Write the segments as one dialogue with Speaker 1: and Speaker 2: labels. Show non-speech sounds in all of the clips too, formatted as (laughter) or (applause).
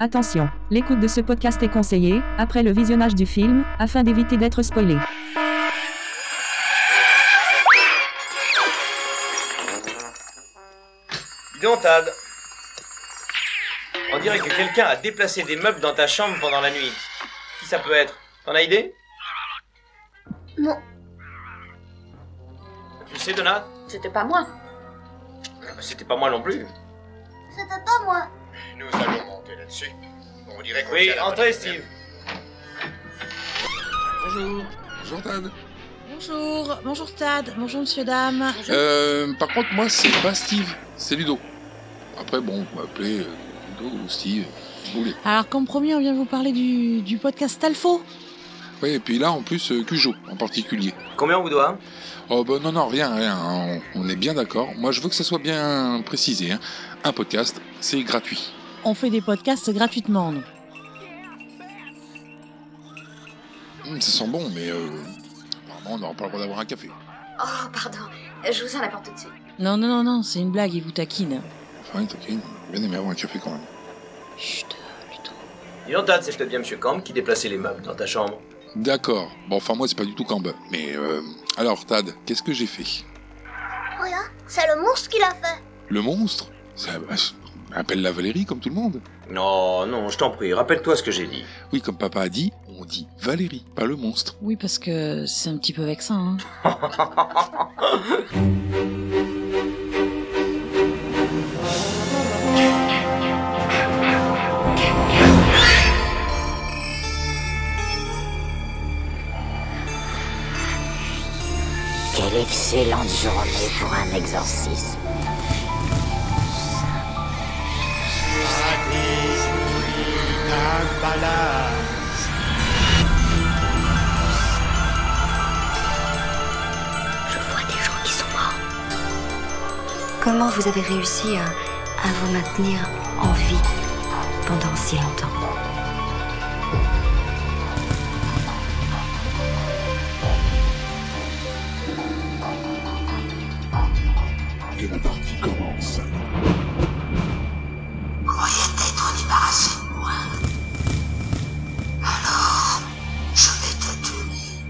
Speaker 1: Attention, l'écoute de ce podcast est conseillée, après le visionnage du film, afin d'éviter d'être spoilé.
Speaker 2: Dis donc, Tad. On dirait que quelqu'un a déplacé des meubles dans ta chambre pendant la nuit. Qui ça peut être T'en as idée
Speaker 3: Non,
Speaker 2: Tu le sais, Donna Ah,
Speaker 3: c'était pas moi.
Speaker 2: C'était pas moi non plus.
Speaker 3: C'était pas moi.
Speaker 4: Nous allons monter là-dessus. On dirait qu'on
Speaker 2: Oui,
Speaker 4: tient la
Speaker 2: entrez,
Speaker 4: bonne
Speaker 2: Steve.
Speaker 5: Bonjour. Bonjour, Tad.
Speaker 6: Bonjour, bonjour Tad, bonjour monsieur dame.
Speaker 5: Euh, par contre, moi, c'est pas Steve, c'est Ludo. Après, bon, vous m'appelez euh, Ludo ou Steve, si vous voulez.
Speaker 6: Alors comme promis, on vient vous parler du, du podcast Talfo.
Speaker 5: Oui, et puis là, en plus, euh, Cujo, en particulier.
Speaker 2: Combien on vous doit
Speaker 5: Oh, ben non, non, rien, rien. hein, On, on est bien d'accord. Moi, je veux que ça soit bien précisé. hein. Un podcast, c'est gratuit.
Speaker 6: On fait des podcasts gratuitement, nous.
Speaker 5: Hum, ça sent bon, mais euh, apparemment, on n'aura pas le droit d'avoir un café.
Speaker 3: Oh, pardon. Je vous en apporte tout de suite.
Speaker 6: Non, non, non, non, c'est une blague, il vous taquine.
Speaker 5: Enfin, t'inquiète, bien aimé avoir un café quand même.
Speaker 6: Chut, Ludo.
Speaker 2: Dis donc, Tad, c'est peut-être bien Monsieur Camp qui déplaçait les meubles dans ta chambre.
Speaker 5: D'accord. Bon, enfin, moi, c'est pas du tout Campbell. Mais euh, alors, Tad, qu'est-ce que j'ai fait
Speaker 7: Regarde, c'est le monstre qui l'a fait.
Speaker 5: Le monstre Ça, bah, Appelle la Valérie comme tout le monde.
Speaker 2: Non, non, je t'en prie, rappelle-toi ce que j'ai dit.
Speaker 5: Oui, comme papa a dit, on dit Valérie, pas le monstre.
Speaker 6: Oui, parce que c'est un petit peu vexant. Hein.
Speaker 8: Quelle excellente journée pour un exorcisme.
Speaker 7: Je vois des gens qui sont morts. Comment vous avez réussi à, à vous maintenir en vie pendant si longtemps
Speaker 9: Et la partie commence.
Speaker 7: Croyez t'être débarrassé de moi. Alors, je vais te tuer.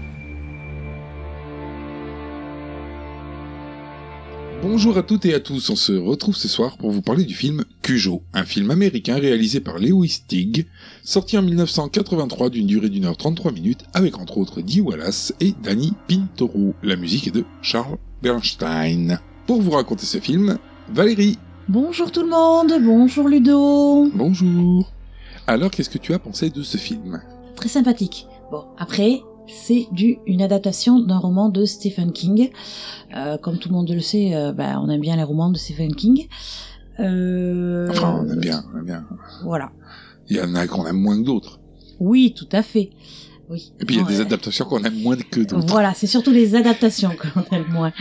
Speaker 5: Bonjour à toutes et à tous, on se retrouve ce soir pour vous parler du film Cujo, un film américain réalisé par Lewis Tigg, sorti en 1983 d'une durée d'une heure 33 minutes avec entre autres Dee Wallace et Danny Pintoro. La musique est de Charles Bernstein. Pour vous raconter ce film, Valérie,
Speaker 6: Bonjour tout le monde, bonjour Ludo.
Speaker 5: bonjour. Alors qu'est-ce que tu as pensé de ce film
Speaker 6: Très sympathique. Bon, après, c'est dû une adaptation d'un roman de Stephen King. Euh, comme tout le monde le sait, euh, bah, on aime bien les romans de Stephen King. Euh,
Speaker 5: Enfin, Ah, on aime bien, on aime bien.
Speaker 6: Voilà.
Speaker 5: Il y en a qu'on aime moins que d'autres.
Speaker 6: Oui, tout à fait. Oui.
Speaker 5: Et puis il y a
Speaker 6: Ouais.
Speaker 5: des adaptations qu'on aime moins que d'autres.
Speaker 6: Voilà, c'est surtout les adaptations que l'on aime moins,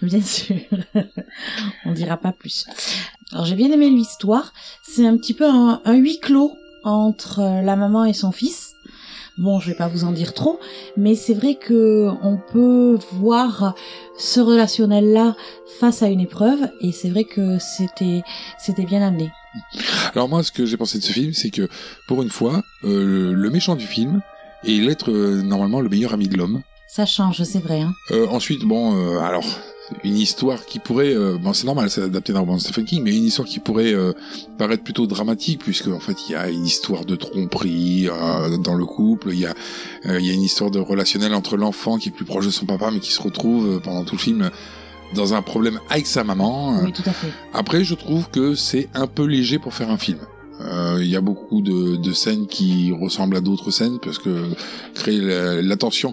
Speaker 6: bien sûr. (laughs) On dira pas plus. Alors j'ai bien aimé l'histoire. C'est un petit peu un, un huis clos entre euh, la maman et son fils. Bon, je vais pas vous en dire trop, mais c'est vrai que on peut voir ce relationnel-là face à une épreuve, et c'est vrai que c'était c'était bien amené.
Speaker 5: Alors moi, ce que j'ai pensé de ce film, c'est que pour une fois, euh, le méchant du film est l'être euh, normalement le meilleur ami de l'homme.
Speaker 6: Ça change, c'est vrai. Hein.
Speaker 5: Euh, ensuite, bon, euh, alors une histoire qui pourrait, euh, bon, c'est normal, c'est adapté d'un roman de Stephen King, mais une histoire qui pourrait euh, paraître plutôt dramatique, puisque en fait il y a une histoire de tromperie euh, dans le couple, il y a, euh, il y a une histoire de relationnel entre l'enfant qui est plus proche de son papa, mais qui se retrouve euh, pendant tout le film dans un problème avec sa maman. euh,
Speaker 6: Oui, tout à fait.
Speaker 5: Après, je trouve que c'est un peu léger pour faire un film. Euh, Il y a beaucoup de, de scènes qui ressemblent à d'autres scènes parce que créer la- l'attention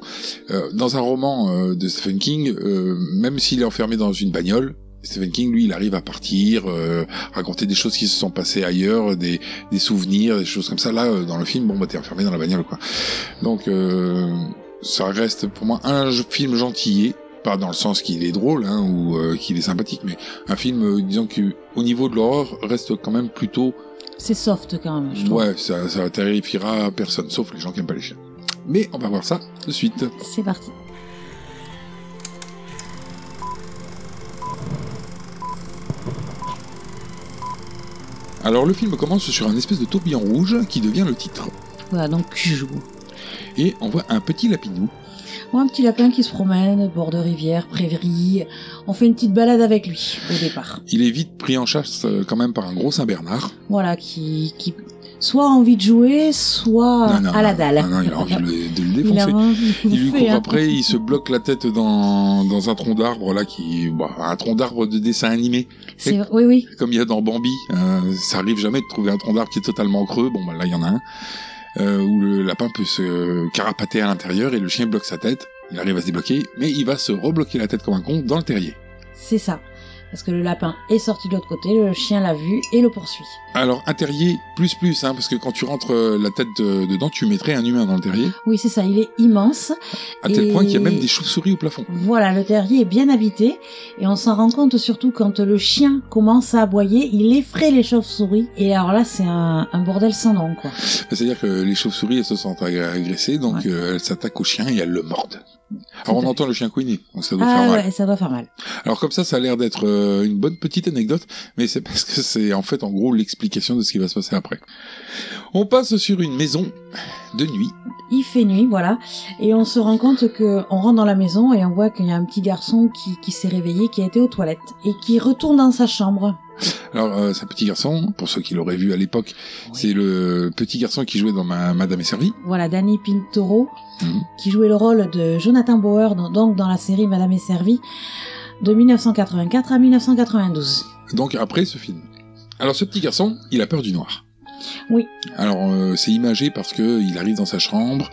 Speaker 5: Euh, dans un roman euh, de Stephen King, euh, même s'il est enfermé dans une bagnole, Stephen King lui, il arrive à partir, euh, raconter des choses qui se sont passées ailleurs, des, des souvenirs, des choses comme ça. Là, euh, dans le film, bon, bah t'es enfermé dans la bagnole, quoi. Donc, euh, ça reste pour moi un j- film gentillet, pas dans le sens qu'il est drôle hein, ou euh, qu'il est sympathique, mais un film, euh, disons que au niveau de l'horreur, reste quand même plutôt.
Speaker 6: C'est soft quand même. Je trouve.
Speaker 5: Ouais, ça, ça terrifiera personne, sauf les gens qui aiment pas les chiens. Mais on va voir ça de suite.
Speaker 6: C'est parti.
Speaker 5: Alors le film commence sur un espèce de tourbillon rouge qui devient le titre.
Speaker 6: Voilà, donc tu joues.
Speaker 5: Et on voit un petit lapidou.
Speaker 6: Ou un petit lapin qui se promène, bord de rivière, prairie. On fait une petite balade avec lui au départ.
Speaker 5: Il est vite pris en chasse euh, quand même par un gros Saint-Bernard.
Speaker 6: Voilà, qui, qui soit a envie de jouer, soit
Speaker 5: Non, non,
Speaker 6: Oh, à la
Speaker 5: non,
Speaker 6: dalle.
Speaker 5: non, non, il a envie de le, de le
Speaker 6: (laughs) Il a
Speaker 5: défoncer.
Speaker 6: envie de
Speaker 5: Il lui
Speaker 6: bouffer,
Speaker 5: court
Speaker 6: hein.
Speaker 5: après, il se bloque la tête dans, dans un tronc d'arbre là qui, bah, un tronc d'arbre de dessin animé
Speaker 6: C'est- Oui, oui.
Speaker 5: comme il y a dans Bambi. euh, ça arrive jamais de trouver un tronc d'arbre qui est totalement creux. Bon bah là il y en a un euh, où le lapin peut se carapater à l'intérieur et le chien bloque sa tête. Il arrive à se débloquer, mais il va se rebloquer la tête comme un con dans le terrier.
Speaker 6: C'est ça. Parce que le lapin est sorti de l'autre côté, le chien l'a vu et le poursuit.
Speaker 5: Alors un terrier plus plus, hein, parce que quand tu rentres euh, la tête de- dedans, tu mettrais un humain dans le terrier,
Speaker 6: Oui, c'est ça, il est immense.
Speaker 5: à tel
Speaker 6: Et-
Speaker 5: point qu'il y a même des chauves-souris au plafond.
Speaker 6: Voilà, le terrier est bien habité et on s'en rend compte surtout quand le chien commence à aboyer, il effraie les chauves-souris. Et alors là, c'est un, un bordel sans nom, quoi.
Speaker 5: C'est-à-dire que les chauves-souris, elles se sentent ag- agressées, donc
Speaker 6: Ouais.
Speaker 5: euh, elles s'attaquent au chien et elles le mordent.
Speaker 6: Tout
Speaker 5: Alors
Speaker 6: à
Speaker 5: on
Speaker 6: fait.
Speaker 5: entend le chien couiner, donc ça doit faire
Speaker 6: Ah
Speaker 5: mal.
Speaker 6: ouais, ça doit faire mal.
Speaker 5: Alors comme ça, ça a l'air d'être euh, une bonne petite anecdote, mais c'est parce que c'est en fait en gros l'explication de ce qui va se passer après. On passe sur une maison de nuit.
Speaker 6: Il fait nuit, voilà, et on se rend compte que on rentre dans la maison et on voit qu'il y a un petit garçon qui, qui s'est réveillé, qui a été aux toilettes et qui retourne dans sa chambre.
Speaker 5: Alors euh, c'est un petit garçon, pour ceux qui l'auraient vu à l'époque, c'est le petit garçon qui jouait dans ma Madame est servie.
Speaker 6: Voilà, Danny Pintoro,
Speaker 5: Mhm.
Speaker 6: qui jouait le rôle de Jonathan Bauer, dans- donc dans la série Madame est servie, de 1984 à 1992.
Speaker 5: Donc après ce film. Alors ce petit garçon, il a peur du noir.
Speaker 6: Oui.
Speaker 5: Alors euh, c'est imagé parce que il arrive dans sa chambre,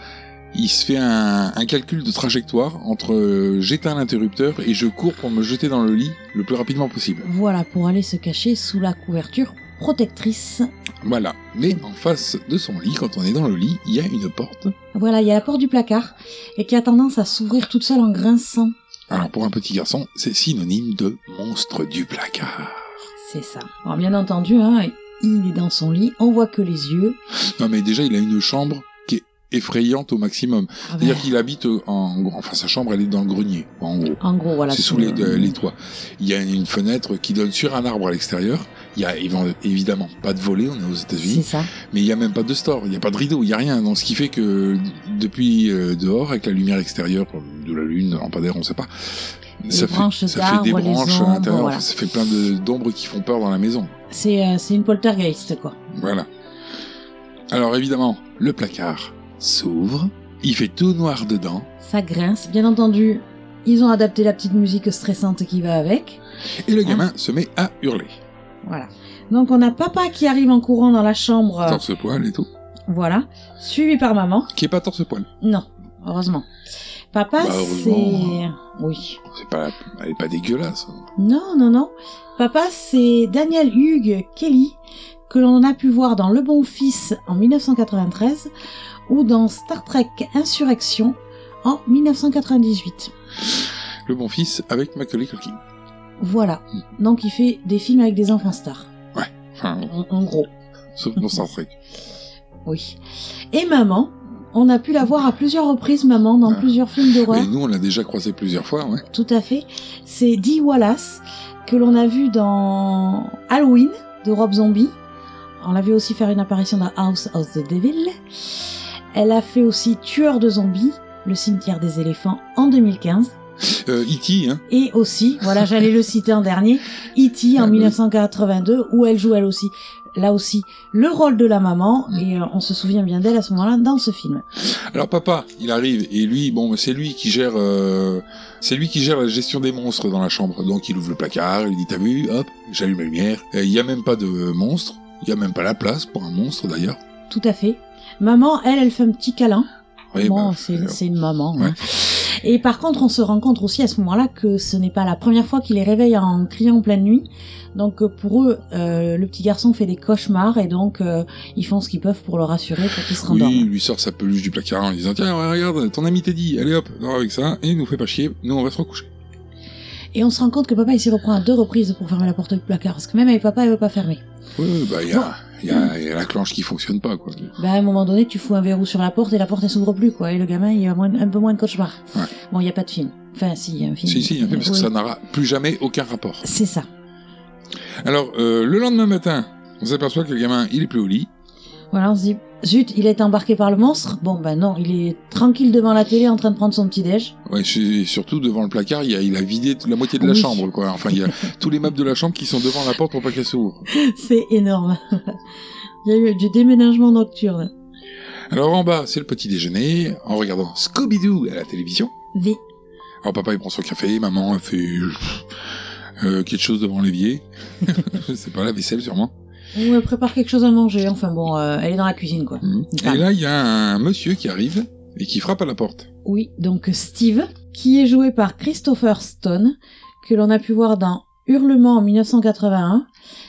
Speaker 5: il se fait un, un calcul de trajectoire entre euh, j'éteins l'interrupteur et je cours pour me jeter dans le lit le plus rapidement possible.
Speaker 6: Voilà, pour aller se cacher sous la couverture protectrice.
Speaker 5: Voilà. Mais en face de son lit, quand on est dans le lit, il y a une porte.
Speaker 6: Voilà, il y a la porte du placard et qui a tendance à s'ouvrir toute seule en grinçant.
Speaker 5: Alors pour un petit garçon, c'est synonyme de monstre du placard.
Speaker 6: C'est ça. Alors bien entendu, hein, il est dans son lit, on voit que les yeux.
Speaker 5: Non mais déjà, il a une chambre qui est effrayante au maximum.
Speaker 6: Ah ben,
Speaker 5: C'est-à-dire qu'il habite en gros, enfin sa chambre, elle est dans le grenier, en gros.
Speaker 6: en gros, voilà.
Speaker 5: c'est sous les, euh, les toits. Il y a une fenêtre qui donne sur un arbre à l'extérieur. Il y a évi- évidemment pas de volet, on est aux
Speaker 6: C'est
Speaker 5: États-Unis,
Speaker 6: ça.
Speaker 5: mais il y a même pas de store, il y a pas de rideau, il y a rien. Donc ce qui fait que depuis euh, dehors, avec la lumière extérieure de la lune, de lampadaire, on sait pas,
Speaker 6: Les
Speaker 5: ça fait,
Speaker 6: branches
Speaker 5: ça fait des
Speaker 6: d'arbres, les
Speaker 5: branches
Speaker 6: ombres,
Speaker 5: à l'intérieur,
Speaker 6: voilà.
Speaker 5: enfin, ça fait plein de- d'ombres qui font peur dans la maison.
Speaker 6: C'est euh, c'est une poltergeist, quoi.
Speaker 5: Voilà. Alors évidemment, le placard s'ouvre, il fait tout noir dedans,
Speaker 6: Ça grince. Bien entendu, ils ont adapté la petite musique stressante qui va avec.
Speaker 5: et
Speaker 6: Hein
Speaker 5: le gamin se met à hurler.
Speaker 6: Voilà. Donc on a papa qui arrive en courant dans la chambre, euh,
Speaker 5: Torse-poil et tout.
Speaker 6: voilà, suivi par maman.
Speaker 5: Qui est pas torse-poil.
Speaker 6: Non, heureusement. Papa,
Speaker 5: Bah,
Speaker 6: c'est...
Speaker 5: heureusement.
Speaker 6: Oui.
Speaker 5: C'est pas, elle est pas dégueulasse. hein.
Speaker 6: Non, non, non. Papa, c'est Daniel Hugues Kelly, que l'on a pu voir dans Le Bon Fils en 1993 ou dans Star Trek Insurrection en 1998.
Speaker 5: Le bon fils avec Macaulay Culkin.
Speaker 6: Voilà. Donc il fait des films avec des enfants stars.
Speaker 5: Enfin,
Speaker 6: En, en gros,
Speaker 5: sauf pour Star Trek.
Speaker 6: oui. Et maman, on a pu la voir à plusieurs reprises, maman, dans
Speaker 5: Ah.
Speaker 6: plusieurs films d'horreur.
Speaker 5: Mais nous, on l'a déjà croisé plusieurs fois, ouais.
Speaker 6: Tout à fait. C'est Dee Wallace, que l'on a vu dans Halloween de Rob Zombie. On l'a vu aussi faire une apparition dans House of the Devil. Elle a fait aussi Tueur de zombies, Le cimetière des éléphants en 2015.
Speaker 5: Euh, E.T., hein.
Speaker 6: Et aussi, voilà, j'allais le citer en dernier, E.T.
Speaker 5: Ah
Speaker 6: en
Speaker 5: oui.
Speaker 6: 1982, où elle joue elle aussi, là aussi, le rôle de la maman.
Speaker 5: Mm.
Speaker 6: Et euh, on se souvient bien d'elle à ce moment-là dans ce film.
Speaker 5: Alors papa, il arrive et lui, bon, c'est lui qui gère, euh, c'est lui qui gère la gestion des monstres dans la chambre. Donc il ouvre le placard, il dit t'as vu, hop, j'allume la lumière. Et Il y a même pas de monstre, il y a même pas la place pour un monstre d'ailleurs.
Speaker 6: Tout à fait. Maman, elle, elle fait un petit câlin.
Speaker 5: Oui,
Speaker 6: bon,
Speaker 5: bah,
Speaker 6: c'est
Speaker 5: euh,
Speaker 6: c'est une maman.
Speaker 5: ouais.
Speaker 6: hein. Et par contre, on se rend compte aussi à ce moment-là que ce n'est pas la première fois qu'il les réveille en criant en pleine nuit. Donc euh, pour eux, euh, le petit garçon fait des cauchemars et donc euh, ils font ce qu'ils peuvent pour le rassurer, pour qu'il se rendorme.
Speaker 5: Oui, il lui sort sa peluche du placard en lui disant tiens ouais, regarde, ton ami Teddy, allez hop, dors avec ça et nous fais pas chier, nous on va se recoucher.
Speaker 6: Et on se rend compte que papa il s'y reprend à deux reprises pour fermer la porte du placard parce que même avec papa, elle veut pas fermer.
Speaker 5: Ouais, ouais, bah il y a, il y a- il y a la clenche qui fonctionne pas quoi.
Speaker 6: Bah à un moment donné, tu fous un verrou sur la porte et la porte elle s'ouvre plus quoi. Et le gamin il a moins- un peu moins de cauchemars.
Speaker 5: Ouais.
Speaker 6: Bon, il y a pas de film. Enfin, si, il y a un film.
Speaker 5: Si, si, il y en a fait, parce que
Speaker 6: Oui.
Speaker 5: ça n'aura plus jamais aucun rapport.
Speaker 6: C'est ça.
Speaker 5: Alors, euh, le lendemain matin, On s'aperçoit que le gamin, il est plus au lit.
Speaker 6: Voilà, on se dit, zut, il a été embarqué par le monstre. Bon, ben non, il est tranquille devant la télé en train de prendre son petit-déj.
Speaker 5: Ouais, su- surtout devant le placard, il a, il a vidé toute la moitié de la
Speaker 6: Oui.
Speaker 5: chambre, quoi. Enfin,
Speaker 6: (laughs)
Speaker 5: il y a tous les meubles de la chambre qui sont devant la porte pour pas qu'elle s'ouvre.
Speaker 6: (laughs) C'est énorme. (laughs) il y a eu du déménagement nocturne.
Speaker 5: Alors en bas, c'est le petit déjeuner, en regardant Scooby-Doo à la télévision.
Speaker 6: Vie.
Speaker 5: Alors papa, il prend son café, maman, elle fait euh, quelque chose devant l'évier. (laughs) Je sais pas, la vaisselle sûrement.
Speaker 6: Ou elle prépare quelque chose à manger. Enfin bon, euh, elle est dans la cuisine, quoi.
Speaker 5: Mhm.
Speaker 6: Ah.
Speaker 5: Et là, il y a un monsieur qui arrive et qui frappe à la porte.
Speaker 6: Oui, donc Steve, qui est joué par Christopher Stone, que l'on a pu voir dans Hurlement en 1981.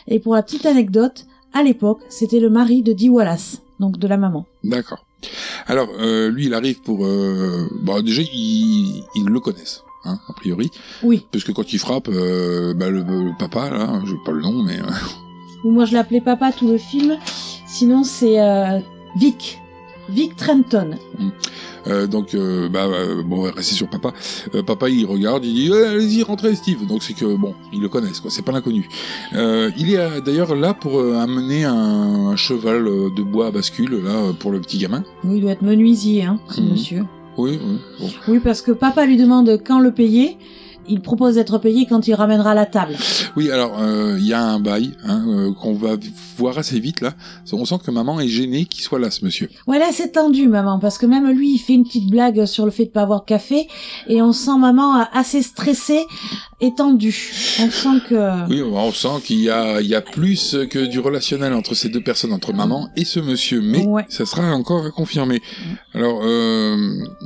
Speaker 6: Et pour la petite anecdote, à l'époque, c'était le mari de Dee Wallace, donc de la maman.
Speaker 5: D'accord. Alors, euh, lui, il arrive pour... Euh... Bah, déjà, ils, ils le connaissent, hein, a priori.
Speaker 6: Oui,
Speaker 5: Parce que quand il frappe, euh, bah, le, le papa, là, je pas le nom, mais... euh,
Speaker 6: ou moi je l'appelais papa tout le film, sinon c'est euh, Vic. Vic Trenton.
Speaker 5: euh, donc, euh, bah, euh, bon, on va rester sur papa. Euh, papa, il regarde, il dit, Eh, allez-y, rentrez, Steve. Donc, c'est que, bon, ils le connaissent, quoi, c'est pas l'inconnu. Euh, il est euh, d'ailleurs là pour euh, amener un, un cheval euh, de bois à bascule, là, euh, pour le petit gamin.
Speaker 6: Oui, il doit être menuisier, hein, ce
Speaker 5: Mhm.
Speaker 6: monsieur.
Speaker 5: Oui, oui. bon.
Speaker 6: Oui, parce que papa lui demande quand le payer. Il propose d'être payé quand il ramènera la table.
Speaker 5: Oui, alors, euh, il y a un bail hein, euh, qu'on va voir assez vite, là. On sent que maman est gênée qu'il soit là, ce monsieur.
Speaker 6: Ouais, là, c'est tendu, maman, parce que même lui, il fait une petite blague sur le fait de pas avoir de café, et on sent maman assez stressée et tendue. On sent que...
Speaker 5: Oui, on sent qu'il y a, il y a plus que du relationnel entre ces deux personnes, entre maman et ce monsieur, mais
Speaker 6: Ouais.
Speaker 5: ça sera encore à confirmer. Alors, euh,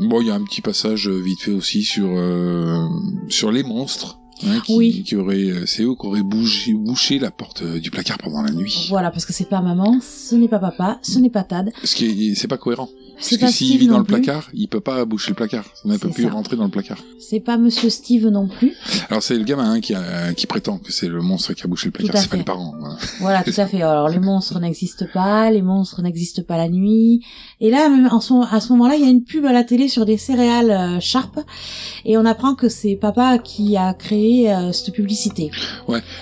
Speaker 5: bon, il y a un petit passage euh, vite fait aussi sur euh, sur les monstres. hein, qui,
Speaker 6: Oui.
Speaker 5: qui auraient, euh, c'est eux qui auraient bougé- bouché la porte euh, du placard pendant la nuit.
Speaker 6: Voilà, parce que c'est pas maman, ce n'est pas papa, ce n'est pas Tad,
Speaker 5: Ce qui est, c'est pas cohérent. Parce
Speaker 6: c'est
Speaker 5: que
Speaker 6: pas
Speaker 5: s'il vit
Speaker 6: Steve
Speaker 5: dans
Speaker 6: non
Speaker 5: le
Speaker 6: plus,
Speaker 5: placard, il peut pas boucher le placard. On ne peut
Speaker 6: C'est
Speaker 5: plus
Speaker 6: ça.
Speaker 5: rentrer dans le placard.
Speaker 6: c'est pas monsieur Steve non plus.
Speaker 5: Alors c'est le gamin hein, qui, a- qui prétend que c'est le monstre qui a bouché le placard,
Speaker 6: à
Speaker 5: c'est pas
Speaker 6: fait.
Speaker 5: les parents. hein. (laughs)
Speaker 6: Voilà, tout à fait. Alors, les monstres n'existent pas, les monstres n'existent pas la nuit. Et là, même en ce- à ce moment-là, il y a une pub à la télé sur des céréales euh, Sharp, et on apprend que c'est papa qui a créé euh, cette publicité.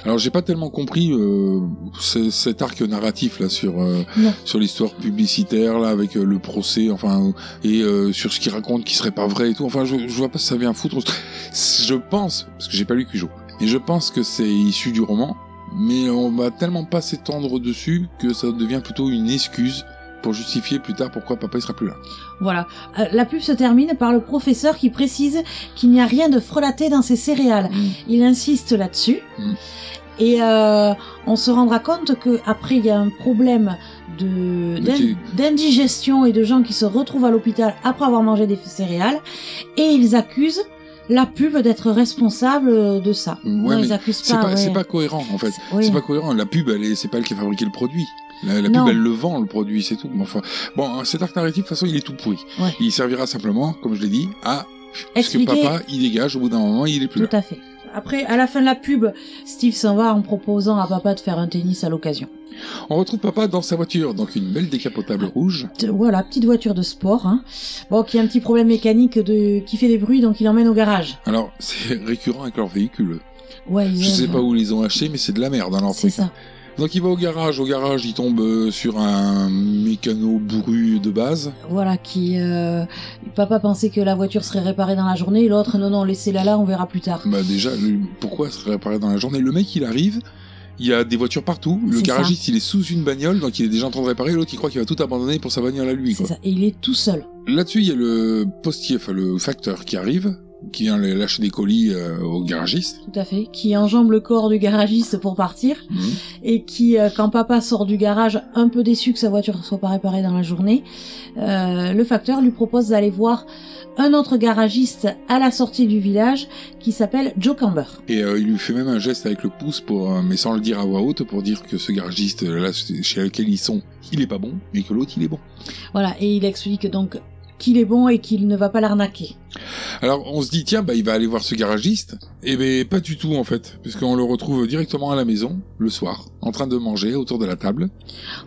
Speaker 5: Alors j'ai pas tellement compris euh, ce- cet arc narratif là sur euh,
Speaker 6: Non.
Speaker 5: sur l'histoire publicitaire là avec euh, le procès enfin et euh, sur ce qu'il raconte qui serait pas vrai et tout enfin je, je vois pas si ça vient foutre je pense parce que j'ai pas lu Cujo et je pense que c'est issu du roman mais on va tellement pas s'étendre dessus que ça devient plutôt une excuse pour justifier plus tard pourquoi papa il sera plus là.
Speaker 6: Voilà. Euh, la pub se termine par le professeur qui précise qu'il n'y a rien de frelaté dans ces céréales. Il insiste là-dessus.
Speaker 5: Mm.
Speaker 6: Et euh, on se rendra compte que après il y a un problème de
Speaker 5: De
Speaker 6: d'in-
Speaker 5: qui-
Speaker 6: d'indigestion et de gens qui se retrouvent à l'hôpital après avoir mangé des céréales et ils accusent la pub d'être responsable de ça.
Speaker 5: Ouais,
Speaker 6: non,
Speaker 5: mais
Speaker 6: ils accusent
Speaker 5: C'est
Speaker 6: pas.
Speaker 5: pas,
Speaker 6: ouais.
Speaker 5: c'est pas cohérent en fait.
Speaker 6: Oui.
Speaker 5: C'est pas cohérent. La pub, elle est, c'est pas elle qui a fabriqué le produit. La, la
Speaker 6: Non.
Speaker 5: pub, elle le vend, le produit, c'est tout. Mais Enfin, bon, hein, cet arc narratif, de toute façon, il est tout pourri.
Speaker 6: Ouais.
Speaker 5: Il servira simplement, comme je l'ai dit, à ce que
Speaker 6: Expliquer- Mm.
Speaker 5: papa, il dégage au bout d'un moment, il est plus
Speaker 6: Tout
Speaker 5: là.
Speaker 6: à fait. Après, à la fin de la pub, Steve s'en va en proposant à papa de faire un tennis à l'occasion.
Speaker 5: On retrouve papa dans sa voiture, donc une belle décapotable rouge.
Speaker 6: petite- voilà, petite voiture de sport, hein. Bon, qui a un petit problème mécanique de, qui fait des bruits, donc il l'emmène au garage.
Speaker 5: Alors, (laughs) c'est récurrent avec leur véhicule.
Speaker 6: Ouais, il-
Speaker 5: Je sais pas où ils les ont acheté, mais c'est de la merde, hein, leur
Speaker 6: C'est
Speaker 5: truc.
Speaker 6: ça.
Speaker 5: Donc, il va au garage. Au garage, il tombe euh, sur un mécano bourru de base.
Speaker 6: Voilà, qui, euh, papa pensait que la voiture serait réparée dans la journée, et l'autre, non, non, laissez-la là, on verra plus tard.
Speaker 5: Bah déjà, le- pourquoi se réapparaît dans la journée Le mec, il arrive, il y a des voitures partout. Le
Speaker 6: C'est
Speaker 5: garagiste, il est sous une bagnole, donc il est déjà en train de réparer. L'autre, il croit qu'il va tout abandonner pour sa bagnole à lui.
Speaker 6: C'est
Speaker 5: quoi.
Speaker 6: ça. Et il est tout seul.
Speaker 5: Là-dessus, il y a le postier, enfin le facteur qui arrive, qui vient les- lâcher des colis euh, au garagiste.
Speaker 6: Tout à fait. Qui enjambe le corps du garagiste pour partir.
Speaker 5: Mhm.
Speaker 6: Et qui, euh, quand papa sort du garage, un peu déçu que sa voiture ne soit pas réparée dans la journée, euh, le facteur lui propose d'aller voir un autre garagiste à la sortie du village qui s'appelle Joe Camber.
Speaker 5: Et euh, il lui fait même un geste avec le pouce, pour, euh, mais sans le dire à voix haute, pour dire que ce garagiste, euh, là, chez lequel ils sont, il est pas bon, mais que l'autre, il est bon.
Speaker 6: Voilà, et il explique donc qu'il est bon et qu'il ne va pas l'arnaquer.
Speaker 5: Alors on se dit tiens bah il va aller voir ce garagiste. Eh ben pas du tout en fait, puisqu'on le retrouve directement à la maison le soir, en train de manger autour de la table.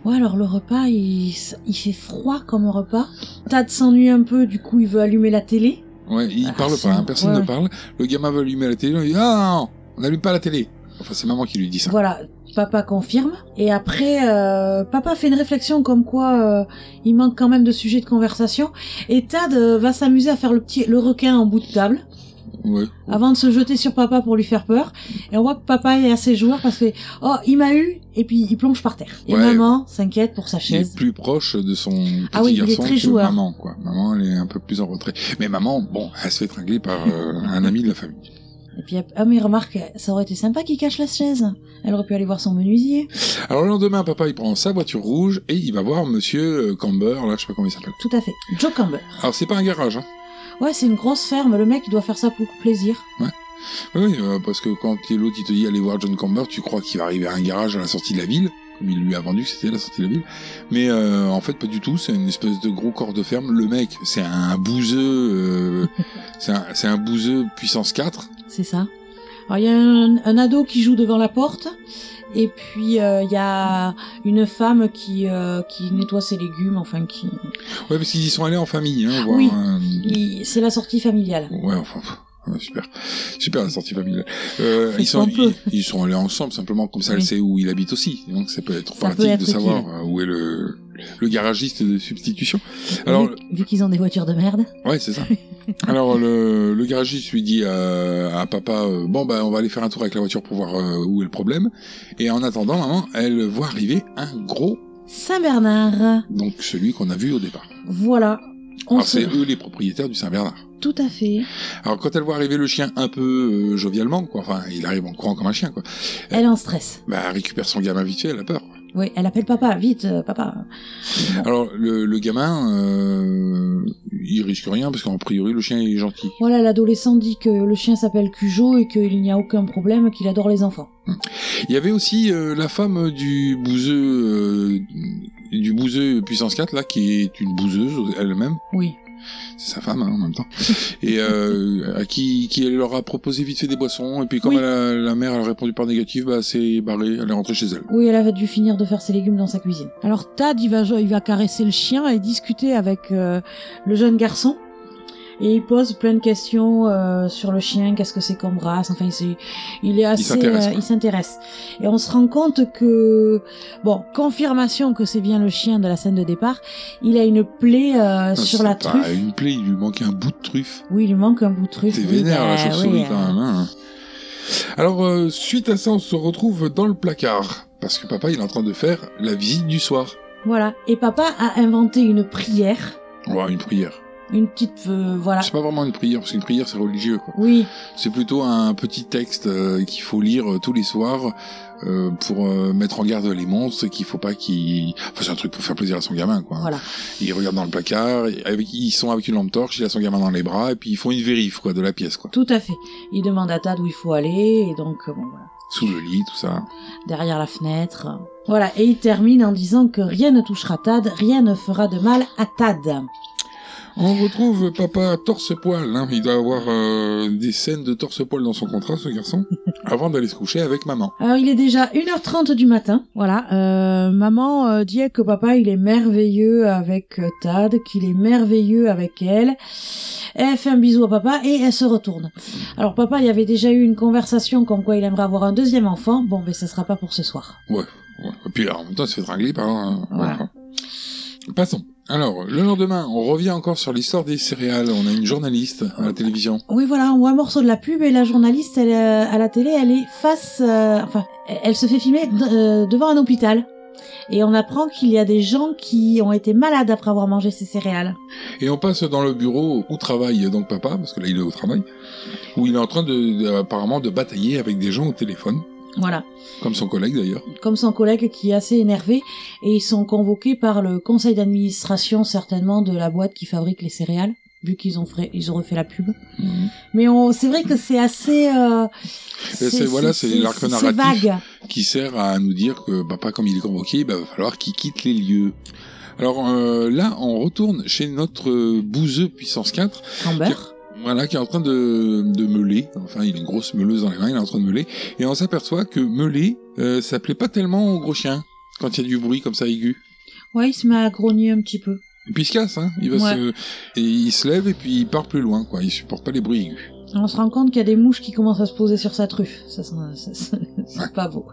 Speaker 6: Ouais, alors le repas, il, s- il fait froid comme repas. Tad s'ennuie un peu, du coup il veut allumer la télé.
Speaker 5: Ouais, il
Speaker 6: Ah,
Speaker 5: parle
Speaker 6: c'est-
Speaker 5: pas, hein, personne
Speaker 6: ouais,
Speaker 5: ne
Speaker 6: ouais.
Speaker 5: parle. Le gamin va allumer la télé, on lui dit ah non, non, on n'allume pas la télé. Enfin c'est maman qui lui dit ça.
Speaker 6: Voilà, papa confirme. Et après, euh, papa fait une réflexion comme quoi euh, il manque quand même de sujets de conversation. Et Tad euh, va s'amuser à faire le petit le requin en bout de table Ah
Speaker 5: Ouais.
Speaker 6: avant de se jeter sur papa pour lui faire peur. Et on voit que papa est assez joueur parce que oh il m'a eu et puis il plonge par terre. Et
Speaker 5: Ouais.
Speaker 6: maman s'inquiète pour
Speaker 5: Il
Speaker 6: sa
Speaker 5: est
Speaker 6: chaise.
Speaker 5: plus proche de son petit
Speaker 6: Ah oui, il est
Speaker 5: garçon
Speaker 6: très
Speaker 5: que
Speaker 6: joueur.
Speaker 5: maman, quoi. Maman, elle est un peu plus en retrait. Mais maman, bon, elle se fait tringler par
Speaker 6: (laughs)
Speaker 5: euh, un ami de la famille.
Speaker 6: Et puis ah mais remarque ça aurait été sympa qu'il cache la chaise. Elle aurait pu aller voir son menuisier.
Speaker 5: Alors le lendemain, papa, il prend sa voiture rouge et il va voir Monsieur euh, Camber, là, je sais pas comment il s'appelle.
Speaker 6: Tout à fait. Joe Camber.
Speaker 5: Alors c'est pas un garage, hein.
Speaker 6: Ouais c'est une grosse ferme. Le mec il doit faire ça pour plaisir.
Speaker 5: Oui, euh, parce que quand l'autre il te dit allez voir John Camber, tu crois qu'il va arriver à un garage à la sortie de la ville, comme il lui a vendu que c'était la sortie de la ville. Mais euh, en fait, pas du tout, c'est une espèce de gros corps de ferme. Le mec, c'est un bouseux,
Speaker 6: (laughs)
Speaker 5: euh, c'est un, c'est un bouseux puissance 4.
Speaker 6: C'est ça. Alors, il y a un, un ado qui joue devant la porte, et puis euh, il y a une femme qui, euh, qui nettoie ses légumes, enfin, qui.
Speaker 5: Ouais, parce qu'ils y sont allés en famille, hein, voir
Speaker 6: Oui.
Speaker 5: un-
Speaker 6: il- C'est la sortie familiale.
Speaker 5: Ouais, enfin, pff, ouais, super. Super la sortie familiale. Euh,
Speaker 6: Faut
Speaker 5: ils, sont,
Speaker 6: qu'on peut.
Speaker 5: ils, ils sont allés ensemble, simplement, comme ça, elle
Speaker 6: Oui.
Speaker 5: sait où il habite aussi. Donc, ça peut être
Speaker 6: Ça
Speaker 5: pratique
Speaker 6: peut être
Speaker 5: de savoir euh, où est le, le garagiste de substitution. Alors,
Speaker 6: vu vu qu'ils ont des voitures de merde.
Speaker 5: ouais, c'est ça. Alors, le, le garagiste lui dit à, à papa, euh, bon, bah, on va aller faire un tour avec la voiture pour voir euh, où est le problème. Et en attendant, maman, elle voit arriver un gros,
Speaker 6: Saint-Bernard.
Speaker 5: donc celui qu'on a vu au départ.
Speaker 6: Voilà. On
Speaker 5: Alors,
Speaker 6: se...
Speaker 5: c'est eux les propriétaires du Saint-Bernard.
Speaker 6: Tout à fait.
Speaker 5: Alors quand elle voit arriver le chien un peu euh, jovialement, quoi, enfin il arrive en courant comme un chien, quoi,
Speaker 6: Elle est en stress.
Speaker 5: bah elle récupère son gamin vite fait, elle a peur.
Speaker 6: Oui, elle appelle papa, vite, euh, papa.
Speaker 5: Alors le, le gamin, euh, il risque rien parce qu'en priori le chien est gentil.
Speaker 6: Voilà, l'adolescent dit que le chien s'appelle Cujo et qu'il n'y a aucun problème, qu'il adore les enfants.
Speaker 5: Il y avait aussi euh, la femme du bouseux, euh, du bouseux puissance 4 là, qui est une bouseuse elle-même,
Speaker 6: Oui.
Speaker 5: c'est sa femme hein, en même
Speaker 6: (laughs)
Speaker 5: temps, et euh, à qui, qui elle leur a proposé vite fait des boissons, et puis comme
Speaker 6: Oui.
Speaker 5: elle a- la mère elle a répondu par négative, bah c'est barré, elle est rentrée chez elle.
Speaker 6: Oui, elle a dû finir de faire ses légumes dans sa cuisine. Alors Tad, il va, il va caresser le chien et discuter avec euh, le jeune garçon. Et il pose plein de questions euh, sur le chien, qu'est-ce que c'est comme race. Enfin, c'est- il est assez,
Speaker 5: s'intéresse,
Speaker 6: euh,
Speaker 5: ouais.
Speaker 6: il s'intéresse. Et on se rend compte que, bon, confirmation que c'est bien le chien de la scène de départ. Il a une plaie euh,
Speaker 5: Ah,
Speaker 6: sur
Speaker 5: c'est
Speaker 6: la
Speaker 5: pas
Speaker 6: truffe.
Speaker 5: Une plaie, il lui manquait un bout de truffe.
Speaker 6: Oui, il lui manque un bout de truffe.
Speaker 5: C'est
Speaker 6: Oui,
Speaker 5: vénère
Speaker 6: bah,
Speaker 5: la chauve-souris
Speaker 6: oui,
Speaker 5: quand
Speaker 6: euh,
Speaker 5: même. hein. Alors, euh, suite à ça, on se retrouve dans le placard. Parce que papa, il est en train de faire la visite du soir.
Speaker 6: Voilà. Et papa a inventé une prière,
Speaker 5: Ouais, une prière.
Speaker 6: une petite, euh, voilà.
Speaker 5: C'est pas vraiment une prière, parce qu'une prière, c'est religieux. quoi.
Speaker 6: Oui,
Speaker 5: C'est plutôt un petit texte euh, qu'il faut lire euh, tous les soirs euh, pour euh, mettre en garde les monstres et qu'il faut pas qu'ils... Enfin, c'est un truc pour faire plaisir à son gamin, quoi.
Speaker 6: voilà.
Speaker 5: Il regarde dans le placard, et avec... ils sont avec une lampe torche, il a son gamin dans les bras, et puis ils font une vérif, quoi, de la pièce, quoi.
Speaker 6: Tout à fait. Il demande à Tad où il faut aller, et donc, euh, bon, voilà.
Speaker 5: Sous le lit, tout ça.
Speaker 6: Derrière la fenêtre. euh. Voilà. Et il termine en disant que rien ne touchera Tad, rien ne fera de mal à Tad.
Speaker 5: On retrouve papa torse-poil. Hein. Il doit avoir euh, des scènes de torse-poil dans son contrat, ce garçon, (laughs) avant d'aller se coucher avec maman.
Speaker 6: Alors, il est déjà 1h30 du matin. Voilà. Euh, maman euh, dit que papa, il est merveilleux avec euh, Tad, qu'il est merveilleux avec elle. Elle fait un bisou à papa et elle se retourne. Alors, papa, il y avait déjà eu une conversation comme quoi il aimerait avoir un deuxième enfant. Bon, mais ça sera pas pour ce soir.
Speaker 5: Ouais. Et puis en même temps, il se fait tringler par un...
Speaker 6: Voilà.
Speaker 5: enfin. Passons. Alors, le lendemain, on revient encore sur l'histoire des céréales. On a une journaliste à la télévision.
Speaker 6: Oui, voilà, on voit un morceau de la pub et la journaliste elle, euh, à la télé, elle est face, euh, enfin, elle- elle se fait filmer de- euh, devant un hôpital. Et on apprend qu'il y a des gens qui ont été malades après avoir mangé ces céréales.
Speaker 5: Et on passe dans le bureau où travaille donc papa, parce que là, il est au travail, où il est en train de, de- apparemment de batailler avec des gens au téléphone,
Speaker 6: Voilà,
Speaker 5: comme son collègue d'ailleurs.
Speaker 6: comme son collègue qui est assez énervé, et ils sont convoqués par le conseil d'administration certainement de la boîte qui fabrique les céréales, vu qu'ils ont, fait, ils ont refait la pub. Mais on- c'est vrai que c'est assez... euh,
Speaker 5: Eh ben, c'est- voilà, c'est l'arc
Speaker 6: C'est
Speaker 5: narratif.
Speaker 6: vague.
Speaker 5: qui sert à nous dire que papa, comme il est convoqué, bah, va falloir qu'il quitte les lieux. Alors euh, là, on retourne chez notre euh, bouseux puissance 4,
Speaker 6: Amber.
Speaker 5: voilà, qui est en train de, de meuler. Enfin, il a une grosse meuleuse dans les mains, il est en train de meuler. Et on s'aperçoit que meuler, euh, ça plaît pas tellement au gros chien, quand il y a du bruit comme ça aigu.
Speaker 6: Ouais, il se met à grogner un petit peu.
Speaker 5: Et puis il se casse, hein. Il va
Speaker 6: Ouais.
Speaker 5: se... Et il se lève et puis il part plus loin, quoi. Il supporte pas les bruits aigus.
Speaker 6: On se rend compte qu'il y a des mouches qui commencent à se poser sur sa truffe. Ça, ça, ça- ça- (laughs) c'est pas beau.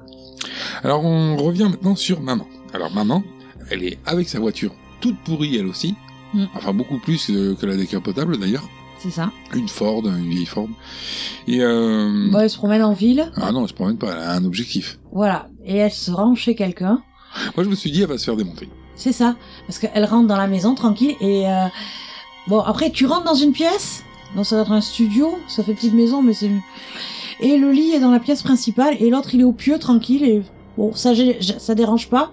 Speaker 5: Alors on revient maintenant sur maman. Alors maman, elle est avec sa voiture toute pourrie elle aussi,
Speaker 6: Mm.
Speaker 5: enfin beaucoup plus que, que la décapotable d'ailleurs,
Speaker 6: C'est ça.
Speaker 5: une Ford, une vieille Ford. Et euh...
Speaker 6: Bon, elle se promène en ville.
Speaker 5: ah non, je promène pas, elle a un objectif.
Speaker 6: Voilà. Et elle se rend chez quelqu'un.
Speaker 5: Moi je me suis dit elle va se faire démonter.
Speaker 6: C'est ça. Parce qu'elle rentre dans la maison tranquille et euh, bon après tu rentres dans une pièce. Non ça doit être un studio. Ça fait petite maison mais c'est et le lit est dans la pièce principale et l'autre il est au pieu tranquille et bon ça gê- ça dérange pas.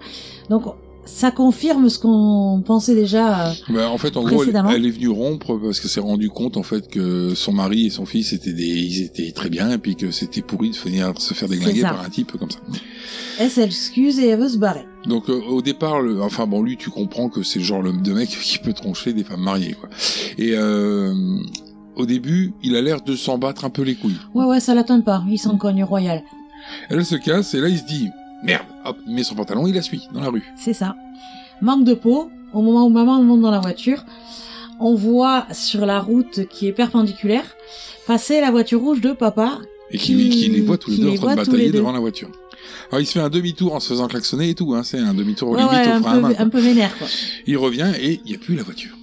Speaker 6: Donc ça confirme ce qu'on pensait déjà. euh,
Speaker 5: Bah, en fait, en gros, elle,
Speaker 6: Précédemment.
Speaker 5: elle est venue rompre parce qu'elle s'est rendue compte en fait que son mari et son fils étaient des, ils étaient très bien et puis que c'était pourri de venir se faire
Speaker 6: C'est
Speaker 5: déglinguer
Speaker 6: ça.
Speaker 5: par un type comme ça.
Speaker 6: Elle s'excuse et elle veut se barrer.
Speaker 5: Donc euh, au départ, le, enfin bon, lui, tu comprends que c'est le genre le- de mec (laughs) qui peut troncher des femmes mariées, quoi. Et euh, au début, il a l'air de s'en battre un peu les couilles.
Speaker 6: Ouais ouais ça l'atteint pas. Il s'en cogne royal.
Speaker 5: Elle se casse et là, il se dit merde, hop, il met son pantalon, il la suit dans la rue.
Speaker 6: C'est ça. Manque de peau. Au moment où maman monte dans la voiture, on voit sur la route qui est perpendiculaire passer la voiture rouge de papa.
Speaker 5: Et qui,
Speaker 6: Qui-
Speaker 5: qui les voit tous les
Speaker 6: qui
Speaker 5: deux en
Speaker 6: les
Speaker 5: train de
Speaker 6: voit tous
Speaker 5: batailler
Speaker 6: les deux.
Speaker 5: devant la voiture. Alors il se fait un demi-tour en se faisant klaxonner et tout, hein, c'est un demi-tour
Speaker 6: Ouais,
Speaker 5: limite
Speaker 6: ouais,
Speaker 5: au
Speaker 6: un,
Speaker 5: frein à
Speaker 6: peu,
Speaker 5: main. quoi.
Speaker 6: un peu vénère quoi.
Speaker 5: Il revient et il n'y a plus la voiture.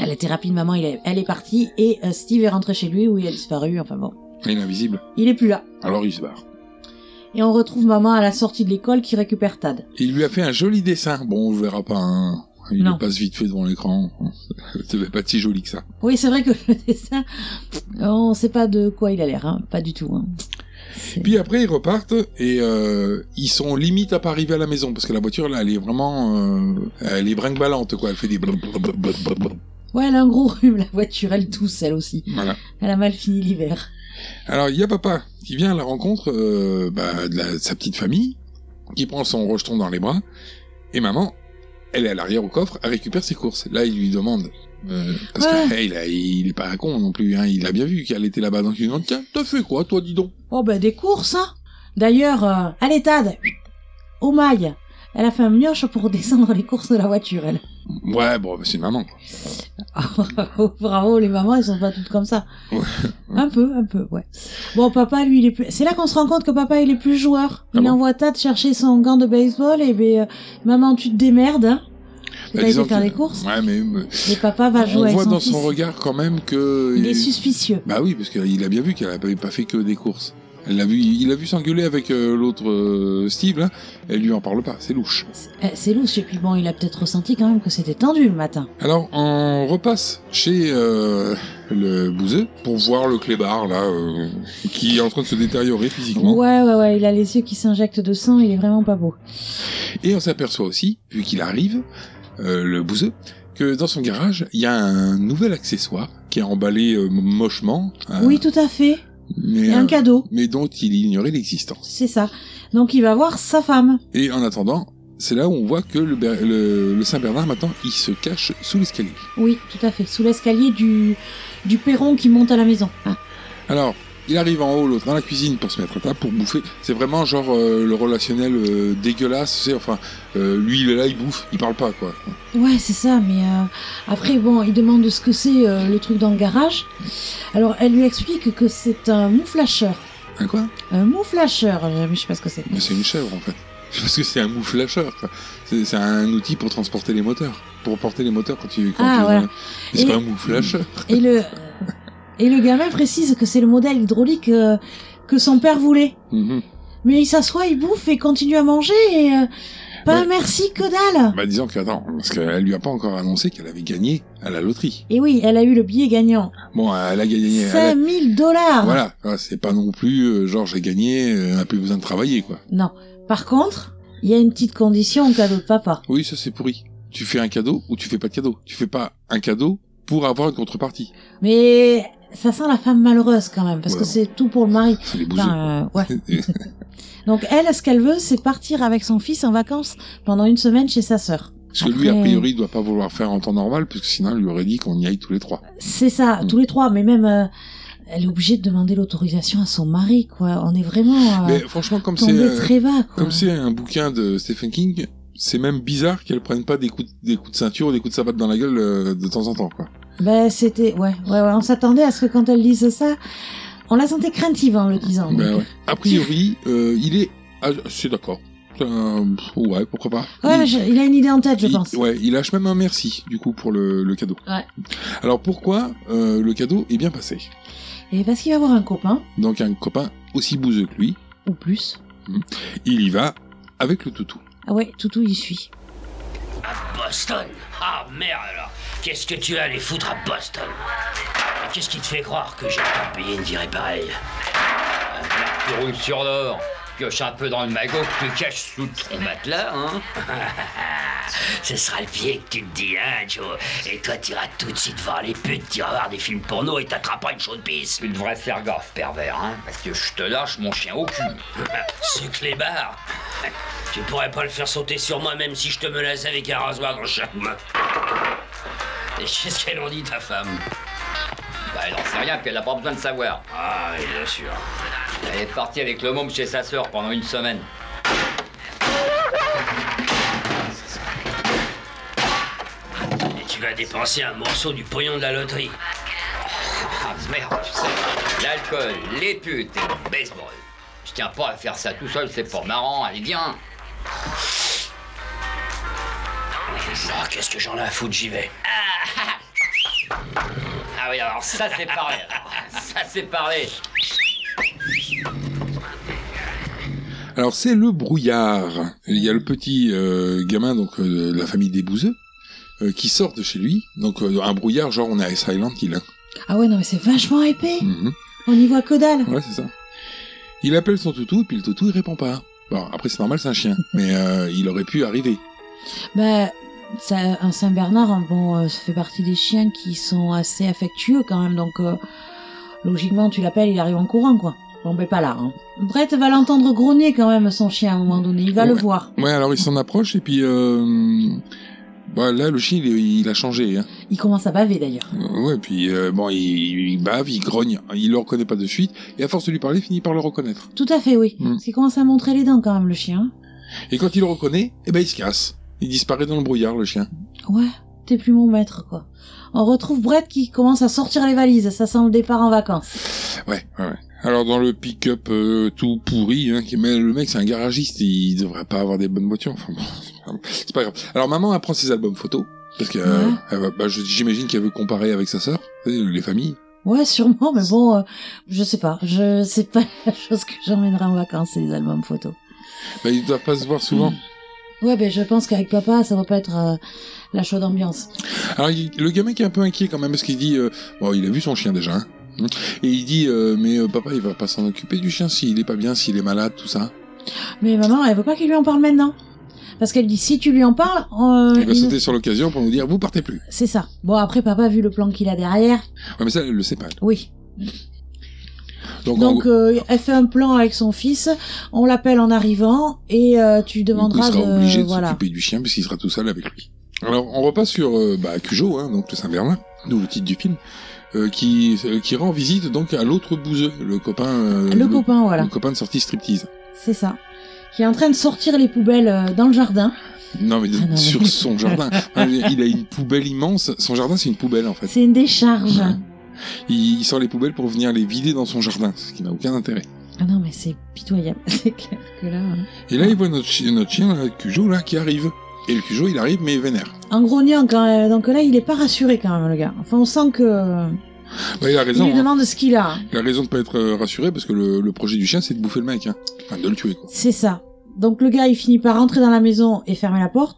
Speaker 6: Elle était rapide, maman. il est- elle est partie et euh, Steve est rentré chez lui où il a disparu. Enfin bon,
Speaker 5: Il est invisible.
Speaker 6: il est plus là.
Speaker 5: Alors il se barre.
Speaker 6: Et on retrouve maman à la sortie de l'école qui récupère Tad.
Speaker 5: Il lui a fait un joli dessin. Bon, on le verra pas. hein. Il
Speaker 6: Non.
Speaker 5: le passe vite fait devant l'écran. (laughs) C'était pas si joli que ça.
Speaker 6: Oui, c'est vrai que le dessin, on sait pas de quoi il a l'air, hein. pas du tout. hein. C'est-
Speaker 5: Puis après, ils repartent et euh, ils sont limite à pas arriver à la maison parce que la voiture là, elle est vraiment, euh, elle est brinque-ballante quoi. Elle fait des blablabla.
Speaker 6: Ouais, elle a un gros rhume, la voiture, elle tousse, elle aussi.
Speaker 5: voilà.
Speaker 6: Elle a mal fini l'hiver.
Speaker 5: Alors il y a papa qui vient à la rencontre euh, bah, de, la- de sa petite famille, qui prend son rejeton dans les bras et maman. Elle est à l'arrière au coffre, elle récupère ses courses. Là, il lui demande. euh, parce que hey, il, a- il est pas con non plus, hein, il a bien vu qu'elle était là-bas. Donc il lui demande Tiens, t'as fait quoi, toi, dis donc
Speaker 6: Oh, ben des courses, hein D'ailleurs, euh, allez, Tad Au mail Elle a fait un mioche pour descendre les courses de la voiture, elle. (laughs)
Speaker 5: Ouais, bon, bah, c'est maman. quoi.
Speaker 6: Oh, bravo, bravo, les mamans, elles sont pas toutes comme ça.
Speaker 5: Ouais.
Speaker 6: Un peu, un peu, ouais. Bon, papa, lui, il est plus. C'est là qu'on se rend compte que papa, il est plus joueur.
Speaker 5: Ah
Speaker 6: il
Speaker 5: bon
Speaker 6: envoie Tad chercher son gant de baseball et ben, euh, maman, tu te démerdes, hein.
Speaker 5: Bah,
Speaker 6: T'as
Speaker 5: disons
Speaker 6: été faire
Speaker 5: que-
Speaker 6: des courses.
Speaker 5: Ouais, mais euh,
Speaker 6: Et papa va jouer
Speaker 5: on
Speaker 6: avec
Speaker 5: voit
Speaker 6: son
Speaker 5: dans
Speaker 6: fils.
Speaker 5: son regard quand même que.
Speaker 6: Il est suspicieux.
Speaker 5: Bah oui, parce qu'il a bien vu qu'elle n'avait pas fait que des courses. Elle l'a vu, il a vu s'engueuler avec euh, l'autre euh, Steve là. Elle lui en parle pas, c'est louche.
Speaker 6: Eh, C'est louche, et puis bon, il a peut-être ressenti quand même que c'était tendu le matin.
Speaker 5: Alors on repasse chez euh, le bouseux pour voir le clébard là, euh, qui est en train de se détériorer physiquement.
Speaker 6: Ouais, ouais, ouais, il a les yeux qui s'injectent de sang, il est vraiment pas beau.
Speaker 5: Et on s'aperçoit aussi, vu qu'il arrive, euh, le bouseux, que dans son garage il y a un nouvel accessoire qui est emballé euh, mochement. euh,
Speaker 6: Oui, tout à fait.
Speaker 5: mais,
Speaker 6: Et
Speaker 5: euh,
Speaker 6: un cadeau.
Speaker 5: mais dont il ignorait l'existence.
Speaker 6: C'est ça. Donc il va voir sa femme.
Speaker 5: Et en attendant, c'est là où on voit que le, Ber- le- le Saint-Bernard, maintenant, il se cache sous l'escalier.
Speaker 6: Oui, tout à fait. Sous l'escalier du, du perron qui monte à la maison. Ah.
Speaker 5: Alors, il arrive en haut, l'autre dans la cuisine pour se mettre à table, pour bouffer. C'est vraiment genre euh, le relationnel euh, dégueulasse, tu sais, enfin, euh, lui, il est là, il bouffe, il parle pas, quoi.
Speaker 6: Ouais, c'est ça, mais euh, après, bon, il demande ce que c'est euh, le truc dans le garage. Alors, elle lui explique que c'est un mouflacheur.
Speaker 5: Un Hein, quoi
Speaker 6: Un mouflacheur, euh, je sais pas ce que c'est.
Speaker 5: Mais C'est une chèvre, en fait. (laughs) Parce que c'est un mouflacheur, quoi. C'est c'est un outil pour transporter les moteurs. Pour porter les moteurs quand tu... Quand
Speaker 6: Ah,
Speaker 5: tu-
Speaker 6: voilà.
Speaker 5: Mais C'est
Speaker 6: Et-
Speaker 5: pas un mouflacheur.
Speaker 6: Et le, et le gamin précise que c'est le modèle hydraulique euh, que son père voulait.
Speaker 5: Mhm.
Speaker 6: Mais il s'assoit, il bouffe et continue à manger et euh, pas
Speaker 5: Ouais.
Speaker 6: un merci que dalle.
Speaker 5: Bah disons qu'attends, parce qu'elle lui a pas encore annoncé qu'elle avait gagné à la loterie.
Speaker 6: Et oui, elle a eu le billet gagnant.
Speaker 5: Bon, elle a gagné... elle a-
Speaker 6: 5000 dollars.
Speaker 5: Voilà, ah, c'est pas non plus euh, genre j'ai gagné, euh, on a plus besoin de travailler quoi.
Speaker 6: Non. Par contre, il y a une petite condition au cadeau de papa.
Speaker 5: Oui, ça c'est pourri. Tu fais un cadeau ou tu fais pas de cadeau. Tu fais pas un cadeau pour avoir une contrepartie.
Speaker 6: Mais ça sent la femme malheureuse quand même, parce
Speaker 5: Ouais.
Speaker 6: que c'est tout pour le mari.
Speaker 5: C'est les bouseux.
Speaker 6: Enfin,
Speaker 5: (laughs)
Speaker 6: euh, ouais. (laughs) Donc elle, ce qu'elle veut, c'est partir avec son fils en vacances pendant une semaine chez sa sœur.
Speaker 5: Parce que lui, a
Speaker 6: Après-
Speaker 5: priori, il doit pas vouloir faire en temps normal, parce que sinon, il lui aurait dit qu'on y aille tous les trois.
Speaker 6: C'est ça,
Speaker 5: Mm.
Speaker 6: tous les trois, mais même euh, elle est obligée de demander l'autorisation à son mari, quoi. On est vraiment euh,
Speaker 5: Mais franchement, comme c'est
Speaker 6: tombé
Speaker 5: euh,
Speaker 6: très bas, quoi.
Speaker 5: comme c'est un bouquin de Stephen King, c'est même bizarre qu'elle prenne pas des coups, de- des coups de ceinture ou des coups de savate dans la gueule euh, de temps en temps. Quoi.
Speaker 6: Ben c'était, ouais, ouais, ouais, on s'attendait à ce que quand elle lise ça, on la sentait craintive en le disant.
Speaker 5: Ben ouais. A priori, euh, il est, ah, c'est d'accord. euh, ouais, pourquoi pas.
Speaker 6: Ouais,
Speaker 5: Il-
Speaker 6: je- il a une idée en tête, je
Speaker 5: il-
Speaker 6: pense.
Speaker 5: ouais, il lâche même un merci, du coup, pour le, le cadeau.
Speaker 6: Ouais.
Speaker 5: Alors pourquoi euh, le cadeau est bien passé
Speaker 6: Et parce qu'il va avoir un copain,
Speaker 5: Donc un copain aussi bouseux que lui,
Speaker 6: ou plus.
Speaker 5: il y va avec le toutou.
Speaker 6: Ah ouais, Toutou, il suit.
Speaker 10: Boston Ah merde alors Qu'est-ce que tu as les foutre à Boston Qu'est-ce qui te fait croire que j'ai pas payé une virée pareille Un blague qui roule sur l'or Pioche un peu dans le magot que tu caches sous ton matelas, hein (laughs) Ce sera le pied que tu te dis, hein, Joe Et toi, t'iras tout de suite voir les putes, t'iras voir des films porno et t'attraperas une chaude pisse Tu devrais faire gaffe, pervers, hein Parce que je te lâche mon chien au cul C'est clébard tu pourrais pas le faire sauter sur moi même si je te menaçais avec un rasoir dans chaque main. Et qu'est-ce qu'elle en dit ta femme Bah elle en sait rien, puis elle a pas besoin de savoir. Ah oui, bien sûr. Elle est partie avec le môme chez sa sœur pendant une semaine. Et tu vas dépenser un morceau du pognon de la loterie. Ah merde, tu sais. L'alcool, les putes et le baseball. Je tiens pas à faire ça tout seul, c'est pas marrant, allez viens. Oh, qu'est-ce que j'en ai à foutre, j'y vais. Ah oui, alors ça c'est parlé. Ça c'est parlé.
Speaker 5: Alors c'est le brouillard. Il y a le petit euh, gamin donc euh, de la famille des bouseux euh, qui sort de chez lui. Donc euh, un brouillard genre on est à Ice Island il a.
Speaker 6: Ah ouais, non, mais c'est vachement épais.
Speaker 5: Mhm.
Speaker 6: On y voit que dalle.
Speaker 5: (laughs) Ouais c'est ça. Il appelle son toutou puis le toutou il répond pas. Bon après c'est normal c'est un chien mais euh, il aurait pu arriver.
Speaker 6: Bah, ça, un Saint-Bernard, hein, bon, euh, ça fait partie des chiens qui sont assez affectueux quand même, donc euh, logiquement, tu l'appelles, il arrive en courant, quoi. Bon, ben pas là. Hein. Brett va l'entendre grogner quand même, son chien, à un moment donné. Il va le voir.
Speaker 5: Ouais alors il s'en approche et puis euh, bah, là le chien il, est- il a changé. Hein.
Speaker 6: Il commence à baver d'ailleurs.
Speaker 5: Euh, Ouais puis euh, bon il, il bave il grogne il le reconnaît pas de suite et à force de lui parler il finit par le reconnaître.
Speaker 6: Tout à fait, oui.
Speaker 5: Mm.
Speaker 6: Parce qu'il commence à montrer les dents quand même, le chien.
Speaker 5: Et quand il le reconnaît eh ben il se casse. Il disparaît dans le brouillard le chien.
Speaker 6: Ouais, t'es plus mon maître, quoi. On retrouve Brett qui commence à sortir les valises. Ça sent le départ en vacances.
Speaker 5: Ouais, ouais, ouais. Alors dans le pick-up euh, tout pourri, hein, qui- mais le mec c'est un garagiste, il devrait pas avoir des bonnes voitures. Enfin bon, (laughs) c'est pas- c'est pas grave. Alors maman apprend ses albums photos parce que euh,
Speaker 6: Ouais.
Speaker 5: elle va- bah, je- j'imagine qu'elle veut comparer avec sa sœur, tu sais, les familles.
Speaker 6: Ouais, sûrement, mais bon, euh, je sais pas. Je sais pas (laughs) la chose que j'emmènerai en vacances, c'est les albums photos.
Speaker 5: Bah, ils doivent pas se voir souvent.
Speaker 6: Ouais, ben je pense qu'avec papa, ça va pas être euh, la chaude ambiance.
Speaker 5: Alors il- le gamin qui est un peu inquiet quand même parce qu'il dit, euh, bon il a vu son chien déjà. hein. et il dit euh, mais euh, papa il va pas s'en occuper du chien s'il est pas bien s'il est malade tout ça
Speaker 6: Mais maman, elle veut pas qu'il lui en parle maintenant. Parce qu'elle dit, si tu lui en parles, euh,
Speaker 5: il va
Speaker 6: il-
Speaker 5: sauter sur l'occasion pour nous dire vous partez plus
Speaker 6: c'est ça. Bon, après, papa, vu le plan qu'il a derrière,
Speaker 5: ouais, mais ça elle le sait pas
Speaker 6: oui.
Speaker 5: donc, en
Speaker 6: Donc,
Speaker 5: gros,
Speaker 6: euh, elle fait un plan avec son fils, on l'appelle en arrivant, et euh, tu
Speaker 5: Du coup,
Speaker 6: demanderas
Speaker 5: il sera
Speaker 6: de...
Speaker 5: obligé de
Speaker 6: voilà.
Speaker 5: s'occuper du chien puisqu'il sera tout seul avec lui. Alors on repasse sur euh, bah, Cujo, hein, donc le Saint-Bernard, d'où le titre du film, euh, qui, euh, qui rend visite donc à l'autre bouseux, le copain, euh,
Speaker 6: Le copain, voilà.
Speaker 5: le copain de sortie striptease.
Speaker 6: C'est ça. Qui est en train de sortir les poubelles euh, dans le jardin.
Speaker 5: Non mais de-
Speaker 6: Ah, non,
Speaker 5: sur
Speaker 6: mais-
Speaker 5: son
Speaker 6: (laughs)
Speaker 5: jardin, Hein, il a une poubelle immense. Son jardin c'est une poubelle en fait.
Speaker 6: C'est une décharge.
Speaker 5: Il, il sort les poubelles pour venir les vider dans son jardin, ce qui n'a aucun intérêt.
Speaker 6: Ah non, mais c'est pitoyable. (laughs) C'est clair que là... euh,
Speaker 5: Et là il voit notre, chi- notre chien, là, Cujo là, qui arrive. Et le Cujo il arrive mais vénère.
Speaker 6: En grognant quand même. Donc là, il est pas rassuré quand même, le gars. Enfin, on sent que...
Speaker 5: Bah, il a
Speaker 6: Il
Speaker 5: raison.
Speaker 6: lui
Speaker 5: hein.
Speaker 6: demande ce qu'il a.
Speaker 5: Il a raison de pas être euh, rassuré parce que le, le projet du chien c'est de bouffer le mec, hein. enfin de le tuer quoi.
Speaker 6: C'est ça. Donc le gars, il finit par rentrer dans la maison et fermer la porte.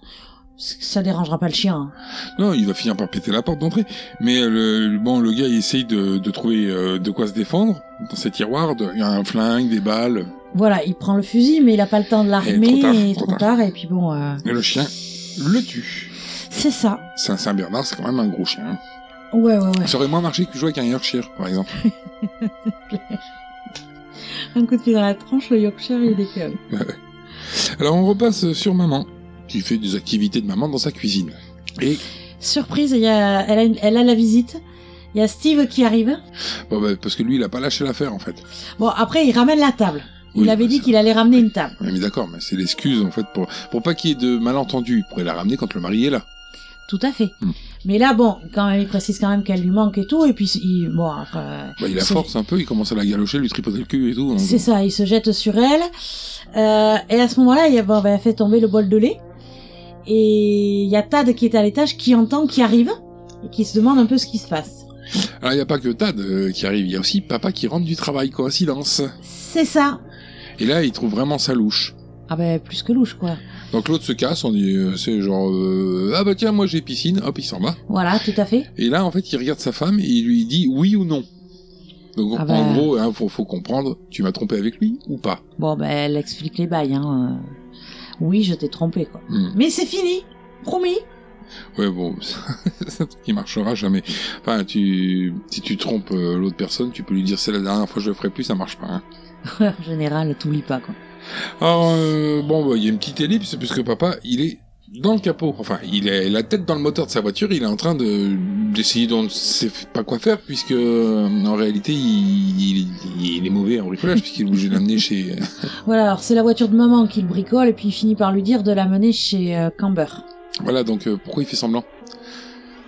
Speaker 6: C- Ça dérangera pas le chien. hein.
Speaker 5: Non, il va finir par péter la porte d'entrée. Mais euh, le, bon, le gars, il essaye de, de trouver euh, de quoi se défendre dans ses tiroirs. de- Il y a un flingue, des balles.
Speaker 6: Voilà, il prend le fusil, mais il a pas le temps de l'armer.
Speaker 5: Et trop tard,
Speaker 6: et
Speaker 5: trop
Speaker 6: trop tard. Et puis bon, euh,
Speaker 5: Et le chien le tue.
Speaker 6: c'est ça.
Speaker 5: C'est un Saint-Bernard, c'est quand même un gros chien. hein.
Speaker 6: Ouais, ouais, ouais.
Speaker 5: Ça aurait moins marché que jouer avec un Yorkshire, par exemple.
Speaker 6: Un coup de pied dans la tranche, le Yorkshire, il déconne.
Speaker 5: Alors, on repasse sur maman, qui fait des activités de maman dans sa cuisine. Et
Speaker 6: Surprise, il y a... Elle, a une- elle a la visite. Il y a Steve qui arrive.
Speaker 5: bon, bah, parce que lui, il a pas lâché l'affaire, en fait.
Speaker 6: Bon, après, il ramène la table. Il
Speaker 5: Oui,
Speaker 6: avait
Speaker 5: bah,
Speaker 6: dit
Speaker 5: ça-
Speaker 6: qu'il allait ramener une table.
Speaker 5: Ouais, mais d'accord, mais c'est l'excuse, en fait, pour pour pas qu'il y ait de malentendus. Il pourrait la ramener quand le mari est là.
Speaker 6: Tout à fait.
Speaker 5: Hmm.
Speaker 6: Mais là, bon, quand même, il précise quand même qu'elle lui manque et tout, et puis il, bon, après, euh,
Speaker 5: Bah, il la
Speaker 6: Sauf-
Speaker 5: force un peu, il commence à la galocher, lui tripoter le cul et tout. donc-
Speaker 6: c'est ça, il se jette sur elle. Euh, et à ce moment-là, il y a, bon, ben, elle fait tomber le bol de lait. Et il y a Tad qui est à l'étage, qui entend, qui arrive, et qui se demande un peu ce qui se passe.
Speaker 5: Alors, il n'y a pas que Tad euh, qui arrive, il y a aussi papa qui rentre du travail, coïncidence.
Speaker 6: C'est ça.
Speaker 5: Et là, il trouve vraiment sa louche.
Speaker 6: Ah ben, plus que louche, quoi.
Speaker 5: Donc l'autre se casse, on dit, euh, c'est genre, euh, ah bah tiens, moi j'ai piscine, hop, il s'en va.
Speaker 6: Voilà, tout à fait.
Speaker 5: Et là, en fait, il regarde sa femme et il lui dit oui ou non. Donc
Speaker 6: Ah
Speaker 5: en
Speaker 6: bah.
Speaker 5: gros, hein, faut, faut comprendre, tu m'as trompé avec lui ou pas
Speaker 6: Bon, ben, elle explique les bails, hein. euh. Oui, je t'ai trompé, quoi.
Speaker 5: Hmm.
Speaker 6: Mais c'est fini. Promis. (laughs)
Speaker 5: Ouais, bon, (laughs) c'est un truc qui marchera jamais. Enfin, tu, si tu trompes euh, l'autre personne, tu peux lui dire c'est la dernière fois que je le ferai plus, ça marche pas. hein.
Speaker 6: en général, t'oublies pas, quoi.
Speaker 5: Alors, euh, bon, bah, il y a une petite ellipse, puisque papa, il est dans le capot. Enfin, il est la tête dans le moteur de sa voiture, il est en train de d'essayer d'on ne sait pas quoi faire, puisque euh, en réalité, il, il- il est mauvais en bricolage, puisqu'il est obligé de l'amener chez...
Speaker 6: Voilà, alors c'est la voiture de maman qu'il bricole et puis il finit par lui dire de la mener chez euh, Camber. (laughs)
Speaker 5: Voilà, donc euh, pourquoi il fait semblant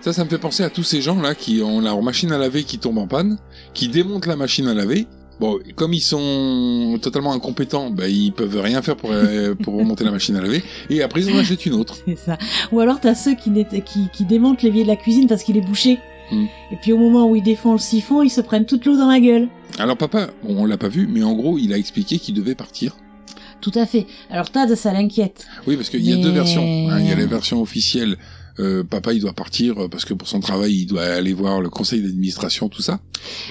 Speaker 5: Ça, ça me fait penser à tous ces gens-là qui ont leur machine à laver qui tombe en panne, qui démontent la machine à laver. Bon, comme ils sont totalement incompétents, bah, ils peuvent rien faire pour, euh, pour remonter la machine à laver, et après ils en achètent une autre.
Speaker 6: C'est ça. Ou alors t'as ceux qui, n'étaient- qui, qui démontent l'évier de la cuisine parce qu'il est bouché.
Speaker 5: Mm.
Speaker 6: Et puis au moment où ils défont le siphon, ils se prennent toute l'eau dans la gueule.
Speaker 5: Alors papa, bon, on l'a pas vu, mais en gros, il a expliqué qu'il devait partir.
Speaker 6: Tout à fait. Alors Tad, ça l'inquiète.
Speaker 5: Oui, parce qu'il y a
Speaker 6: Mais-
Speaker 5: deux versions. hein. Il y a la version officielle, euh, papa, il doit partir euh, parce que pour son travail, il doit aller voir le conseil d'administration, tout ça.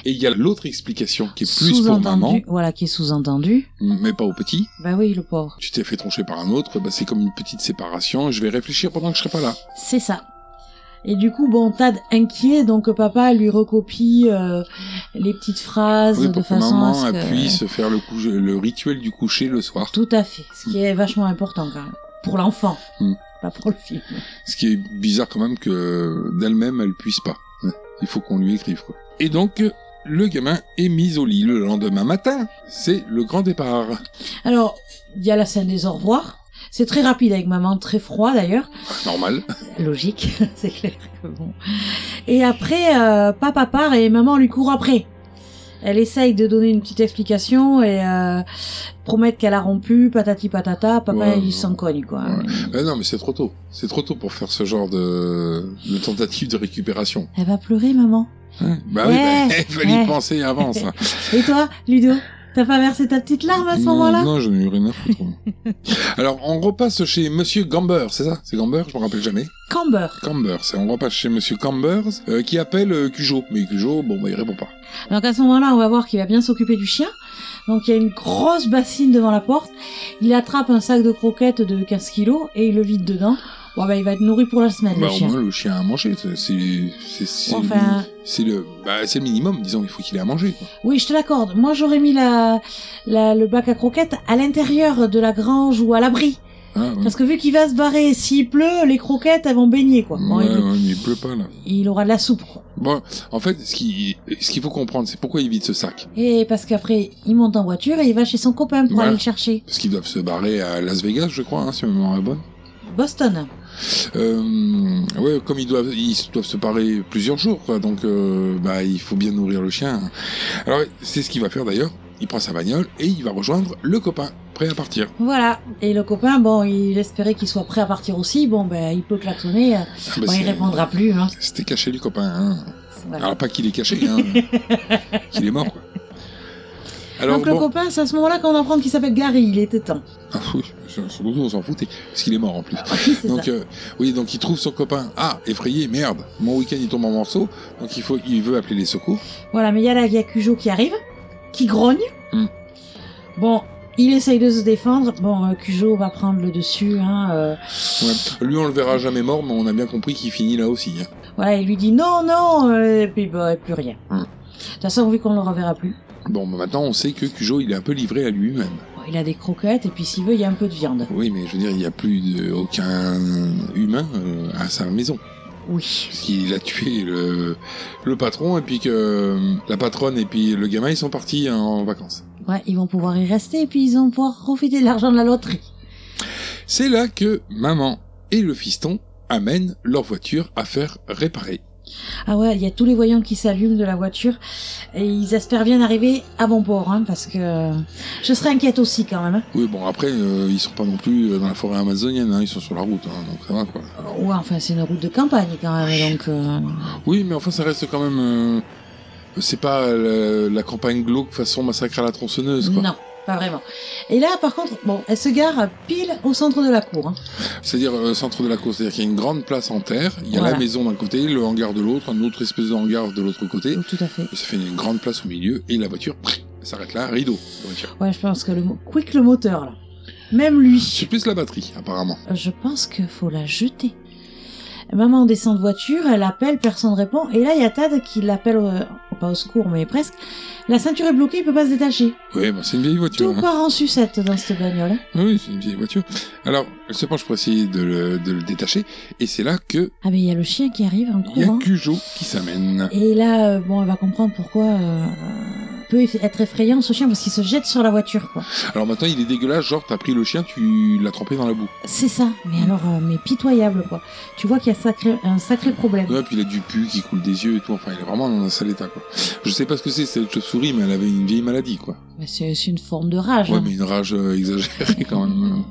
Speaker 5: Et il y a l'autre explication qui est plus pour maman,
Speaker 6: Sous-entendu. Voilà, qui est sous-entendu.
Speaker 5: mais pas au petit.
Speaker 6: Bah oui, le pauvre.
Speaker 5: tu t'es fait troncher par un autre, bah c'est comme une petite séparation, je vais réfléchir pendant que je serai pas là.
Speaker 6: C'est ça. Et du coup, bon, Tad inquiet, donc papa lui recopie euh, les petites phrases
Speaker 5: Oui,
Speaker 6: de
Speaker 5: pour que
Speaker 6: façon à
Speaker 5: maman
Speaker 6: ce que...
Speaker 5: elle puisse faire le, couche- le rituel du coucher le soir.
Speaker 6: Tout à fait. Ce qui est vachement important quand même. Pour l'enfant.
Speaker 5: Mm.
Speaker 6: Pas pour le film.
Speaker 5: Ce qui est bizarre quand même que d'elle-même elle puisse pas. Il faut qu'on lui écrive quoi. Et donc, le gamin est mis au lit le lendemain matin, c'est le grand départ. (laughs)
Speaker 6: Alors, il y a la scène des au revoir. C'est très rapide avec maman, très froid d'ailleurs.
Speaker 5: Normal.
Speaker 6: Logique, (laughs) c'est clair que bon. Et après, euh, papa part et maman lui court après. Elle essaye de donner une petite explication et euh, promettre qu'elle a rompu, patati patata, papa
Speaker 5: Ouais, ouais.
Speaker 6: il s'en cogne quoi.
Speaker 5: Ouais. Ah non mais c'est trop tôt. C'est trop tôt pour faire ce genre de, de tentative de récupération.
Speaker 6: Elle va pleurer maman.
Speaker 5: Hein bah
Speaker 6: Ouais,
Speaker 5: oui, bah, (laughs) il fallait
Speaker 6: ouais.
Speaker 5: y penser avant ça.
Speaker 6: Et toi, Ludo, t'as pas versé ta petite larme à ce
Speaker 5: Non,
Speaker 6: moment-là
Speaker 5: Non, j'en ai eu rien à foutre.
Speaker 6: (laughs)
Speaker 5: Alors, on repasse chez Monsieur Gamber, c'est ça C'est Gamber Je me rappelle jamais.
Speaker 6: Camber.
Speaker 5: Gamber, c'est on repasse chez Monsieur Gamber, euh, qui appelle euh, Cujo. Mais Cujo, bon, bah, il répond pas.
Speaker 6: Donc à ce moment-là, on va voir qu'il va bien s'occuper du chien. Donc il y a une grosse bassine devant la porte. Il attrape un sac de croquettes de 15 kilos et il le vide dedans. Bon bah il va être nourri pour la semaine
Speaker 5: bah,
Speaker 6: le
Speaker 5: au
Speaker 6: chien.
Speaker 5: moins, le chien a mangé. C'est, c'est, c'est, c'est-
Speaker 6: Enfin.
Speaker 5: c'est le, bah, c'est le minimum, disons. Il faut qu'il ait à manger. quoi.
Speaker 6: Oui, je te l'accorde. Moi j'aurais mis la, la- le bac à croquettes à l'intérieur de la grange ou à l'abri.
Speaker 5: Hein, ouais.
Speaker 6: Parce que vu qu'il va se barrer, s'il pleut, les croquettes elles vont baigner quoi. Bon,
Speaker 5: Ouais,
Speaker 6: il,
Speaker 5: ouais, il pleut pas là.
Speaker 6: il aura de la soupe quoi.
Speaker 5: Bon, en fait, ce, qui, ce qu'il faut comprendre, c'est pourquoi il vide ce sac.
Speaker 6: Et parce qu'après il monte en voiture et il va chez son copain pour
Speaker 5: Ouais.
Speaker 6: aller le chercher.
Speaker 5: Parce qu'ils doivent se barrer à Las Vegas, je crois, hein, si ma mémoire est bonne.
Speaker 6: Boston.
Speaker 5: Euh, ouais, comme ils doivent, ils doivent se parer plusieurs jours, quoi, donc euh, bah il faut bien nourrir le chien. Alors c'est ce qu'il va faire d'ailleurs. Il prend sa bagnole et il va rejoindre le copain, prêt à partir.
Speaker 6: Voilà. Et le copain, bon, il espérait qu'il soit prêt à partir aussi. Bon, ben, il peut klaxonner. euh,
Speaker 5: Ah, bah,
Speaker 6: bon, il
Speaker 5: c'est-
Speaker 6: répondra plus. Hein.
Speaker 5: C'était caché du copain. Hein.
Speaker 6: Voilà.
Speaker 5: Alors pas qu'il est caché,
Speaker 6: (laughs)
Speaker 5: hein, qu'il est mort. Quoi. Alors
Speaker 6: Donc le
Speaker 5: bon,
Speaker 6: copain, c'est à ce moment-là qu'on apprend qu'il s'appelle Gary. Il était
Speaker 5: (laughs)
Speaker 6: temps.
Speaker 5: Ah, oui, sur- sur le coup, on s'en foutait parce qu'il est mort en plus.
Speaker 6: Oui, c'est
Speaker 5: Donc
Speaker 6: ça.
Speaker 5: euh, oui, donc il trouve son copain. Ah, effrayé, merde. Mon week-end il tombe en morceaux, donc il faut, il veut appeler les secours.
Speaker 6: Voilà, mais il y a la Yakujo qui arrive, qui grogne.
Speaker 5: Hmm.
Speaker 6: Bon, il essaye de se défendre. Bon, euh, Kujo va prendre le dessus. Hein, euh,
Speaker 5: Ouais. Lui, on le verra jamais mort, mais on a bien compris qu'il finit là aussi. hein.
Speaker 6: Voilà, il lui dit non, non, euh, et puis bah, et plus rien.
Speaker 5: Hmm.
Speaker 6: De toute façon, vu qu'on ne le reverra plus.
Speaker 5: Bon, bah, maintenant, on sait que Cujo, il est un peu livré à lui-même.
Speaker 6: Bon, il a des croquettes, et puis s'il veut, il y a un peu de viande.
Speaker 5: Oui, mais je veux dire, il n'y a plus de, aucun humain euh, à sa maison.
Speaker 6: Oui.
Speaker 5: Parce qu'il a tué le, le patron, et puis que euh, la patronne et puis le gamin, ils sont partis en vacances.
Speaker 6: Ouais, ils vont pouvoir y rester, et puis ils vont pouvoir profiter de l'argent de la loterie.
Speaker 5: C'est là que maman et le fiston amènent leur voiture à faire réparer.
Speaker 6: Ah ouais, il y a tous les voyants qui s'allument de la voiture et ils espèrent bien arriver à bon port, hein, parce que euh, je serais inquiète aussi quand même. hein.
Speaker 5: Oui, bon, après, euh, ils sont pas non plus dans la forêt amazonienne, hein, ils sont sur la route, hein, donc ça va, quoi.
Speaker 6: Ouais, enfin c'est une route de campagne quand même, donc euh,
Speaker 5: Oui, mais enfin, ça reste quand même... euh, c'est pas la, la campagne glauque façon massacre à la tronçonneuse, quoi.
Speaker 6: non, pas vraiment. Et là, par contre, bon, elle se gare pile au centre de la cour. hein.
Speaker 5: C'est-à-dire euh, centre de la course, c'est-à-dire qu'il y a une grande place en terre, il y a
Speaker 6: Voilà.
Speaker 5: la maison d'un côté, le hangar de l'autre, un autre espèce de hangar de l'autre côté.
Speaker 6: Tout à fait.
Speaker 5: Ça fait une grande place au milieu et la voiture prrr, s'arrête là, rideau. La voiture.
Speaker 6: Ouais, je pense que le mo- quick le moteur là, même lui,
Speaker 5: C'est plus la batterie, apparemment.
Speaker 6: je pense qu'il faut la jeter. Maman descend de voiture, elle appelle, personne répond, et là il y a Tad qui l'appelle, euh, pas au secours mais presque. La ceinture est bloquée, il peut pas se détacher.
Speaker 5: Oui, bah, c'est une vieille voiture.
Speaker 6: Tout
Speaker 5: hein.
Speaker 6: part en sucette dans cette bagnole. hein.
Speaker 5: Oui, c'est une vieille voiture. Alors, elle se penche pour essayer de le, de le détacher, et c'est là que
Speaker 6: Ah ben il y a le chien qui arrive en
Speaker 5: il y a
Speaker 6: courant.
Speaker 5: Cujo qui s'amène.
Speaker 6: Et là, euh, bon, elle va comprendre pourquoi euh, peut eff- être effrayant ce chien parce qu'il se jette sur la voiture, quoi.
Speaker 5: Alors maintenant, il est dégueulasse, genre t'as pris le chien, tu l'as trempé dans la boue.
Speaker 6: C'est ça. Mais alors, euh, mais pitoyable, quoi. Tu vois qu'il y a sacré, un sacré problème.
Speaker 5: Ouais, puis il a du pu qui coule des yeux et tout. Enfin, il est vraiment dans un sale état, quoi. Je sais pas ce que c'est, cette chauve-souris, mais elle avait une vieille maladie, quoi.
Speaker 6: Mais C'est c'est une forme de rage.
Speaker 5: Ouais,
Speaker 6: hein.
Speaker 5: mais une rage euh, exagérée quand
Speaker 6: (laughs)
Speaker 5: même.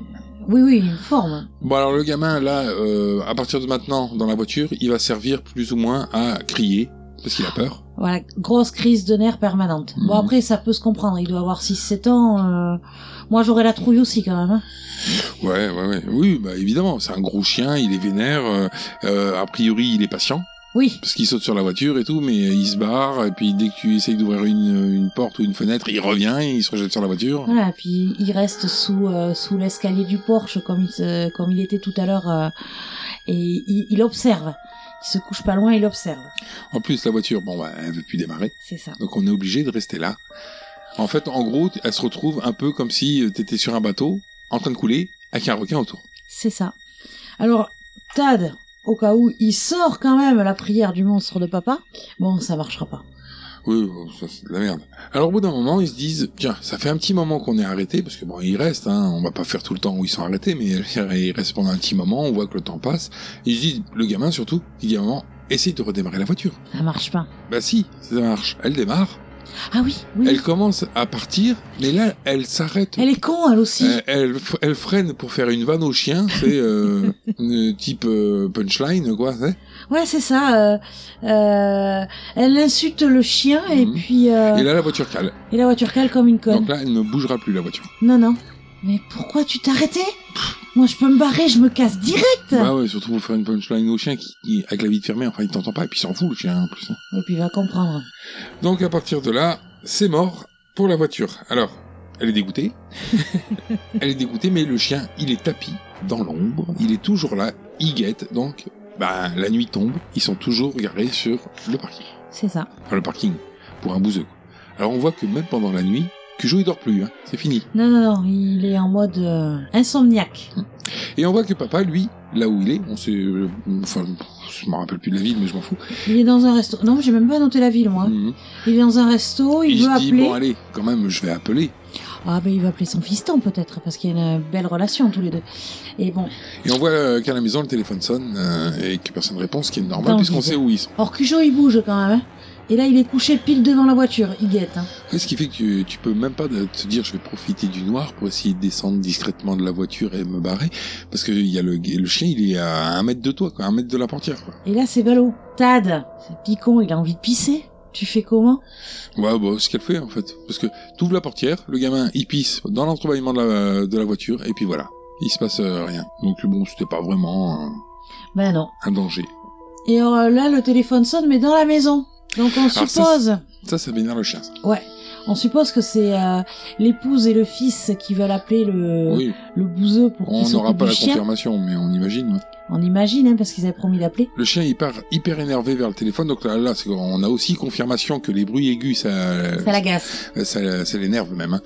Speaker 6: Oui, oui, une forme.
Speaker 5: Bon, alors le gamin, là, euh, à partir de maintenant, dans la voiture, il va servir plus ou moins à crier, parce qu'il a peur.
Speaker 6: Voilà, grosse crise de nerfs permanente. Bon,
Speaker 5: Mhm.
Speaker 6: après, ça peut se comprendre. Il doit avoir 6-7 ans. euh, Moi, j'aurais la trouille aussi, quand même. hein.
Speaker 5: Ouais, ouais, ouais. Oui, bah évidemment, c'est un gros chien, il est vénère. euh, euh, a priori, il est patient,
Speaker 6: Oui.
Speaker 5: parce qu'il saute sur la voiture et tout, mais il se barre, et puis dès que tu essayes d'ouvrir une, une porte ou une fenêtre, il revient, et il se rejette sur la voiture.
Speaker 6: Voilà, puis il reste sous euh, sous l'escalier du Porsche comme il se- comme il était tout à l'heure euh, et il, il observe. Il se couche pas loin, il observe.
Speaker 5: En plus, la voiture, bon, bah, elle veut plus démarrer.
Speaker 6: C'est ça.
Speaker 5: Donc on est obligé de rester là. En fait, en gros, elle se retrouve un peu comme si euh, t'étais sur un bateau, en train de couler, avec un requin autour.
Speaker 6: C'est ça. Alors Tad, au cas où, il sort quand même la prière du monstre de papa. Bon, ça marchera pas.
Speaker 5: Oui, bon, ça c'est de la merde. Alors au bout d'un moment, ils se disent, tiens, ça fait un petit moment qu'on est arrêté, parce que bon, ils restent, hein, on va pas faire tout le temps où ils sont arrêtés, mais (laughs) ils restent pendant un petit moment, on voit que le temps passe. Ils se disent, le gamin surtout, il dit à un moment, essaye de redémarrer la voiture.
Speaker 6: Ça marche pas.
Speaker 5: Bah si, ça marche, elle démarre,
Speaker 6: Ah oui, oui.
Speaker 5: elle commence à partir, mais là, elle s'arrête.
Speaker 6: Elle est con, elle aussi.
Speaker 5: Euh, Elle, f- elle freine pour faire une vanne au chien, (laughs) c'est euh, une type euh, punchline, quoi. c'est.
Speaker 6: Ouais, c'est ça. euh, euh, elle insulte le chien et
Speaker 5: Mhm.
Speaker 6: puis euh,
Speaker 5: Et là, la voiture cale.
Speaker 6: et la voiture cale comme une conne.
Speaker 5: Donc là, elle ne bougera plus, la voiture.
Speaker 6: Non, non. Mais pourquoi tu t'arrêtais Moi, je peux me barrer, je me casse direct.
Speaker 5: Bah ouais, surtout pour faire une punchline au chien qui, qui- avec la vitre fermée, enfin, il t'entend pas, et puis il s'en fout, le chien, en plus. hein.
Speaker 6: Et puis, il va comprendre.
Speaker 5: Donc à partir de là, c'est mort pour la voiture. Alors, elle est dégoûtée. elle est dégoûtée, mais le chien, il est tapi dans l'ombre. Il est toujours là, il guette. Donc, bah, la nuit tombe, ils sont toujours garés sur le parking.
Speaker 6: C'est ça.
Speaker 5: Enfin, le parking, pour un bouseux. quoi. Alors on voit que même pendant la nuit, Cujo il dort plus, hein, c'est fini.
Speaker 6: Non, non, non, il est en mode euh, insomniaque.
Speaker 5: Et on voit que papa, lui, là où il est, on sait, euh, enfin, je me rappelle plus de la ville, mais je m'en fous.
Speaker 6: Il est dans un resto. Non, j'ai même pas noté la ville, moi.
Speaker 5: Mhm.
Speaker 6: Il est dans un resto, il
Speaker 5: Il se
Speaker 6: veut
Speaker 5: dit,
Speaker 6: appeler.
Speaker 5: bon allez, quand même, je vais appeler.
Speaker 6: Ah, ben, il va appeler son fiston, peut-être, parce qu'il y a une belle relation, tous les deux. Et bon.
Speaker 5: Et on voit euh, qu'à la maison, le téléphone sonne euh, et que personne répond, ce qui est normal
Speaker 6: Dans
Speaker 5: puisqu'on
Speaker 6: le
Speaker 5: sait où ils sont.
Speaker 6: Or, Cujo, il bouge quand même. hein. Et là, il est couché pile devant la voiture. Il guette. Hein.
Speaker 5: Ouais, ce qui fait que tu, tu peux même pas de- te dire je vais profiter du noir pour essayer de descendre discrètement de la voiture et me barrer parce que il y a le, le chien il est à un mètre de toi quoi, un mètre de la portière quoi.
Speaker 6: Et là, c'est ballot. Tad, c'est picon, il a envie de pisser. Tu fais comment
Speaker 5: Ouais bah c'est ce qu'elle fait en fait parce que t'ouvres la portière, le gamin il pisse dans l'entrebâillement de la, de la voiture et puis voilà il se passe euh, rien donc bon c'était pas vraiment euh,
Speaker 6: Ben non.
Speaker 5: un danger.
Speaker 6: Et euh, là, le téléphone sonne, mais dans la maison. Donc on
Speaker 5: ça,
Speaker 6: suppose,
Speaker 5: Ça ça vénère le chien. ça.
Speaker 6: on suppose que c'est euh, l'épouse et le fils qui veulent appeler le,
Speaker 5: oui
Speaker 6: le bouseux pour
Speaker 5: on
Speaker 6: qu'il
Speaker 5: n'aura
Speaker 6: s'occupe
Speaker 5: pas
Speaker 6: du
Speaker 5: la
Speaker 6: chien.
Speaker 5: confirmation mais on imagine. ouais.
Speaker 6: On imagine, hein, parce qu'ils avaient promis d'appeler.
Speaker 5: Le chien, il part hyper énervé vers le téléphone. Donc là, là c'est- on a aussi confirmation que les bruits aigus, ça,
Speaker 6: Ça l'agace.
Speaker 5: ça, ça l'énerve même. Hein.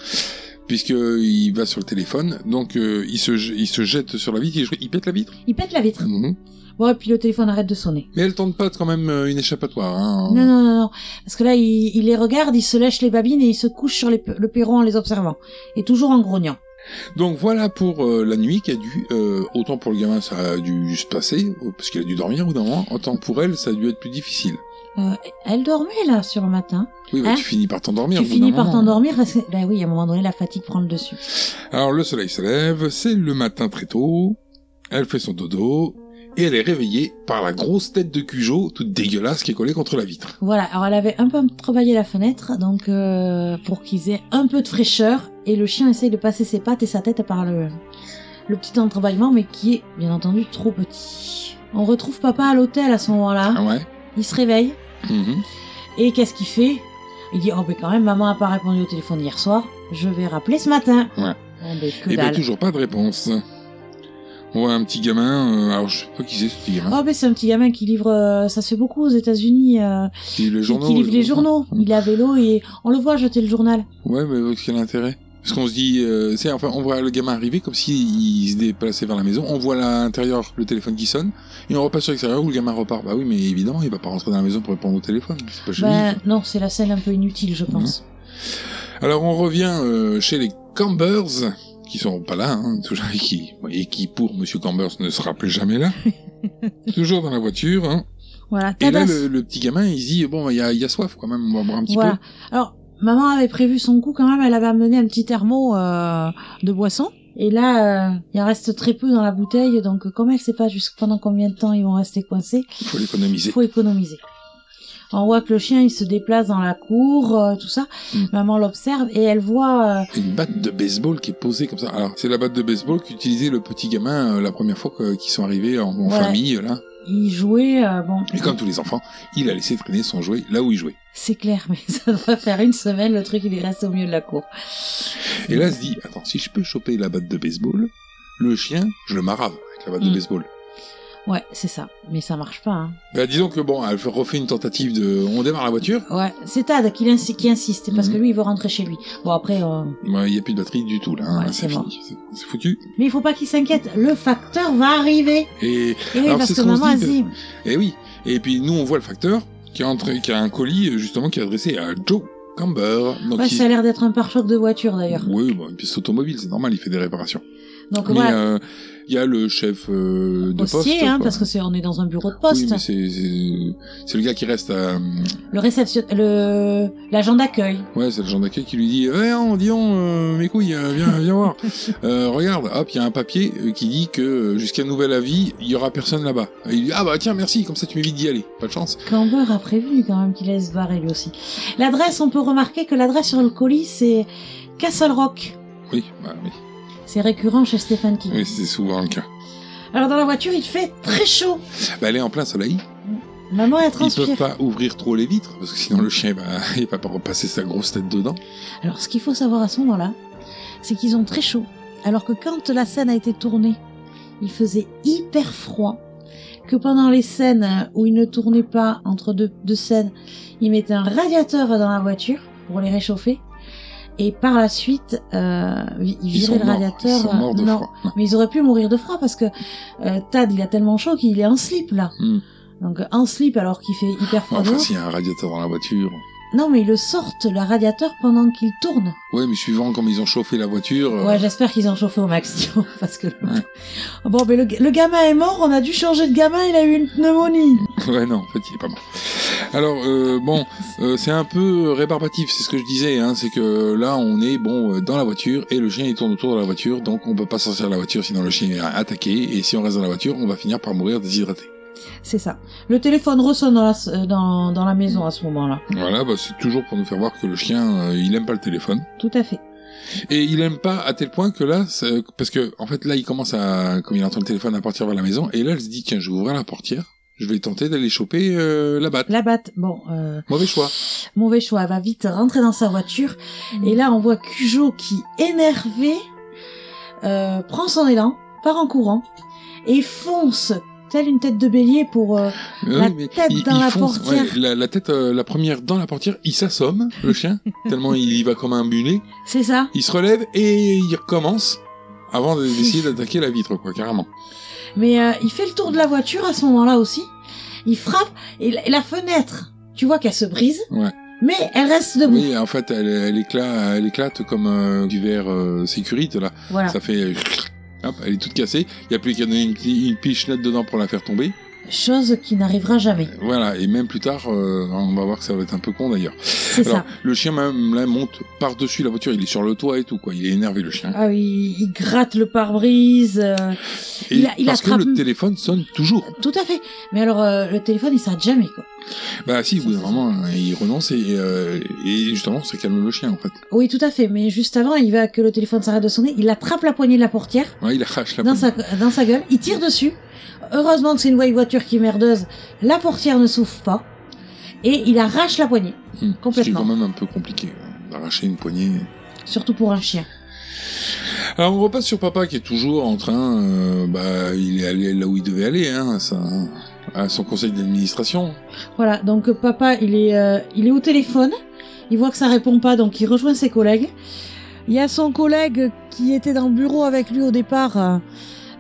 Speaker 5: Puisque il va sur le téléphone, donc euh, il, se, je- il se jette sur la vitre, il, il pète la vitre.
Speaker 6: Il pète la vitre.
Speaker 5: Mhm.
Speaker 6: Bon, et puis le téléphone arrête de sonner.
Speaker 5: Mais elle tente pas de quand même euh, une échappatoire. Hein.
Speaker 6: Non, non, non, non. Parce que là, il, il les regarde, il se lèche les babines et il se couche sur les pe- le perron en les observant. Et toujours en grognant.
Speaker 5: Donc voilà pour euh, la nuit qui a dû, euh, autant pour le gamin ça a dû se passer, euh, parce qu'il a dû dormir au bout d'un moment, autant pour elle ça a dû être plus difficile.
Speaker 6: Euh, elle dormait là sur le matin.
Speaker 5: Oui, bah,
Speaker 6: Hein
Speaker 5: tu finis par t'endormir.
Speaker 6: Tu
Speaker 5: au bout
Speaker 6: finis
Speaker 5: d'un
Speaker 6: par
Speaker 5: moment.
Speaker 6: t'endormir parce que, bah oui, à un moment donné, la fatigue prend le dessus.
Speaker 5: Alors le soleil se lève, c'est le matin très tôt, elle fait son dodo, et elle est réveillée par la grosse tête de Cujo, toute dégueulasse, qui est collée contre la vitre.
Speaker 6: Voilà, alors elle avait un peu travaillé la fenêtre, donc euh, pour qu'ils aient un peu de fraîcheur, et le chien essaye de passer ses pattes et sa tête par le, le petit entrebâillement, mais qui est bien entendu trop petit. On retrouve papa à l'hôtel à ce moment-là,
Speaker 5: Ah ouais
Speaker 6: il se réveille,
Speaker 5: Mhm.
Speaker 6: et qu'est-ce qu'il fait Il dit, oh mais quand même, maman n'a pas répondu au téléphone hier soir, je vais rappeler ce matin.
Speaker 5: Ouais.
Speaker 6: Bon, ben, que
Speaker 5: Et bien
Speaker 6: dalle.
Speaker 5: Eh toujours pas de réponse. On voit un petit gamin, euh, alors je sais pas qui c'est ce petit gamin,
Speaker 6: Oh, mais c'est un petit gamin qui livre, euh, ça se fait beaucoup aux États-Unis, euh,
Speaker 5: qui lit les
Speaker 6: qui,
Speaker 5: journaux.
Speaker 6: qui livre
Speaker 5: je
Speaker 6: les
Speaker 5: crois.
Speaker 6: journaux. Il est à vélo et on le voit jeter le journal.
Speaker 5: Ouais, mais quel intérêt Parce qu'on se dit, euh, c'est enfin, on voit le gamin arriver comme s'il se déplaçait vers la maison. On voit à l'intérieur le téléphone qui sonne et on repasse sur l'extérieur où le gamin repart. Bah oui, mais évidemment, il va pas rentrer dans la maison pour répondre au téléphone. C'est pas chez lui.
Speaker 6: Ben non, c'est la scène un peu inutile, je pense.
Speaker 5: Alors on revient euh, chez les Cambers qui sont pas là, hein, toujours et qui et qui pour Monsieur Cambers ne sera plus jamais là. toujours dans la voiture. Hein.
Speaker 6: Voilà,
Speaker 5: Et là,
Speaker 6: tadas.
Speaker 5: le, le petit gamin, il se dit bon, il y, a- il y a soif quand même, on va boire un petit
Speaker 6: Voilà. Alors, maman avait prévu son coup quand même, elle avait amené un petit thermo euh, de boisson. Et là, euh, il en reste très peu dans la bouteille, donc euh, comme elle sait pas jusqu- pendant combien de temps ils vont rester coincés,
Speaker 5: peu. Faut l'économiser.
Speaker 6: il faut économiser. On voit que le chien, il se déplace dans la cour, euh, tout ça.
Speaker 5: Mm.
Speaker 6: Maman l'observe et elle voit... euh,
Speaker 5: Une batte de baseball qui est posée comme ça. Alors c'est la batte de baseball qu'utilisait le petit gamin euh, la première fois que- qu'ils sont arrivés en, en
Speaker 6: Voilà.
Speaker 5: famille euh, là.
Speaker 6: il jouait... euh, bon,
Speaker 5: Et comme tous les enfants, il a laissé traîner son jouet là où il jouait.
Speaker 6: c'est clair, (laughs) mais ça doit faire une semaine, le truc, il est resté au milieu de la cour.
Speaker 5: Et là, il se dit attends, si je peux choper la batte de baseball, le chien, je le marave avec la batte de
Speaker 6: Mm.
Speaker 5: baseball.
Speaker 6: Ouais, c'est ça. Mais ça marche pas, hein.
Speaker 5: Bah, disons que bon, elle refait une tentative de. On démarre la voiture.
Speaker 6: Ouais, c'est Tad qui, l'insi- qui insiste parce
Speaker 5: Mhm.
Speaker 6: que lui il veut rentrer chez lui. Bon après, euh,
Speaker 5: Bah, Il n'y a plus de batterie du tout là. hein,
Speaker 6: Ouais,
Speaker 5: c'est
Speaker 6: c'est
Speaker 5: fini. C'est- C'est foutu.
Speaker 6: mais il faut pas qu'il s'inquiète, le facteur va arriver.
Speaker 5: Et,
Speaker 6: Et oui,
Speaker 5: Alors,
Speaker 6: parce
Speaker 5: c'est
Speaker 6: que
Speaker 5: ce qu'on
Speaker 6: maman
Speaker 5: se
Speaker 6: a
Speaker 5: dit, euh,
Speaker 6: dit,
Speaker 5: et oui. Et puis nous, on voit le facteur qui, est entré- qui a un colis euh, justement qui est adressé à Joe Camber. Donc,
Speaker 6: ouais,
Speaker 5: il-
Speaker 6: ça a l'air d'être un pare-choc de voiture d'ailleurs.
Speaker 5: Oui, bon, bah, une piste automobile, c'est normal, il fait des réparations.
Speaker 6: Donc
Speaker 5: mais
Speaker 6: voilà,
Speaker 5: euh, il y a le chef euh, de poste.
Speaker 6: postier, hein,
Speaker 5: quoi.
Speaker 6: parce que c'est on est dans un bureau de
Speaker 5: Oui,
Speaker 6: poste.
Speaker 5: mais c'est- c'est c'est le gars qui reste à. euh,
Speaker 6: le réception, le l'agent d'accueil.
Speaker 5: Ouais, c'est le genre d'accueil qui lui dit Eh non, dis donc, euh, mes couilles, euh, viens, viens
Speaker 6: (laughs)
Speaker 5: voir. Euh, regarde, hop, il y a un papier euh, qui dit que euh, jusqu'à nouvel avis, il y aura personne là-bas. Et il dit Ah bah tiens, merci, comme ça tu m'évites d'y aller. Pas de chance.
Speaker 6: Camber a prévenu quand même qu'il allait se barrer lui aussi. L'adresse, on peut remarquer que l'adresse sur le colis c'est Castle Rock.
Speaker 5: Oui, bah, oui.
Speaker 6: C'est récurrent chez Stephen King.
Speaker 5: Oui, c'est souvent le cas.
Speaker 6: Alors dans la voiture, il fait très chaud.
Speaker 5: Bah, elle est en plein soleil.
Speaker 6: Maman elle
Speaker 5: Ils
Speaker 6: transpire.
Speaker 5: peuvent pas ouvrir trop les vitres, parce que sinon le chien, bah, il va (laughs) pas repasser sa grosse tête dedans.
Speaker 6: Alors, ce qu'il faut savoir à ce moment-là, c'est qu'ils ont très chaud. Alors que quand la scène a été tournée, il faisait hyper froid. Que pendant les scènes euh, où ils ne tournaient pas entre deux, deux scènes, ils mettaient un radiateur dans la voiture pour les réchauffer. Et par la suite, euh, ils
Speaker 5: Ils sont
Speaker 6: viraient le
Speaker 5: morts.
Speaker 6: radiateur.
Speaker 5: Ils sont morts de
Speaker 6: euh, non.
Speaker 5: froid. Non.
Speaker 6: Mais ils auraient pu mourir de froid parce que euh, Tad, il a tellement chaud qu'il est en slip là.
Speaker 5: Hmm. Oh,
Speaker 6: Donc euh, en slip alors qu'il fait hyper froid.
Speaker 5: Enfin,
Speaker 6: dehors.
Speaker 5: s'il y a un radiateur dans la voiture.
Speaker 6: Non, mais ils le sortent, le radiateur, pendant qu'il tourne.
Speaker 5: Ouais, mais suivant comme ils ont chauffé la voiture. euh,
Speaker 6: Ouais, j'espère qu'ils ont chauffé au maximum (laughs) parce que bon, mais le, le gamin est mort. On a dû changer de gamin. Il a eu une pneumonie.
Speaker 5: (laughs) Ouais, non, en fait, il est pas mort. Alors, euh, bon, euh, c'est un peu rébarbatif, c'est ce que je disais, hein, c'est que là, on est, bon, euh, dans la voiture, et le chien, il tourne autour de la voiture, donc on peut pas sortir de la voiture, sinon le chien est attaqué, et si on reste dans la voiture, on va finir par mourir déshydraté.
Speaker 6: C'est ça. Le téléphone ressonne dans la, s- euh, dans, dans la maison à ce moment-là.
Speaker 5: Voilà, bah, c'est toujours pour nous faire voir que le chien, euh, il aime pas le téléphone.
Speaker 6: Tout à fait.
Speaker 5: Et il aime pas à tel point que là, c'est- parce que, en fait, là, il commence à, comme il entend le téléphone, à partir vers la maison, et là, elle se dit, tiens, je vais ouvrir la portière, je vais tenter d'aller choper euh, la batte.
Speaker 6: La batte. Bon, euh,
Speaker 5: Mauvais choix.
Speaker 6: mauvais choix. Elle va vite rentrer dans sa voiture. Et là, on voit Cujo qui, énervé, euh, prend son élan, part en courant et fonce telle une tête de bélier pour. euh,
Speaker 5: Euh,
Speaker 6: La
Speaker 5: oui, mais
Speaker 6: tête dans la portière.
Speaker 5: ouais, la, la tête, euh, la première dans la portière, il s'assomme, le
Speaker 6: (laughs)
Speaker 5: chien, tellement il y va comme un mulet.
Speaker 6: C'est ça.
Speaker 5: Il se relève et il recommence avant de- d'essayer d'attaquer la vitre, quoi, carrément.
Speaker 6: (laughs) Mais euh, il fait le tour de la voiture à ce moment-là aussi. Il frappe et la, et la fenêtre, tu vois qu'elle se brise.
Speaker 5: Ouais.
Speaker 6: Mais elle reste debout.
Speaker 5: Oui, en fait, elle, elle éclate, elle éclate comme euh, du verre euh, sécurite, là.
Speaker 6: Voilà.
Speaker 5: Ça fait... euh, hop, elle est toute cassée. Il n'y a plus qu'à donner une, petite- une pichenette dedans pour la faire tomber.
Speaker 6: Chose qui n'arrivera jamais.
Speaker 5: Voilà, et même plus tard, euh, on va voir que ça va être un peu con d'ailleurs.
Speaker 6: C'est
Speaker 5: Alors,
Speaker 6: ça.
Speaker 5: le chien même là monte par-dessus la voiture, il est sur le toit et tout, quoi. Il est énervé le chien.
Speaker 6: Ah oui, il gratte le pare-brise. euh,
Speaker 5: Et
Speaker 6: il a- il
Speaker 5: parce
Speaker 6: attrape-
Speaker 5: que le téléphone sonne toujours.
Speaker 6: Tout à fait. Mais alors, euh, le téléphone, il s'arrête jamais, quoi.
Speaker 5: Bah si, au bout d'un moment, hein, il renonce et, euh, et justement, ça calme le chien en fait.
Speaker 6: Oui, tout à fait. Mais juste avant, il va que le téléphone s'arrête de sonner. Il attrape la poignée de la portière
Speaker 5: Ouais, il arrache la
Speaker 6: dans
Speaker 5: poignée.
Speaker 6: sa, dans sa gueule. Il tire dessus. Heureusement que c'est une vieille voiture qui est merdeuse. La portière ne s'ouvre pas. Et il arrache la poignée.
Speaker 5: Hmm, Ce qui est
Speaker 6: complètement.
Speaker 5: quand même un peu compliqué, hein, d'arracher une poignée.
Speaker 6: Surtout pour un chien.
Speaker 5: Alors on repasse sur papa qui est toujours en train, euh, bah il est allé là où il devait aller, hein, à, sa- à son conseil d'administration.
Speaker 6: Voilà, donc euh, papa, il est, euh, il est au téléphone, il voit que ça répond pas, donc il rejoint ses collègues. Il y a son collègue qui était dans le bureau avec lui au départ, euh,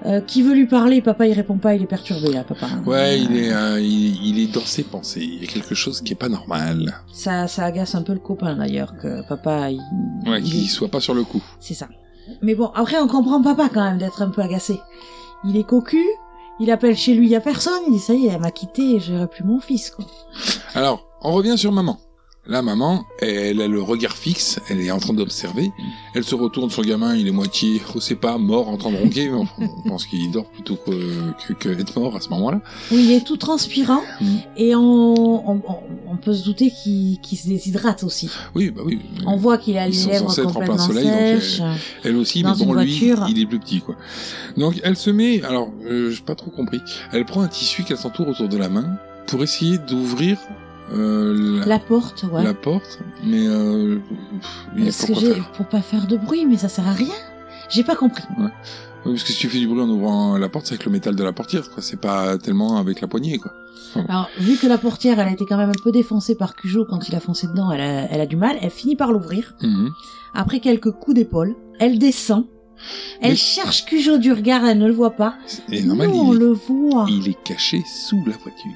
Speaker 6: euh, qui veut lui parler, papa il répond pas, il est perturbé là, papa.
Speaker 5: Ouais, il est, euh, il, il est dans ses pensées. Il y a quelque chose qui est pas normal.
Speaker 6: Ça, ça agace un peu le copain d'ailleurs, que papa, il...
Speaker 5: Ouais,
Speaker 6: il-
Speaker 5: qu'il soit pas sur le coup.
Speaker 6: C'est ça. Mais bon, après on comprend papa quand même d'être un peu agacé. Il est cocu, il appelle chez lui, il y a personne, il dit ça y est, elle m'a quitté, j'aurai plus mon fils quoi.
Speaker 5: Alors, on revient sur maman. La maman, elle a le regard fixe, elle est en train d'observer. Elle se retourne, son gamin, il est moitié, je sais pas, mort, en train de ronquer. (laughs) On on pense qu'il dort plutôt que, que, que être mort à ce moment-là.
Speaker 6: Oui, il est tout transpirant
Speaker 5: Mm.
Speaker 6: et on, on, on- on peut se douter qu'il qu'il se déshydrate aussi.
Speaker 5: Oui, bah oui.
Speaker 6: On voit qu'il a
Speaker 5: Ils
Speaker 6: les
Speaker 5: sont
Speaker 6: lèvres
Speaker 5: censés être en plein
Speaker 6: complètement
Speaker 5: soleil, donc, euh,
Speaker 6: sèches.
Speaker 5: Elle aussi,
Speaker 6: Dans
Speaker 5: mais bon,
Speaker 6: une
Speaker 5: lui,
Speaker 6: voiture.
Speaker 5: il est plus petit, quoi. Donc, elle se met, alors, euh, j'ai pas trop compris. Elle prend un tissu qu'elle s'entoure autour de la main pour essayer d'ouvrir euh, la,
Speaker 6: La porte, ouais.
Speaker 5: la porte, mais euh, il y a
Speaker 6: Parce que
Speaker 5: pourquoi
Speaker 6: j'ai-
Speaker 5: faire
Speaker 6: pour pas faire de bruit, mais ça sert à rien. J'ai pas compris.
Speaker 5: Oui, parce que si tu fais du bruit en ouvrant la porte, c'est avec le métal de la portière, quoi. C'est pas tellement avec la poignée, quoi.
Speaker 6: Alors, vu que la portière, elle a été quand même un peu défoncée par Cujo quand il a foncé dedans, elle a, elle a du mal, elle finit par l'ouvrir.
Speaker 5: Mhm.
Speaker 6: Après quelques coups d'épaule, elle descend. Elle
Speaker 5: Mais-
Speaker 6: cherche Cujo du regard, elle ne le voit pas.
Speaker 5: Et normal,
Speaker 6: Nous, on
Speaker 5: il, est-
Speaker 6: le voit.
Speaker 5: il est caché sous la voiture,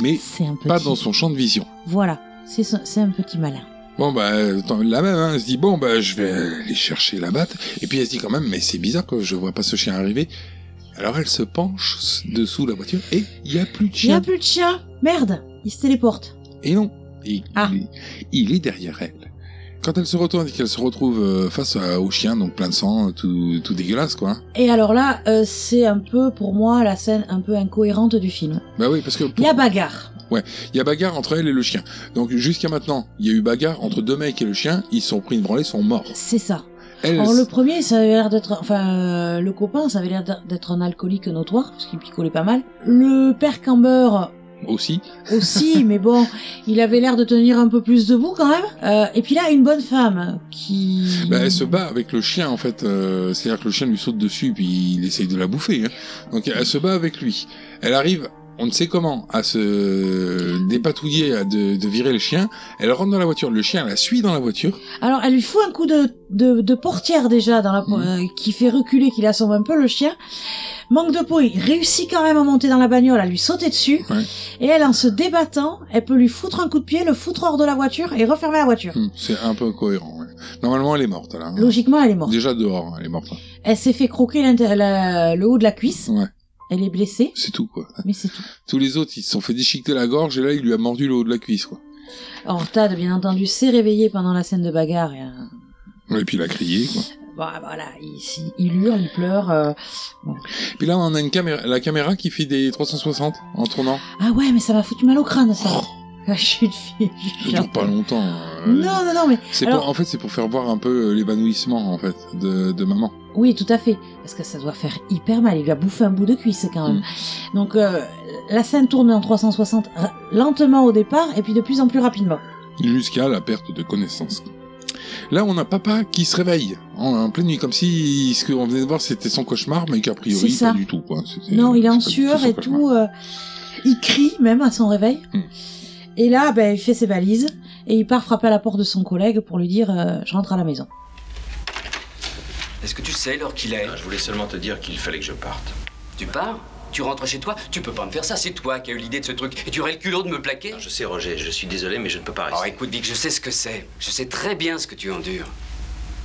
Speaker 5: mais
Speaker 6: C'est un petit.
Speaker 5: pas dans son champ de vision.
Speaker 6: Voilà, c'est son- c'est un petit malin.
Speaker 5: Bon bah tant- la même, hein, elle se dit bon bah je vais aller chercher la batte, et puis elle se dit quand même mais c'est bizarre quoi, je vois pas ce chien arriver. Alors elle se penche s- dessous la voiture et il y a plus de
Speaker 6: Il n'y a
Speaker 5: chien.
Speaker 6: plus de chien Merde Il se téléporte.
Speaker 5: Et non, et
Speaker 6: Ah.
Speaker 5: il, est, il est derrière elle. Quand elle se retourne et qu'elle se retrouve euh, face à- au chien, donc plein de sang, tout, tout dégueulasse quoi. hein.
Speaker 6: Et alors là, euh, c'est un peu, pour moi, la scène un peu incohérente du film.
Speaker 5: Bah oui parce que
Speaker 6: Il y a bagarre.
Speaker 5: Il y a bagarre entre elle et le chien. Donc jusqu'à maintenant, il y a eu bagarre entre deux mecs et le chien. Ils se sont pris une branlée, ils sont morts.
Speaker 6: C'est ça.
Speaker 5: Elle,
Speaker 6: Alors le premier, ça avait l'air d'être... Enfin, euh, le copain, ça avait l'air d'être- d'être un alcoolique notoire, parce qu'il picolait pas mal. Le père Camber
Speaker 5: aussi. (laughs)
Speaker 6: aussi, mais bon, il avait l'air de tenir un peu plus debout quand même. Euh, et puis là, une bonne femme qui...
Speaker 5: Bah, elle se bat avec le chien en fait. Euh, C'est-à-dire que le chien lui saute dessus puis il essaye de la bouffer. hein. Donc elle se bat avec lui. Elle arrive, on ne sait comment, à se dépatouiller, à de, de virer le chien. Elle rentre dans la voiture. Le chien la suit dans la voiture.
Speaker 6: Alors, elle lui fout un coup de, de, de portière déjà, dans la, po-
Speaker 5: Mhm.
Speaker 6: euh, qui fait reculer, qui l'assomme un peu le chien. Manque de peau, il réussit quand même à monter dans la bagnole, à lui sauter dessus.
Speaker 5: Ouais.
Speaker 6: Et elle, en se débattant, elle peut lui foutre un coup de pied, le foutre hors de la voiture et refermer la voiture.
Speaker 5: Hmm, C'est un peu cohérent. ouais. Normalement, elle est morte là. hein.
Speaker 6: Logiquement, elle est morte.
Speaker 5: Déjà dehors, elle est morte. hein.
Speaker 6: Elle s'est fait croquer l'inter- la- le haut de la cuisse.
Speaker 5: Ouais.
Speaker 6: Elle est blessée,
Speaker 5: C'est tout quoi.
Speaker 6: mais c'est tout.
Speaker 5: Tous les autres, ils se sont fait déchiqueter la gorge et là, il lui a mordu le haut de la cuisse quoi.
Speaker 6: Alors, Tad, bien entendu, s'est réveillé pendant la scène de bagarre. Et, euh,
Speaker 5: Et puis il a crié. Quoi.
Speaker 6: bon, voilà, il, s'y- il hurle, il pleure. euh.
Speaker 5: Puis là, on a une caméra, la caméra qui fait des 360 en tournant.
Speaker 6: Ah ouais, mais ça m'a foutu mal au crâne, ça. (laughs) Ah,
Speaker 5: Oh,
Speaker 6: Je suis une fille. je
Speaker 5: ça
Speaker 6: suis un-
Speaker 5: dure pas longtemps. euh,
Speaker 6: Non, non, non, mais
Speaker 5: C'est
Speaker 6: alors-
Speaker 5: pour, en fait, c'est pour faire voir un peu euh, l'évanouissement en fait de, de maman.
Speaker 6: oui, tout à fait, parce que ça doit faire hyper mal. Il lui a bouffé un bout de cuisse quand
Speaker 5: Mm.
Speaker 6: même. Donc euh, la scène tourne en 360 ra- lentement au départ et puis de plus en plus rapidement.
Speaker 5: Jusqu'à la perte de connaissance. Là, on a papa qui se réveille en, en pleine nuit, comme si ce qu'on venait de voir c'était son cauchemar, mais qu'a
Speaker 6: C'est
Speaker 5: priori
Speaker 6: ça.
Speaker 5: pas du tout. Quoi. C'était-
Speaker 6: non, il est
Speaker 5: c'est
Speaker 6: en
Speaker 5: pas du
Speaker 6: sueur
Speaker 5: son
Speaker 6: et
Speaker 5: cauchemar.
Speaker 6: tout. euh, il crie même à son réveil.
Speaker 5: Mm.
Speaker 6: Et là, ben, il fait ses valises et il part frapper à la porte de son collègue pour lui dire euh, Je rentre à la maison.
Speaker 11: Est-ce que tu sais l'heure qu'il est
Speaker 2: Ah, Je voulais seulement te dire qu'il fallait que je parte.
Speaker 11: Tu pars
Speaker 10: Tu rentres chez toi, tu peux pas me faire ça, c'est toi qui as eu l'idée de ce truc. Et tu aurais le culot de me plaquer
Speaker 2: Je sais, Roger, je suis désolé, mais je ne peux pas rester.
Speaker 10: Oh, écoute, Vic, je sais ce que c'est. Je sais très bien ce que tu endures.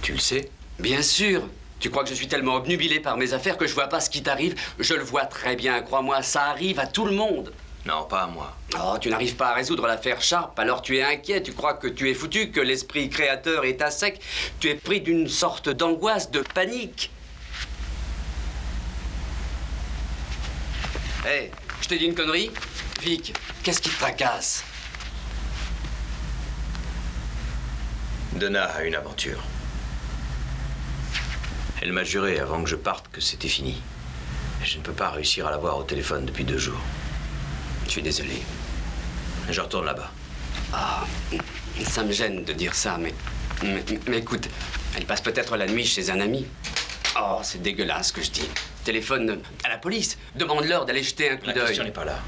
Speaker 2: Tu le sais
Speaker 10: Bien sûr. Tu crois que je suis tellement obnubilé par mes affaires que je vois pas ce qui t'arrive Je le vois très bien, crois-moi, ça arrive à tout le monde.
Speaker 2: Non, pas à moi.
Speaker 10: Oh, tu n'arrives pas à résoudre l'affaire Sharp, alors tu es inquiet, tu crois que tu es foutu, que l'esprit créateur est à sec, tu es pris d'une sorte d'angoisse, de panique. Hé, je t'ai dit une connerie Vic, qu'est-ce qui te tracasse
Speaker 2: Donna a une aventure. Elle m'a juré avant que je parte que c'était fini. Je ne peux pas réussir à la voir au téléphone depuis deux jours.
Speaker 10: Je suis désolé.
Speaker 2: Je retourne là-bas.
Speaker 10: Ah, ça me gêne de dire ça, mais, mais, mais écoute, elle passe peut-être la nuit chez un ami. Oh, c'est dégueulasse ce que je dis. Téléphone à la police, demande-leur d'aller jeter un coup
Speaker 2: La
Speaker 10: d'œil.
Speaker 2: question n'est pas là.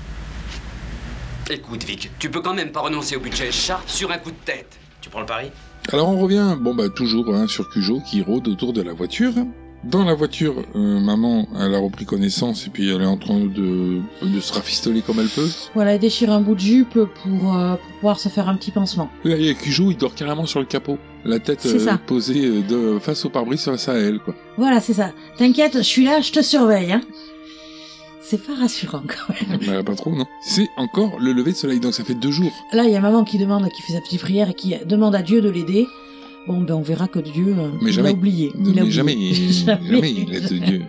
Speaker 10: Écoute, Vic, tu peux quand même pas renoncer au budget Sharp sur un coup de tête.
Speaker 2: Tu prends le pari
Speaker 5: Alors on revient, bon bah toujours hein, sur Cujo qui rôde autour de la voiture. Dans la voiture, euh, maman, elle a repris connaissance et puis elle est en train de, de se rafistoler comme elle peut.
Speaker 6: Voilà, elle déchire un bout de jupe pour, euh, pour pouvoir se faire un petit pansement.
Speaker 5: Là, il y a Cujo, il dort carrément sur le capot, la tête
Speaker 6: C'est
Speaker 5: euh,
Speaker 6: ça.
Speaker 5: posée euh, de, face au pare-brise sur la Sahel, quoi.
Speaker 6: Voilà, c'est ça. T'inquiète, je suis là, je te surveille. Hein. C'est pas rassurant quand même.
Speaker 5: (laughs) Bah, pas trop, non C'est encore le lever de soleil, donc ça fait deux jours.
Speaker 6: Là, il y a maman qui demande, qui fait sa petite prière et qui demande à Dieu de l'aider. Bon, ben on verra que Dieu euh,
Speaker 5: Mais
Speaker 6: il
Speaker 5: jamais.
Speaker 6: a oublié.
Speaker 5: Non,
Speaker 6: (laughs) Il a
Speaker 5: mais
Speaker 6: oublié.
Speaker 5: jamais, jamais, il a de Dieu.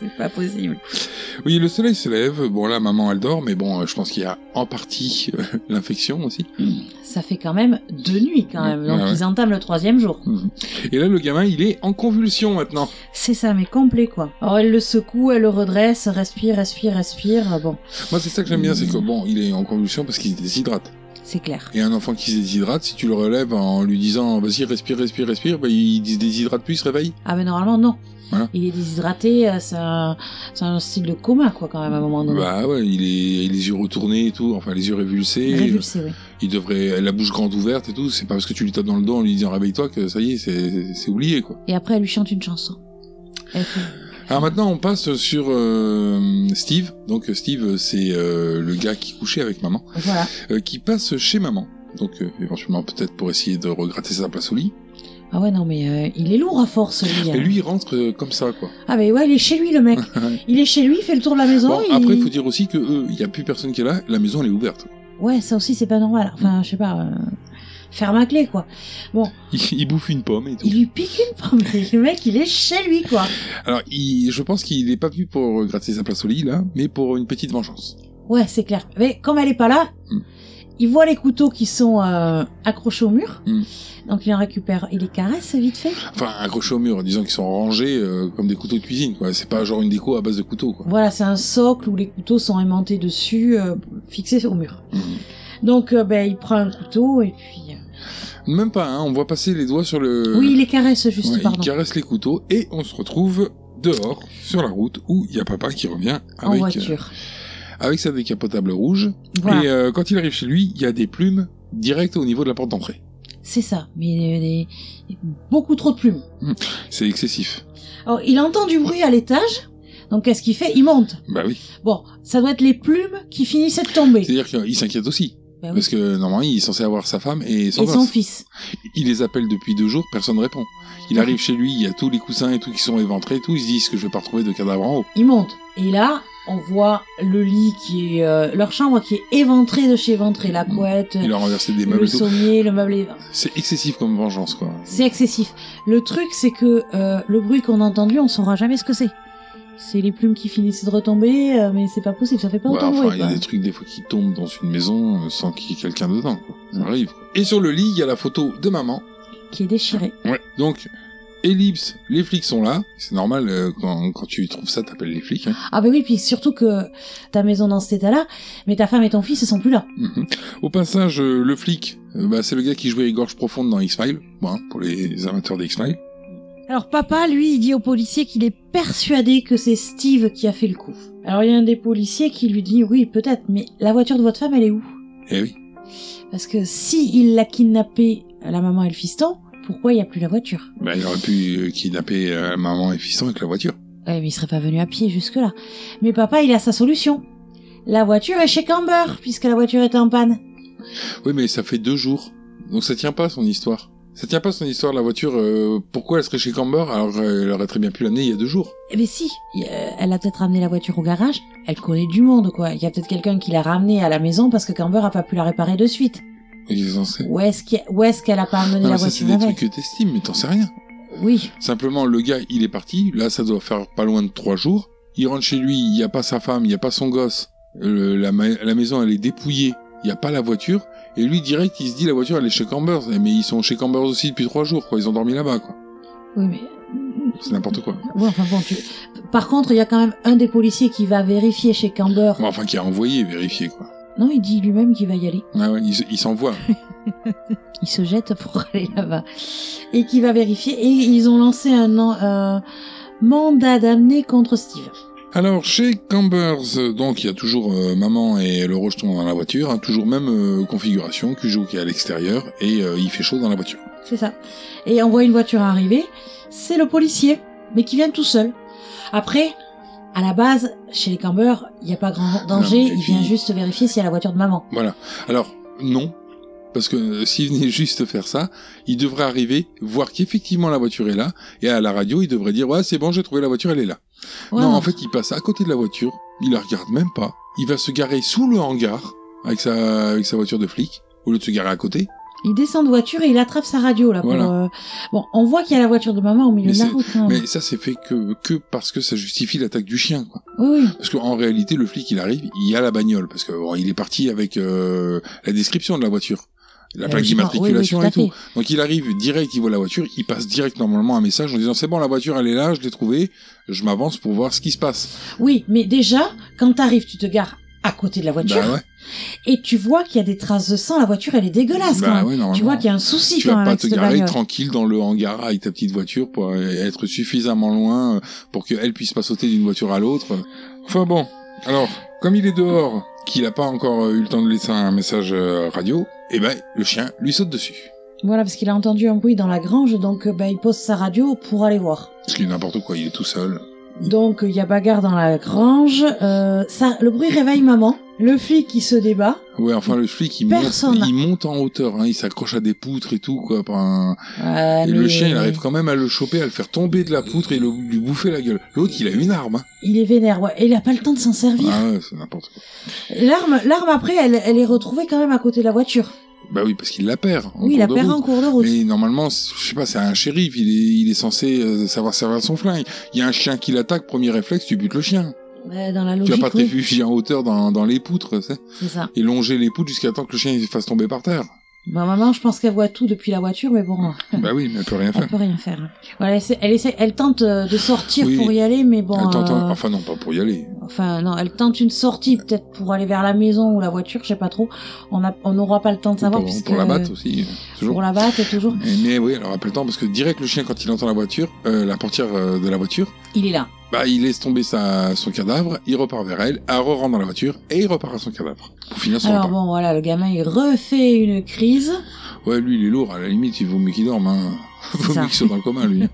Speaker 6: C'est pas possible.
Speaker 5: Oui, le soleil se lève. Bon, là, maman, elle dort, mais bon, euh, je pense qu'il y a en partie euh, (laughs) l'infection aussi.
Speaker 6: Ça fait quand même deux nuits quand même. Donc
Speaker 5: Ouais, ouais.
Speaker 6: ils entament le troisième jour.
Speaker 5: Et là, le gamin, il est en convulsion maintenant.
Speaker 6: C'est ça, mais complet quoi. Alors elle le secoue, elle le redresse, respire, respire, respire. Bon,
Speaker 5: Moi, c'est ça que j'aime bien, c'est que bon, il est en convulsion parce qu'il se déshydrate.
Speaker 6: c'est clair.
Speaker 5: Et un enfant qui se déshydrate, si tu le relèves en lui disant vas-y, respire, respire, respire, bah, il se déshydrate plus, il se réveille.
Speaker 6: Ah mais normalement non.
Speaker 5: Voilà.
Speaker 6: Il est déshydraté, euh, c'est un, c'est un style de coma quoi quand même à un moment donné.
Speaker 5: Bah ouais, il est il a les yeux retournés et tout, enfin les yeux révulsés.
Speaker 6: Révulsé, oui.
Speaker 5: Il devrait la bouche grande ouverte et tout. C'est pas parce que tu lui tapes dans le dos en lui disant réveille-toi que ça y est, c'est c'est oublié quoi.
Speaker 6: Et après elle lui chante une chanson. Elle fait-
Speaker 5: Alors maintenant, on passe sur euh, Steve. Donc Steve, c'est euh, le gars qui couchait avec maman,
Speaker 6: Voilà.
Speaker 5: euh, qui passe chez maman. Donc euh, éventuellement peut-être pour essayer de regratter sa place au lit.
Speaker 6: Ah ouais non mais euh, il est lourd à force lui. hein.
Speaker 5: Et lui, il rentre euh, comme ça quoi.
Speaker 6: Ah mais ouais il est chez lui
Speaker 5: (laughs)
Speaker 6: le mec. Il est chez lui, il fait le tour de la maison.
Speaker 5: bon,
Speaker 6: il-
Speaker 5: après, faut dire aussi que eux, il y a plus personne qui est là. La maison, elle est ouverte. (laughs)
Speaker 6: Ouais, ça aussi c'est pas normal. Enfin, je sais pas. euh, Ferme à clé quoi.
Speaker 5: Il, il bouffe une pomme et tout.
Speaker 6: Il lui pique une pomme. (laughs) le mec, il est chez lui quoi.
Speaker 5: Alors, il, je pense qu'il est pas venu pour euh, gratter sa place au lit là, mais pour une petite vengeance.
Speaker 6: Ouais, c'est clair. Mais comme elle est pas là,
Speaker 5: Mm.
Speaker 6: il voit les couteaux qui sont euh, accrochés au mur.
Speaker 5: Mm.
Speaker 6: Donc il en récupère. Il les caresse vite fait.
Speaker 5: Enfin, accrochés au mur, disons qu'ils sont rangés euh, comme des couteaux de cuisine. quoi. C'est pas genre une déco à base de couteaux. Quoi.
Speaker 6: Voilà, c'est un socle où les couteaux sont aimantés dessus, euh, fixés au mur.
Speaker 5: Mhm.
Speaker 6: Donc euh, ben il prend un couteau et puis. euh,
Speaker 5: Même pas, hein, on voit passer les doigts sur le.
Speaker 6: Oui, il les caresse juste,
Speaker 5: Euh, Ouais,
Speaker 6: pardon.
Speaker 5: Il caresse les couteaux et on se retrouve dehors sur la route où il y a papa qui revient
Speaker 6: En
Speaker 5: avec, euh,
Speaker 6: voiture.
Speaker 5: avec sa décapotable rouge.
Speaker 6: Voilà.
Speaker 5: Et euh, quand il arrive chez lui, il y a des plumes directes au niveau de la porte d'entrée.
Speaker 6: C'est ça. Mais euh, des- beaucoup trop de plumes.
Speaker 5: C'est excessif.
Speaker 6: Alors, il entend du bruit à l'étage. Donc, qu'est-ce qu'il fait Il monte.
Speaker 5: Bah oui.
Speaker 6: Bon, ça doit être les plumes qui finissent de tomber.
Speaker 5: C'est-à-dire qu'il s'inquiète aussi.
Speaker 6: Bah oui.
Speaker 5: Parce que normalement, il est censé avoir sa femme et son
Speaker 6: Et son
Speaker 5: gosse.
Speaker 6: fils.
Speaker 5: Il les appelle depuis deux jours, personne ne répond. Il
Speaker 6: Ouais.
Speaker 5: arrive chez lui, il y a tous les coussins et tout qui sont éventrés et tout. Il se dit ce que je vais pas retrouver de cadavre en haut.
Speaker 6: Il monte. Et là, on voit le lit qui est... euh, leur chambre qui est éventrée de chez éventrée. La couette,
Speaker 5: Il a renversé des meubles
Speaker 6: le
Speaker 5: et tout.
Speaker 6: sommier, le meuble... est-
Speaker 5: C'est excessif comme vengeance, quoi.
Speaker 6: C'est excessif. Le truc, c'est que euh, le bruit qu'on a entendu, on saura jamais ce que c'est. C'est les plumes qui finissent de retomber, euh, mais c'est pas possible, ça fait pas
Speaker 5: Ouais,
Speaker 6: autant de
Speaker 5: enfin,
Speaker 6: bruit.
Speaker 5: il y a
Speaker 6: quoi.
Speaker 5: des trucs des fois qui tombent dans une maison euh, sans qu'il y ait quelqu'un dedans. Quoi. Ça arrive. quoi. Et sur le lit, il y a la photo de maman.
Speaker 6: Qui est déchiré.
Speaker 5: Ouais. Donc, ellipse, les flics sont là. C'est normal, euh, quand, quand tu trouves ça, t'appelles les flics. hein.
Speaker 6: Ah bah oui, puis surtout que ta maison dans cet état-là, mais ta femme et ton fils, ils sont plus là.
Speaker 5: Mhm. Au passage, euh, le flic, euh, bah, c'est le gars qui jouait Gorge Profonde dans X-Files. Bon, hein, pour les amateurs des X-Files.
Speaker 6: Alors papa, lui, il dit au policier qu'il est persuadé que c'est Steve qui a fait le coup. Alors il y a un des policiers qui lui dit oui, peut-être, mais la voiture de votre femme, elle est où
Speaker 5: Eh oui.
Speaker 6: Parce que si il l'a kidnappée, la maman et le fiston, pourquoi il n'y a plus la voiture
Speaker 5: Ben, Bah, il aurait pu euh, kidnapper euh, maman et fiston avec la voiture.
Speaker 6: Ouais, Eh, mais il serait pas venu à pied jusque-là. Mais papa, il a sa solution. La voiture est chez Camber, puisque la voiture est en panne.
Speaker 5: Oui, mais ça fait deux jours. Donc ça tient pas son histoire. Ça tient pas son histoire, la voiture. euh, pourquoi elle serait chez Camber alors euh, elle aurait très bien pu l'amener il y a deux jours
Speaker 6: Eh ben si, il- euh, elle a peut-être ramené la voiture au garage. Elle connaît du monde, quoi. Il y a peut-être quelqu'un qui l'a ramenée à la maison parce que Camber a pas pu la réparer de suite.
Speaker 5: Il est censé.
Speaker 6: Où est-ce qu'il- où est-ce qu'elle a pas amené
Speaker 5: Non,
Speaker 6: la
Speaker 5: mais Ah, ça, c'est
Speaker 6: voiture
Speaker 5: des
Speaker 6: avec
Speaker 5: trucs euh. que t'estimes, mais t'en sais rien.
Speaker 6: Oui.
Speaker 5: Simplement, le gars, il est parti. Là, ça doit faire pas loin de trois jours. Il rentre chez lui, il n'y a pas sa femme, il n'y a pas son gosse. Euh, la, ma- la maison, elle est dépouillée. Il n'y a pas la voiture. Et lui, direct, il se dit, la voiture, elle est chez Cambers. Eh, Mais ils sont chez Cambers aussi depuis trois jours, quoi. Ils ont dormi là-bas, quoi.
Speaker 6: Oui, mais
Speaker 5: C'est n'importe quoi.
Speaker 6: ouais, enfin bon, tu... Par contre, il y a quand même un des policiers qui va vérifier chez Camber.
Speaker 5: Bon, enfin, qui a envoyé vérifier, quoi.
Speaker 6: Non, il dit lui-même qu'il va y aller.
Speaker 5: Ah ouais, il, se- il s'envoie.
Speaker 6: Il se jette pour (laughs) aller là-bas. Et qui va vérifier. Et ils ont lancé un, an- un mandat d'amener contre Steve.
Speaker 5: (laughs) Alors, chez Cambers, euh, donc, il y a toujours euh, maman et le rejeton dans la voiture. hein, toujours même euh, configuration, Cujo qui est à l'extérieur. Et euh, il fait chaud dans la voiture.
Speaker 6: C'est ça. Et on voit une voiture arriver. C'est le policier, mais qui vient tout seul. Après, à la base, chez les Camber, il n'y a pas grand danger.
Speaker 5: Non, mais
Speaker 6: il
Speaker 5: puis-
Speaker 6: vient juste vérifier s'il y a la voiture de maman.
Speaker 5: Voilà. Alors, non. Parce que euh, s'il venait (laughs) juste faire ça, il devrait arriver, voir qu'effectivement la voiture est là, et à la radio, il devrait dire Ouais, c'est bon, j'ai trouvé la voiture, elle est là.
Speaker 6: Ouais,
Speaker 5: non,
Speaker 6: non.
Speaker 5: en fait, il passe à côté de la voiture, il la regarde même pas, il va se garer sous le hangar avec sa, avec sa voiture de flic, au lieu de se garer à côté.
Speaker 6: Il descend de voiture et il attrape sa radio là. pour,
Speaker 5: Voilà.
Speaker 6: euh, Bon, on voit qu'il y a la voiture de maman au milieu
Speaker 5: Mais,
Speaker 6: de
Speaker 5: c'est-
Speaker 6: la route. hein.
Speaker 5: mais ça, c'est fait que, que parce que ça justifie l'attaque du chien, quoi.
Speaker 6: Oui, oui.
Speaker 5: Parce qu'en réalité, le flic, il arrive, il a la bagnole, parce que bon, il est parti avec euh, la description de la voiture, la
Speaker 6: Euh,
Speaker 5: plaque
Speaker 6: je sais pas,
Speaker 5: d'immatriculation
Speaker 6: oui, oui, tout à
Speaker 5: et tout. Donc il arrive direct, il voit la voiture, il passe direct normalement un message en disant c'est bon, la voiture, elle est là, je l'ai trouvée, je m'avance pour voir ce qui se passe.
Speaker 6: Oui, mais déjà, quand t'arrives, tu te gares à côté de la voiture
Speaker 5: Bah ouais.
Speaker 6: et tu vois qu'il y a des traces de sang. La voiture, elle est dégueulasse
Speaker 5: Bah
Speaker 6: quand même.
Speaker 5: ouais, normalement.
Speaker 6: tu vois qu'il y a un souci
Speaker 5: Tu
Speaker 6: quand
Speaker 5: vas
Speaker 6: même
Speaker 5: pas
Speaker 6: avec
Speaker 5: te
Speaker 6: cette
Speaker 5: garer
Speaker 6: bagnole.
Speaker 5: tranquille dans le hangar avec ta petite voiture pour euh, être suffisamment loin euh, pour qu'elle puisse pas sauter d'une voiture à l'autre. Enfin bon, alors, comme il est dehors, qu'il a pas encore euh, eu le temps de laisser un message euh, radio, eh ben, le chien lui saute dessus.
Speaker 6: Voilà, parce qu'il a entendu un bruit dans la grange, donc euh, bah, il pose sa radio pour aller voir.
Speaker 5: Parce qu'il est n'importe quoi, il est tout seul.
Speaker 6: Donc il y a bagarre dans la grange. euh, ça, le bruit réveille maman. Le flic qui se débat.
Speaker 5: Ouais, enfin le flic il, monte,
Speaker 6: Personne.
Speaker 5: il monte en hauteur, hein, il s'accroche à des poutres et tout quoi. par un-
Speaker 6: Ouais,
Speaker 5: et le
Speaker 6: Euh, Ah, mais-
Speaker 5: chien il arrive quand même à le choper, à le faire tomber de la poutre et le- lui bouffer la gueule. L'autre il a une arme. Hein.
Speaker 6: Il est vénère, ouais. Et il a pas le temps de s'en servir.
Speaker 5: Ah ouais, c'est n'importe quoi.
Speaker 6: L'arme, l'arme après, elle, elle est retrouvée quand même à côté de la voiture.
Speaker 5: Bah oui parce qu'il la perd. en
Speaker 6: oui,
Speaker 5: cours
Speaker 6: il la
Speaker 5: de
Speaker 6: perd en
Speaker 5: route.
Speaker 6: cours de route.
Speaker 5: Mais normalement, c'est- je sais pas, c'est un shérif, il est, il est censé euh, savoir servir son flingue. Il y a un chien qui l'attaque, premier réflexe, tu butes le chien.
Speaker 6: Ouais, dans la
Speaker 5: tu
Speaker 6: logique,
Speaker 5: vas pas te
Speaker 6: oui,
Speaker 5: réfugier en hauteur dans, dans les poutres, tu sais,
Speaker 6: c'est ça.
Speaker 5: et longer les poutres jusqu'à temps que le chien il se fasse tomber par terre.
Speaker 6: Bah, maman, je pense qu'elle voit tout depuis la voiture, mais bon,
Speaker 5: bah oui, mais elle peut rien
Speaker 6: elle
Speaker 5: faire.
Speaker 6: peut rien faire. Voilà, elle, essaie- elle, essaie- elle tente euh, de sortir
Speaker 5: Oui.
Speaker 6: pour y aller, mais bon.
Speaker 5: Attends, attends,
Speaker 6: euh,
Speaker 5: enfin non, pas pour y aller.
Speaker 6: Enfin, non, elle tente une sortie, peut-être pour aller vers la maison ou la voiture, je sais pas trop. On a- on n'aura pas le temps de savoir.
Speaker 5: pour,
Speaker 6: puisque...
Speaker 5: pour la battre aussi, euh, toujours.
Speaker 6: Pour la battre, toujours.
Speaker 5: Mais, mais oui, alors rappelle le temps, parce que direct le chien, quand il entend la voiture, euh, la portière euh, de la voiture,
Speaker 6: Il est là.
Speaker 5: bah il laisse tomber sa, son cadavre, il repart vers elle, elle re-rentre dans la voiture, et il repart à son cadavre. Pour finir son
Speaker 6: Alors
Speaker 5: repas.
Speaker 6: bon, voilà, le gamin, il refait une crise.
Speaker 5: Ouais, lui il est lourd, à la limite il vaut mieux qu'il dorme, hein. vaut
Speaker 6: ça.
Speaker 5: mieux qu'il soit dans le coma
Speaker 6: (laughs)
Speaker 5: lui.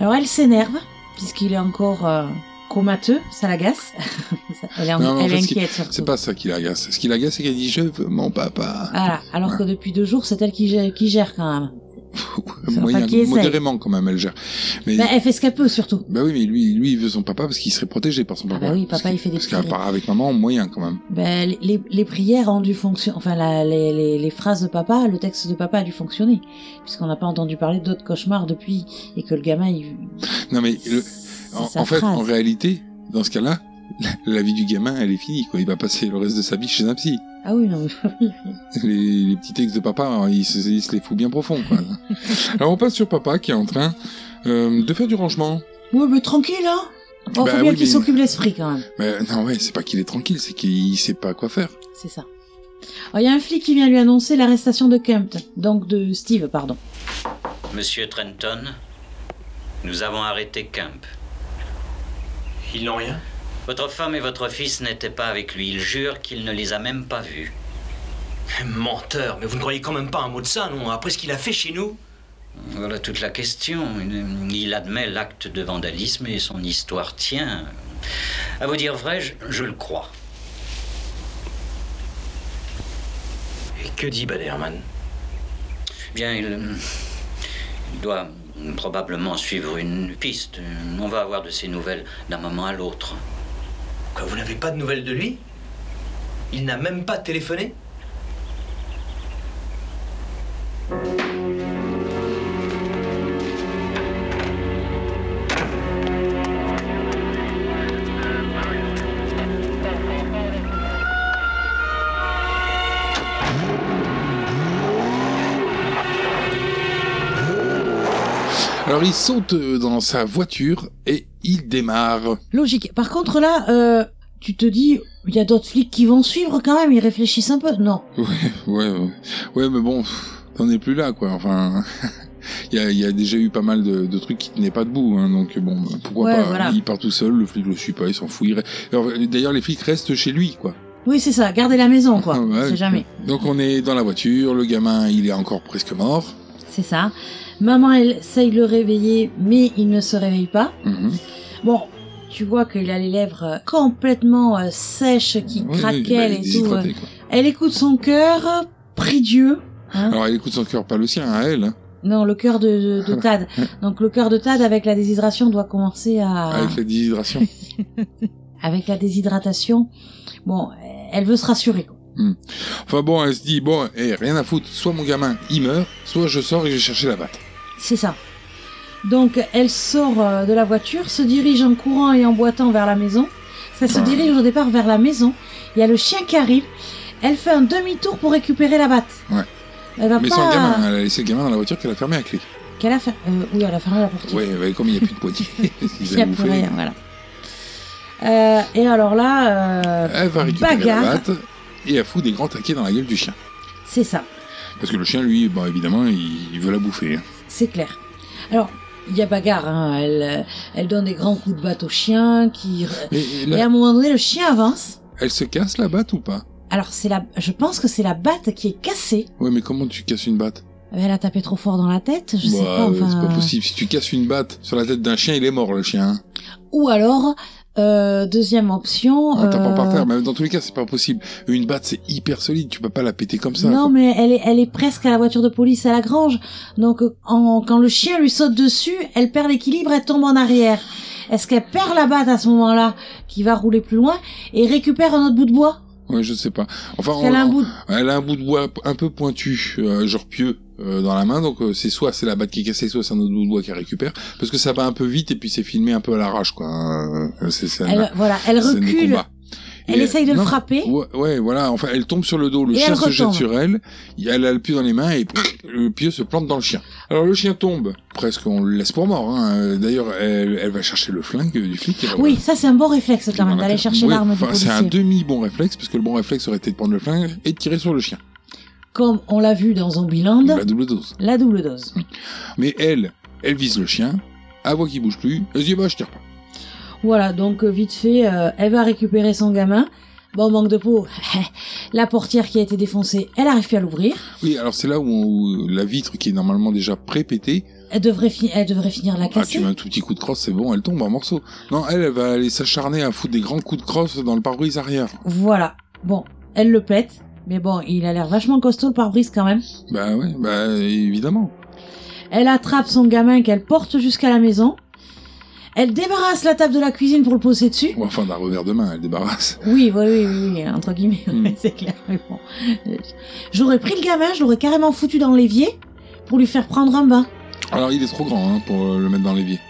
Speaker 6: Alors elle s'énerve, puisqu'il est encore euh, comateux, ça l'agace. (laughs) elle est, en-
Speaker 5: Non, mais en
Speaker 6: elle est
Speaker 5: fait, ce qui-
Speaker 6: inquiète surtout.
Speaker 5: C'est pas ça qui l'agace. Ce qui l'agace, c'est qu'elle dit je veux mon papa. (laughs)
Speaker 6: Voilà, alors que depuis deux jours, c'est elle qui gère, qui gère quand même. enfin,
Speaker 5: Moyen,
Speaker 6: qui essaye.
Speaker 5: modérément quand même elle gère. Mais
Speaker 6: Bah, elle fait ce qu'elle peut surtout.
Speaker 5: bah oui, mais lui, lui il veut son papa parce qu'il serait protégé par son papa.
Speaker 6: bah oui,
Speaker 5: Parce
Speaker 6: papa, il
Speaker 5: qu'il-
Speaker 6: fait des
Speaker 5: Parce qu'à
Speaker 6: prières.
Speaker 5: part avec maman, moyen quand même.
Speaker 6: Ben, les- les, les prières ont dû fonctionner, enfin la- les, les, les phrases de papa, le texte de papa a dû fonctionner, puisqu'on n'a pas entendu parler d'autres cauchemars depuis, et que le gamin, il...
Speaker 5: Non mais le-
Speaker 6: C'est
Speaker 5: en,
Speaker 6: sa
Speaker 5: en fait,
Speaker 6: phrase.
Speaker 5: en réalité, dans ce cas-là, la, la vie du gamin, elle est finie. Quoi. Il va passer le reste de sa vie chez un psy.
Speaker 6: Ah oui, non, mais... (laughs)
Speaker 5: Les, les petits textes de papa, hein, il se, il se les fout bien profond.
Speaker 6: (laughs)
Speaker 5: Quoi. Alors on passe sur papa qui est en train euh, de faire du rangement.
Speaker 6: Ouais, mais tranquille, hein Bon,
Speaker 5: Bah
Speaker 6: faut bien
Speaker 5: oui,
Speaker 6: qu'il
Speaker 5: mais-
Speaker 6: s'occupe l'esprit quand même,
Speaker 5: Mais non ouais, c'est pas qu'il est tranquille, c'est qu'il sait pas quoi faire.
Speaker 6: c'est ça. Alors, Il y a un flic qui vient lui annoncer l'arrestation de Kempt, donc de Steve, pardon.
Speaker 12: Monsieur Trenton, nous avons arrêté Kemp.
Speaker 2: Ils n'ont rien
Speaker 12: Votre femme et votre fils n'étaient pas avec lui. Il jure qu'il ne les a même pas vus.
Speaker 2: Menteur, mais vous ne croyez quand même pas un mot de ça, non Après ce qu'il a fait chez nous
Speaker 12: Voilà toute la question. Il admet l'acte de vandalisme et son histoire tient. À vous dire vrai, je, je le crois. Et que dit Baderman Bien, il, il doit probablement suivre une piste. On va avoir de ses nouvelles d'un moment à l'autre.
Speaker 2: Quoi, vous n'avez pas de nouvelles de lui Il n'a même pas téléphoné
Speaker 5: Alors ils sont euh, dans sa voiture et ils démarrent.
Speaker 6: Logique. Par contre, là, euh, tu te dis, il y a d'autres flics qui vont suivre quand même, ils réfléchissent un peu. Non.
Speaker 5: Ouais, ouais, ouais. Ouais, mais bon, pff, on n'est plus là, quoi. Enfin, (laughs) il y a, il y a déjà eu pas mal de, de trucs qui tenaient pas debout, hein, donc bon, pourquoi
Speaker 6: Ouais,
Speaker 5: pas
Speaker 6: voilà.
Speaker 5: Il part tout seul, le flic le suit pas, il s'en fout. il re- Alors, D'ailleurs, les flics restent chez lui, quoi. Ah,
Speaker 6: Oui, c'est ça, garder la maison,
Speaker 5: (laughs)
Speaker 6: quoi.
Speaker 5: Ouais,
Speaker 6: On sait jamais.
Speaker 5: Donc on est dans la voiture, le gamin, il est encore presque mort.
Speaker 6: C'est ça. Maman elle essaye de le réveiller, mais il ne se réveille pas.
Speaker 5: Mhm.
Speaker 6: Bon, tu vois qu'il a les lèvres euh, complètement euh, sèches, qui
Speaker 5: Oui, oui, bah,
Speaker 6: craquaient
Speaker 5: il est
Speaker 6: et tout.
Speaker 5: déshydraté,
Speaker 6: euh.
Speaker 5: quoi.
Speaker 6: Elle écoute son cœur, euh, prie Dieu. hein.
Speaker 5: Alors elle écoute son cœur, pas le sien, à elle. hein.
Speaker 6: Non, le cœur de, de, de
Speaker 5: (laughs)
Speaker 6: Tad. Donc le cœur de Tad avec la déshydratation doit commencer à...
Speaker 5: Avec la déshydratation.
Speaker 6: Avec la déshydratation, bon, elle veut se rassurer. quoi.
Speaker 5: Enfin bon, elle se dit, bon, eh, rien à foutre, soit mon gamin, il meurt, soit je sors et je vais chercher la batte.
Speaker 6: C'est ça. Donc elle sort euh, de la voiture, se dirige en courant et en boitant vers la maison. Ça se
Speaker 5: Ouais.
Speaker 6: dirige au départ vers la maison. Il y a le chien qui arrive. Elle fait un demi-tour pour récupérer la batte.
Speaker 5: Ouais.
Speaker 6: Elle va
Speaker 5: Mais
Speaker 6: pas.
Speaker 5: sans le gamin, hein. elle a laissé le gamin dans la voiture qu'elle a fermé à clé.
Speaker 6: Qu'elle a fait euh, Oui, elle a fermé la porte.
Speaker 5: Ouais, ouais, comme il n'y a plus
Speaker 6: (laughs)
Speaker 5: de poignée.
Speaker 6: Il n'y a plus rien, voilà. Euh, et alors là, euh,
Speaker 5: Elle va récupérer
Speaker 6: bagarre.
Speaker 5: la batte et elle fout des grands taquets dans la gueule du chien.
Speaker 6: C'est ça.
Speaker 5: Parce que le chien, lui, bon, évidemment, il, il veut la bouffer. hein.
Speaker 6: C'est clair. Alors, il y a bagarre. hein. Elle, euh, elle donne des grands coups de batte au chien. Qui...
Speaker 5: Et, et là,
Speaker 6: Et à un moment donné, le chien avance.
Speaker 5: elle se casse la batte ou pas
Speaker 6: Alors, c'est la... je pense que c'est la batte qui est cassée.
Speaker 5: Ouais, mais comment tu casses une batte
Speaker 6: Elle a tapé trop fort dans la tête, je sais
Speaker 5: Bah,
Speaker 6: pas.
Speaker 5: euh,
Speaker 6: Enfin...
Speaker 5: C'est pas possible. Si tu casses une batte sur la tête d'un chien, il est mort, le chien. hein.
Speaker 6: Ou alors, euh, deuxième option.
Speaker 5: En tapant Ah, par
Speaker 6: euh,
Speaker 5: terre. Mais dans tous les cas, c'est pas possible. Une batte, c'est hyper solide. Tu peux pas la péter comme ça.
Speaker 6: non,
Speaker 5: quoi.
Speaker 6: mais elle est, elle est presque à la voiture de police à la grange. Donc, euh, en- quand le chien lui saute dessus, elle perd l'équilibre, elle tombe en arrière. Est-ce qu'elle perd la batte à ce moment-là, qui va rouler plus loin, et récupère un autre bout de bois
Speaker 5: Ouais, je sais pas. Enfin,
Speaker 6: Parce
Speaker 5: on-
Speaker 6: qu'elle a un bout de-
Speaker 5: elle a un bout de bois un peu pointu, euh, genre pieux, euh, dans la main. Donc, euh, c'est soit c'est la batte qui est cassée, soit c'est un autre bout de bois qu'elle récupère. Parce que ça va un peu vite et puis c'est filmé un peu à l'arrache, quoi. Euh, c'est ça.
Speaker 6: Elle, voilà, elle recule, elle essaye de le frapper.
Speaker 5: Ouais, ouais, voilà. Enfin, elle tombe sur le dos, le
Speaker 6: Et
Speaker 5: chien
Speaker 6: elle
Speaker 5: se jette
Speaker 6: retombe.
Speaker 5: sur elle, elle a le pieu dans les mains et pff, le pieu se plante dans le chien. Alors le chien tombe, presque on le laisse pour mort. Hein. Euh, D'ailleurs, elle, elle va chercher le flingue du flic. et elle
Speaker 6: Oui, ça c'est un bon réflexe quand même, d'aller chercher
Speaker 5: Ouais,
Speaker 6: l'arme du
Speaker 5: enfin, C'est un
Speaker 6: policier.
Speaker 5: demi bon réflexe, parce que le bon réflexe aurait été de prendre le flingue et de tirer sur le chien.
Speaker 6: Comme on l'a vu dans Zombieland,
Speaker 5: La Bah, double dose.
Speaker 6: la double dose.
Speaker 5: Mais elle, elle vise le chien, elle voit qu'il bouge plus, elle se dit bah je tire pas.
Speaker 6: Voilà, donc euh, vite fait, euh, elle va récupérer son gamin. Bon, manque de peau, (laughs) la portière qui a été défoncée, elle arrive plus à l'ouvrir.
Speaker 5: Oui, alors c'est là où, où la vitre qui est normalement déjà prépétée,
Speaker 6: Elle devrait, fi- elle devrait finir la
Speaker 5: ah, tu
Speaker 6: casser.
Speaker 5: mets un tout petit coup de crosse, c'est bon, elle tombe en morceaux. Non, elle, elle va aller s'acharner à foutre des grands coups de crosse dans le pare-brise arrière.
Speaker 6: Voilà, bon, elle le pète. Mais bon, il a l'air vachement costaud le pare-brise quand même.
Speaker 5: Bah ouais, bah évidemment.
Speaker 6: Elle attrape son gamin qu'elle porte jusqu'à la maison. Elle débarrasse la table de la cuisine pour le poser dessus.
Speaker 5: Ou Enfin, d'un revers de main, elle débarrasse.
Speaker 6: Oui, oui, oui, oui, oui, entre guillemets,
Speaker 5: (laughs) Mm.
Speaker 6: c'est clair. mais bon. J'aurais pris le gamin, je l'aurais carrément foutu dans l'évier pour lui faire prendre un bain.
Speaker 5: Alors il est trop grand hein, pour euh, le mettre dans l'évier.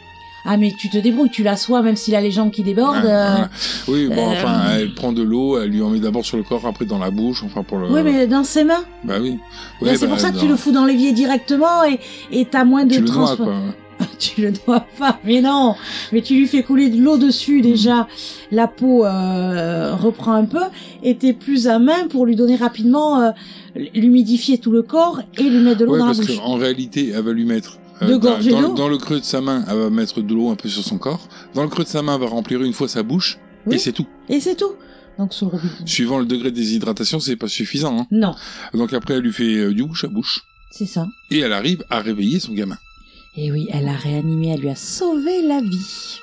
Speaker 6: Ah mais tu te débrouilles, tu l'assois même s'il a les jambes qui
Speaker 5: Ouais,
Speaker 6: débordent. euh,
Speaker 5: Hein, voilà. Oui, bon,
Speaker 6: euh,
Speaker 5: enfin, elle prend de l'eau, elle lui en met d'abord sur le corps, après dans la bouche, enfin pour le.
Speaker 6: Oui mais dans ses mains.
Speaker 5: Bah ah. oui.
Speaker 6: Là, c'est
Speaker 5: bah,
Speaker 6: pour ça que tu
Speaker 5: dans-
Speaker 6: le fous dans l'évier directement et et t'as moins de
Speaker 5: Tu le noies,
Speaker 6: transport.
Speaker 5: quoi.
Speaker 6: (laughs) tu le dois pas, mais non. Mais tu lui fais couler de l'eau dessus
Speaker 5: Mm.
Speaker 6: déjà. La peau euh, reprend un peu et t'es plus à main pour lui donner rapidement, euh, l'humidifier tout le corps et lui mettre de l'eau
Speaker 5: Ouais,
Speaker 6: dans la
Speaker 5: parce
Speaker 6: bouche.
Speaker 5: qu'en réalité, elle va lui mettre. euh, dans,
Speaker 6: Deux gorgées
Speaker 5: dans-
Speaker 6: d'eau.
Speaker 5: dans le creux de sa main, elle va mettre de l'eau un peu sur son corps. Dans le creux de sa main, elle va remplir une fois sa bouche.
Speaker 6: Oui.
Speaker 5: Et c'est tout.
Speaker 6: Et c'est tout. Donc sur le
Speaker 5: Suivant le degré de déshydratation, c'est pas suffisant. hein.
Speaker 6: Non.
Speaker 5: Donc après, elle lui fait euh, du bouche à bouche.
Speaker 6: C'est ça.
Speaker 5: Et elle arrive à réveiller son gamin.
Speaker 6: Et oui, elle a réanimé, elle lui a sauvé la vie.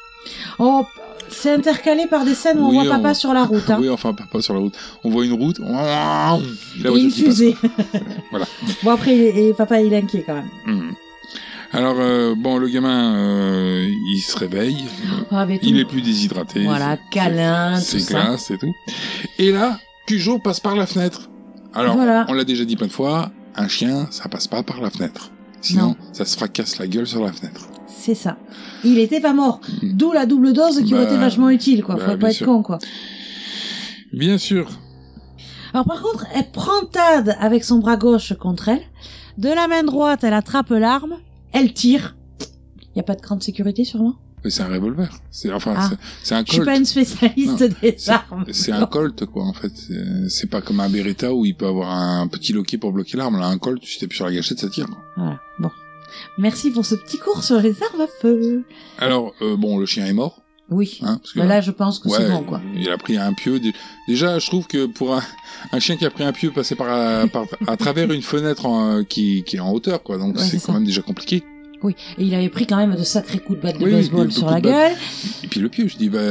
Speaker 6: Oh, c'est intercalé par des scènes où
Speaker 5: Oui,
Speaker 6: on voit papa
Speaker 5: on-
Speaker 6: sur la route. Hein.
Speaker 5: (laughs) Oui, enfin, pas, pas sur la route. On voit une route. La
Speaker 6: Et
Speaker 5: voiture
Speaker 6: une
Speaker 5: qui passe.
Speaker 6: fusée.
Speaker 5: (laughs) Voilà.
Speaker 6: bon, après, il est- et papa, il est inquiet quand même.
Speaker 5: Hmm. Alors, euh, bon, le gamin, euh, il se réveille.
Speaker 6: Ah, mais tout-
Speaker 5: Il est plus déshydraté.
Speaker 6: Voilà, câlin,
Speaker 5: C'est
Speaker 6: Hein, tout ça.
Speaker 5: glace et tout. Et là, Cujo passe par la fenêtre. Alors,
Speaker 6: Voilà.
Speaker 5: on l'a déjà dit plein de fois, un chien, ça passe pas par la fenêtre. Sinon, ça se fracasse la gueule sur la fenêtre.
Speaker 6: C'est ça. Il était pas mort. D'où la double dose qui
Speaker 5: Bah,
Speaker 6: aurait été vachement utile, quoi.
Speaker 5: bah,
Speaker 6: Faut
Speaker 5: bien
Speaker 6: pas être
Speaker 5: sûr.
Speaker 6: con, quoi.
Speaker 5: Bien sûr.
Speaker 6: Alors par contre, elle prend Tad avec son bras gauche contre elle. De la main droite, elle attrape l'arme. Elle tire. Il y a pas de grande sécurité sûrement.
Speaker 5: Mais c'est un revolver. C'est enfin,
Speaker 6: Ah.
Speaker 5: c'est- c'est un
Speaker 6: Je suis
Speaker 5: colt.
Speaker 6: pas une spécialiste des armes.
Speaker 5: C'est un colt, quoi, en fait. C'est- C'est pas comme un Beretta où il peut avoir un petit loquet pour bloquer l'arme. Là, un colt, tu t'appuies sur la gâchette, ça tire.
Speaker 6: Voilà. Bon. Merci pour ce petit cours sur les armes à feu.
Speaker 5: Alors, euh, bon, le chien est mort.
Speaker 6: Oui.
Speaker 5: Hein, parce que
Speaker 6: Mais là, je pense que c'est
Speaker 5: Ouais,
Speaker 6: bon, quoi.
Speaker 5: Il a pris un pieu. Dé- Déjà, je trouve que pour un, un chien qui a pris un pieu, passer par, à, par- à travers une fenêtre en, euh, qui, qui est en hauteur, quoi. Donc
Speaker 6: Ouais,
Speaker 5: c'est
Speaker 6: c'est
Speaker 5: quand même déjà compliqué.
Speaker 6: Oui. Et il avait pris quand même de sacrés coups de batte de
Speaker 5: Oui,
Speaker 6: baseball
Speaker 5: des-
Speaker 6: sur
Speaker 5: beaucoup
Speaker 6: la
Speaker 5: de
Speaker 6: gueule.
Speaker 5: battes. Et puis le pieu, je dis, bah,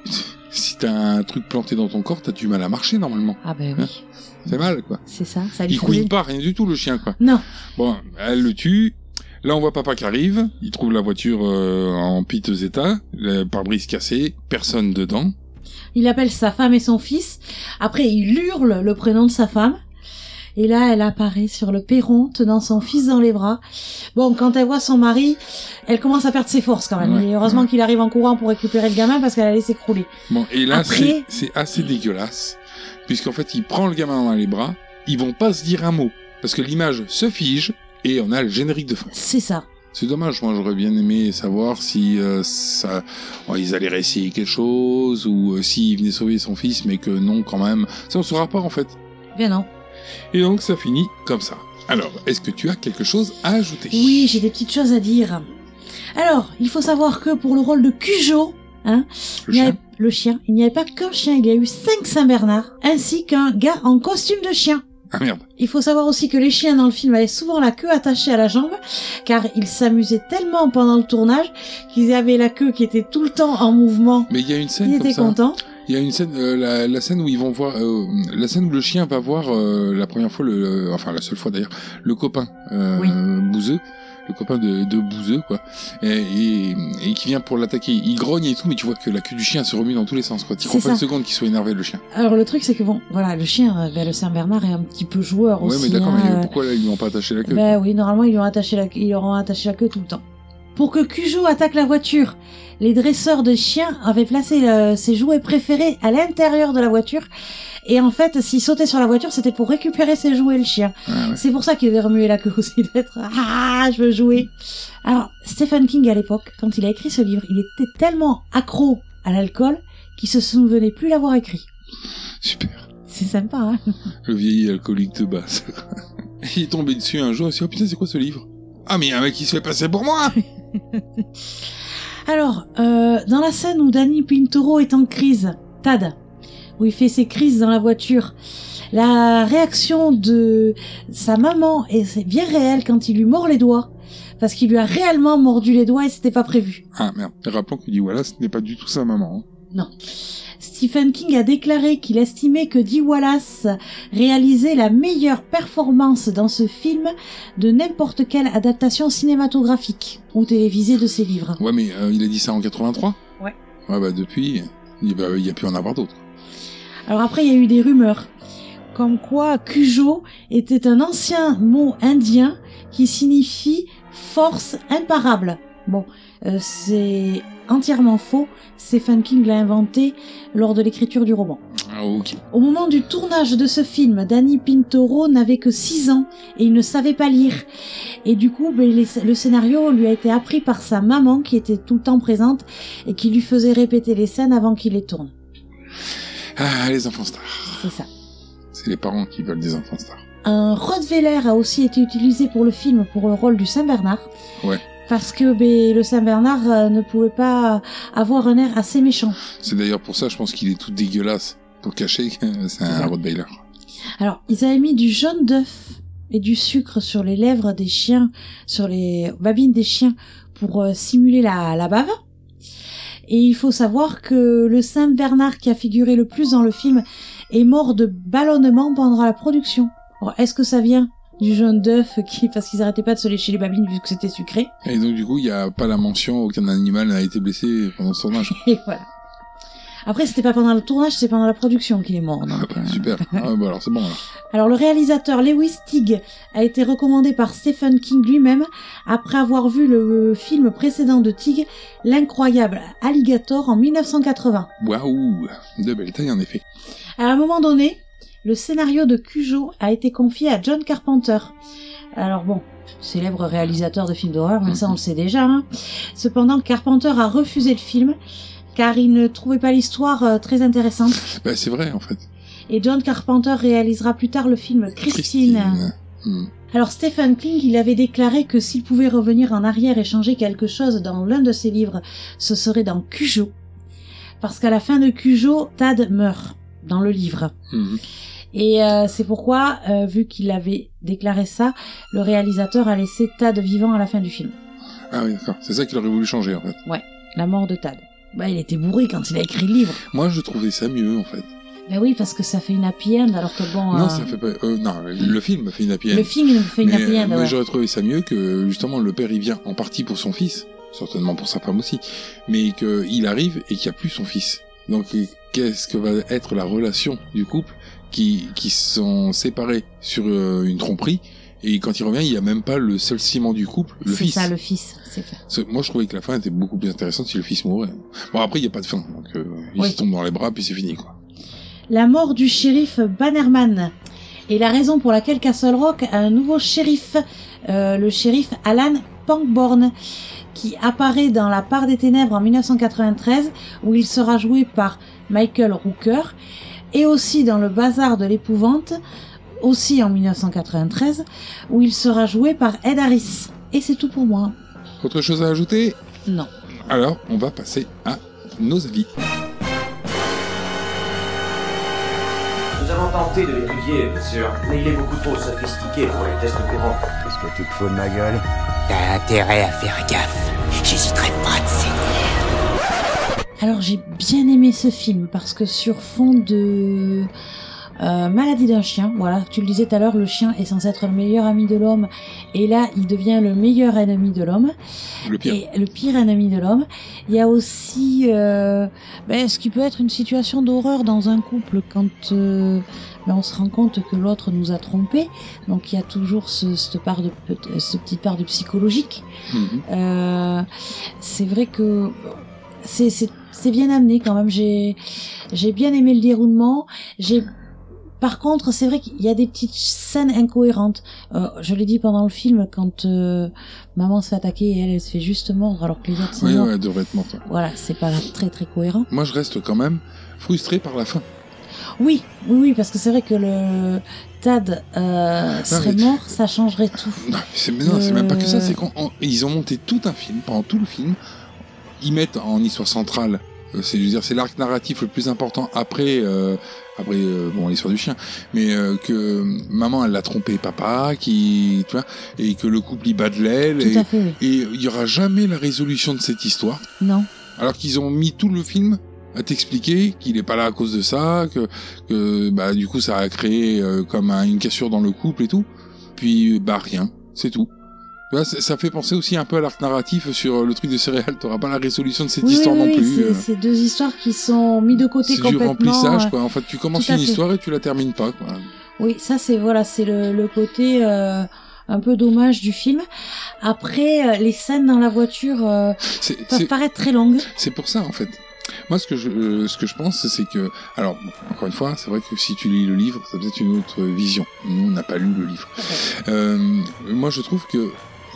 Speaker 5: (laughs) si t'as un truc planté dans ton corps, t'as du mal à marcher normalement.
Speaker 6: Ah ben
Speaker 5: oui. C'est mal, quoi.
Speaker 6: C'est ça. Ça lui
Speaker 5: Hein. Il
Speaker 6: faisait.
Speaker 5: couine pas, rien du tout, le chien, quoi.
Speaker 6: Non.
Speaker 5: Bon, elle le tue. Là, on voit papa qui arrive. Il trouve la voiture euh, en piteux état, le pare-brise cassé, personne dedans.
Speaker 6: Il appelle sa femme et son fils. Après, il hurle le prénom de sa femme. Et là, elle apparaît sur le perron, tenant son fils dans les bras. Bon, quand elle voit son mari, elle commence à perdre ses forces quand même.
Speaker 5: Ouais,
Speaker 6: Et heureusement qu'il arrive en courant pour récupérer le gamin parce qu'elle allait s'écrouler.
Speaker 5: Bon, et là,
Speaker 6: Après-
Speaker 5: c'est- c'est assez dégueulasse, puisqu'en fait, il prend le gamin dans les bras, ils vont pas se dire un mot, parce que l'image se fige, et on a le générique de fin.
Speaker 6: C'est ça.
Speaker 5: C'est dommage, moi j'aurais bien aimé savoir si euh, ça, oh, ils allaient réessayer quelque chose, ou euh, s'il venait sauver son fils, mais que non quand même. Ça on saura pas en fait.
Speaker 6: Bien non.
Speaker 5: Et donc ça finit comme ça. Alors, est-ce que tu as quelque chose à ajouter
Speaker 6: Oui, j'ai des petites choses à dire. Alors, il faut savoir que pour le rôle de Cujo, hein,
Speaker 5: Le
Speaker 6: il n'y
Speaker 5: chien.
Speaker 6: avait- le chien, il n'y avait pas qu'un chien, il y a eu cinq Saint-Bernard, ainsi qu'un gars en costume de chien.
Speaker 5: Ah merde.
Speaker 6: Il faut savoir aussi que les chiens dans le film avaient souvent la queue attachée à la jambe, car ils s'amusaient tellement pendant le tournage qu'ils avaient la queue qui était tout le temps en mouvement.
Speaker 5: Mais il y a une scène
Speaker 6: Il
Speaker 5: comme
Speaker 6: était
Speaker 5: ça.
Speaker 6: content.
Speaker 5: Il y a une scène, euh, la, la scène où ils vont voir, euh, la scène où le chien va voir euh, la première fois, le, enfin la seule fois d'ailleurs, le copain euh, Bouzeux, le copain de, de Bouzeux quoi, et, et, et qui vient pour l'attaquer. Il grogne et tout, mais tu vois que la queue du chien se remue dans tous les sens quoi. Tu
Speaker 6: C'est
Speaker 5: comprends pas une
Speaker 6: ça.
Speaker 5: seconde qu'il soit énervé le chien.
Speaker 6: Alors le truc c'est que bon, voilà, le chien, euh, ben, le Saint-Bernard est un petit peu joueur
Speaker 5: ouais
Speaker 6: aussi.
Speaker 5: mais d'accord,
Speaker 6: hein,
Speaker 5: mais
Speaker 6: euh,
Speaker 5: pourquoi là ils lui ont pas attaché la queue
Speaker 6: Ben oui, normalement ils lui ont attaché la, ils leur ont attaché la queue tout le temps. Pour que Cujo attaque la voiture, les dresseurs de chiens avaient placé euh, ses jouets préférés à l'intérieur de la voiture. Et en fait, s'il sautait sur la voiture, c'était pour récupérer ses jouets le chien.
Speaker 5: Ah,
Speaker 6: C'est pour ça qu'il avait remué la queue aussi (laughs) d'être ah je veux jouer. Alors Stephen King à l'époque, quand il a écrit ce livre, il était tellement accro à l'alcool qu'il se souvenait plus l'avoir écrit.
Speaker 5: Super.
Speaker 6: C'est sympa. Hein
Speaker 5: Le vieil alcoolique de base. (laughs) il est tombé dessus un jour, il s'est dit oh putain c'est quoi ce livre Ah mais il y a un mec qui se fait passer pour moi.
Speaker 6: Alors, euh, dans la scène où Danny Pintoro est en crise, Tad, où il fait ses crises dans la voiture, la réaction de sa maman est bien réelle quand il lui mord les doigts, parce qu'il lui a réellement mordu les doigts et c'était pas prévu.
Speaker 5: Ah merde. Rappelons que dit voilà, ce n'est pas du tout sa maman. hein.
Speaker 6: Non. Stephen King a déclaré qu'il estimait que Dee Wallace réalisait la meilleure performance dans ce film de n'importe quelle adaptation cinématographique ou télévisée de ses livres.
Speaker 5: Ouais mais euh, il a dit ça en 83.
Speaker 6: Ouais.
Speaker 5: Ouais, bah depuis, il bah, il y a pu en avoir d'autres.
Speaker 6: Alors après, il y a eu des rumeurs comme quoi Cujo était un ancien mot indien qui signifie force imparable. Bon, euh, c'est entièrement faux. Stephen King l'a inventé lors de l'écriture du roman.
Speaker 5: Ah, ok.
Speaker 6: Au moment du tournage de ce film, Danny Pintoro n'avait que 6 ans et il ne savait pas lire. Et du coup, ben, les- le scénario lui a été appris par sa maman qui était tout le temps présente et qui lui faisait répéter les scènes avant qu'il les tourne.
Speaker 5: Ah, les enfants stars.
Speaker 6: C'est ça.
Speaker 5: C'est les parents qui veulent des enfants stars.
Speaker 6: Un Rottweiler a aussi été utilisé pour le film pour le rôle du Saint-Bernard.
Speaker 5: Ouais.
Speaker 6: Parce que ben, le Saint-Bernard euh, ne pouvait pas avoir un air assez méchant.
Speaker 5: C'est d'ailleurs pour ça, je pense qu'il est tout dégueulasse pour cacher que c'est un Rottweiler.
Speaker 6: Alors, ils avaient mis du jaune d'œuf et du sucre sur les lèvres des chiens, sur les babines des chiens pour euh, simuler la, la bave. Et il faut savoir que le Saint Bernard qui a figuré le plus dans le film est mort de ballonnement pendant la production. Alors, est-ce que ça vient du jaune d'œuf qui, (laughs) parce qu'ils arrêtaient pas de se lécher les babines vu que c'était sucré
Speaker 5: Et donc, du coup, il n'y a pas la mention, aucun animal n'a été blessé pendant ce tournage.
Speaker 6: Et voilà. Après, c'était pas pendant le tournage, c'est pendant la production qu'il est mort. donc. euh.
Speaker 5: Super. Ah, bah alors, c'est bon, alors.
Speaker 6: Alors le réalisateur Lewis Tigg a été recommandé par Stephen King lui-même après avoir vu le film précédent de Tigg, L'incroyable Alligator en 1980.
Speaker 5: Waouh De belle taille, en effet.
Speaker 6: À un moment donné, le scénario de Cujo a été confié à John Carpenter. Alors bon, célèbre réalisateur de films d'horreur, mais ça on le sait déjà. hein. Cependant, Carpenter a refusé le film car il ne trouvait pas l'histoire euh, très intéressante.
Speaker 5: Bah, c'est vrai, en fait.
Speaker 6: Et John Carpenter réalisera plus tard le film Christine.
Speaker 5: Hmm.
Speaker 6: Alors Stephen King, il avait déclaré que s'il pouvait revenir en arrière et changer quelque chose dans l'un de ses livres, ce serait dans Cujo. Parce qu'à la fin de Cujo, Tad meurt dans le livre.
Speaker 5: Mhm.
Speaker 6: Et euh, c'est pourquoi, euh, vu qu'il avait déclaré ça, le réalisateur a laissé Tad vivant à la fin du film.
Speaker 5: Ah oui, d'accord. C'est ça qu'il aurait voulu changer, en fait.
Speaker 6: Ouais, la mort de Tad. Bah, il était bourré quand il a écrit le livre.
Speaker 5: Moi, je trouvais ça mieux, en fait.
Speaker 6: Bah oui, parce que ça fait une happy end, alors que bon... euh,
Speaker 5: Non, ça fait pas. euh, non, le film fait une happy end.
Speaker 6: Le film fait une
Speaker 5: mais, euh,
Speaker 6: happy end,
Speaker 5: mais
Speaker 6: ouais.
Speaker 5: j'aurais trouvé ça mieux que justement le père il vient en partie pour son fils, certainement pour sa femme aussi, mais qu'il arrive et qu'il n'y a plus son fils. Donc euh, qu'est-ce que va être la relation du couple qui qui sont séparés sur euh, une tromperie et quand il revient il n'y a même pas le seul ciment du couple, le
Speaker 6: C'est
Speaker 5: fils.
Speaker 6: ça, le fils, c'est clair.
Speaker 5: Parce que Moi je trouvais que la fin était beaucoup plus intéressante si le fils mourait. Bon après il n'y a pas de fin, donc euh, il
Speaker 6: Oui.
Speaker 5: se tombe dans les bras puis c'est fini quoi.
Speaker 6: la mort du shérif Bannerman et la raison pour laquelle Castle Rock a un nouveau shérif, euh, le shérif Alan Pangborn, qui apparaît dans La part des ténèbres en 1993, où il sera joué par Michael Rooker, et aussi dans Le bazar de l'épouvante, aussi en 1993, où il sera joué par Ed Harris. Et c'est tout pour moi.
Speaker 5: Autre chose à ajouter
Speaker 6: Non.
Speaker 5: Alors on va passer à nos avis.
Speaker 13: Nous avons tenté de l'étudier, bien sûr, mais il est beaucoup trop sophistiqué pour les tests courants. Qu'est-ce que tu te fous de ma gueule
Speaker 8: T'as intérêt à faire gaffe. J'hésiterai pas de
Speaker 6: Alors j'ai bien aimé ce film parce que sur fond de euh, maladie d'un chien, voilà, tu le disais tout à l'heure, le chien est censé être le meilleur ami de l'homme et là il devient le meilleur ennemi de l'homme.
Speaker 5: Le pire.
Speaker 6: Et le pire ennemi de l'homme. Il y a aussi euh, ben, ce qui peut être une situation d'horreur dans un couple quand euh, ben, on se rend compte que l'autre nous a trompés. Donc il y a toujours ce, cette part de, peut- cette petite part de psychologique.
Speaker 5: Mhm.
Speaker 6: Euh, c'est vrai que c'est c'est- c'est bien amené quand même. J'ai j'ai bien aimé le déroulement. J'ai par contre, c'est vrai qu'il y a des petites scènes incohérentes. Euh, je l'ai dit pendant le film, quand euh, maman se fait attaquer et elle, elle se fait juste mordre alors que les autres sont
Speaker 5: Oui
Speaker 6: morts.
Speaker 5: ouais, devrait être menteur.
Speaker 6: Voilà, c'est pas très très cohérent.
Speaker 5: Moi, je reste quand même frustré par la fin.
Speaker 6: Oui, oui, oui, parce que c'est vrai que le Tad
Speaker 5: Ah,
Speaker 6: euh, serait
Speaker 5: mais-
Speaker 6: mort, ça changerait tout.
Speaker 5: C'est mais non, c'est même pas que ça.
Speaker 6: Euh.
Speaker 5: C'est qu'ils ont monté tout un film pendant tout le film. Ils mettent en histoire centrale. euh, C'est, je veux dire, c'est l'arc narratif le plus important après, euh, après euh, bon l'histoire du chien, mais euh, que maman elle l'a trompé papa, qui tu vois, et que le couple y bat de l'aile,
Speaker 6: Tout
Speaker 5: et
Speaker 6: à fait, oui.
Speaker 5: et il y aura jamais la résolution de cette histoire.
Speaker 6: Non.
Speaker 5: Alors qu'ils ont mis tout le film à t'expliquer qu'il n'est pas là à cause de ça, que, que bah, du coup ça a créé euh, comme un- une cassure dans le couple et tout. Puis bah rien, c'est tout. Tu vois, ça, ça fait penser aussi un peu à l'arc narratif sur le truc de céréales. T'auras pas la résolution de cette
Speaker 6: Oui,
Speaker 5: histoire
Speaker 6: oui,
Speaker 5: non
Speaker 6: oui,
Speaker 5: plus.
Speaker 6: c'est-
Speaker 5: euh.
Speaker 6: C'est deux histoires qui sont mises de côté
Speaker 5: C'est du
Speaker 6: complètement.
Speaker 5: remplissage
Speaker 6: euh,
Speaker 5: quoi. En fait, tu commences
Speaker 6: tout à
Speaker 5: une
Speaker 6: fait.
Speaker 5: histoire et tu la termines pas. Quoi.
Speaker 6: Oui, ça c'est voilà, c'est le, le côté euh, un peu dommage du film. Après, euh, les scènes dans la voiture euh,
Speaker 5: C'est-
Speaker 6: peuvent
Speaker 5: c'est-
Speaker 6: paraître très longues.
Speaker 5: C'est pour ça en fait. Moi, ce que je, euh, ce que je pense, c'est que, alors, bon, encore une fois, c'est vrai que si tu lis le livre, ça peut être une autre vision. Nous, on n'a pas lu le livre. Euh, moi, je trouve que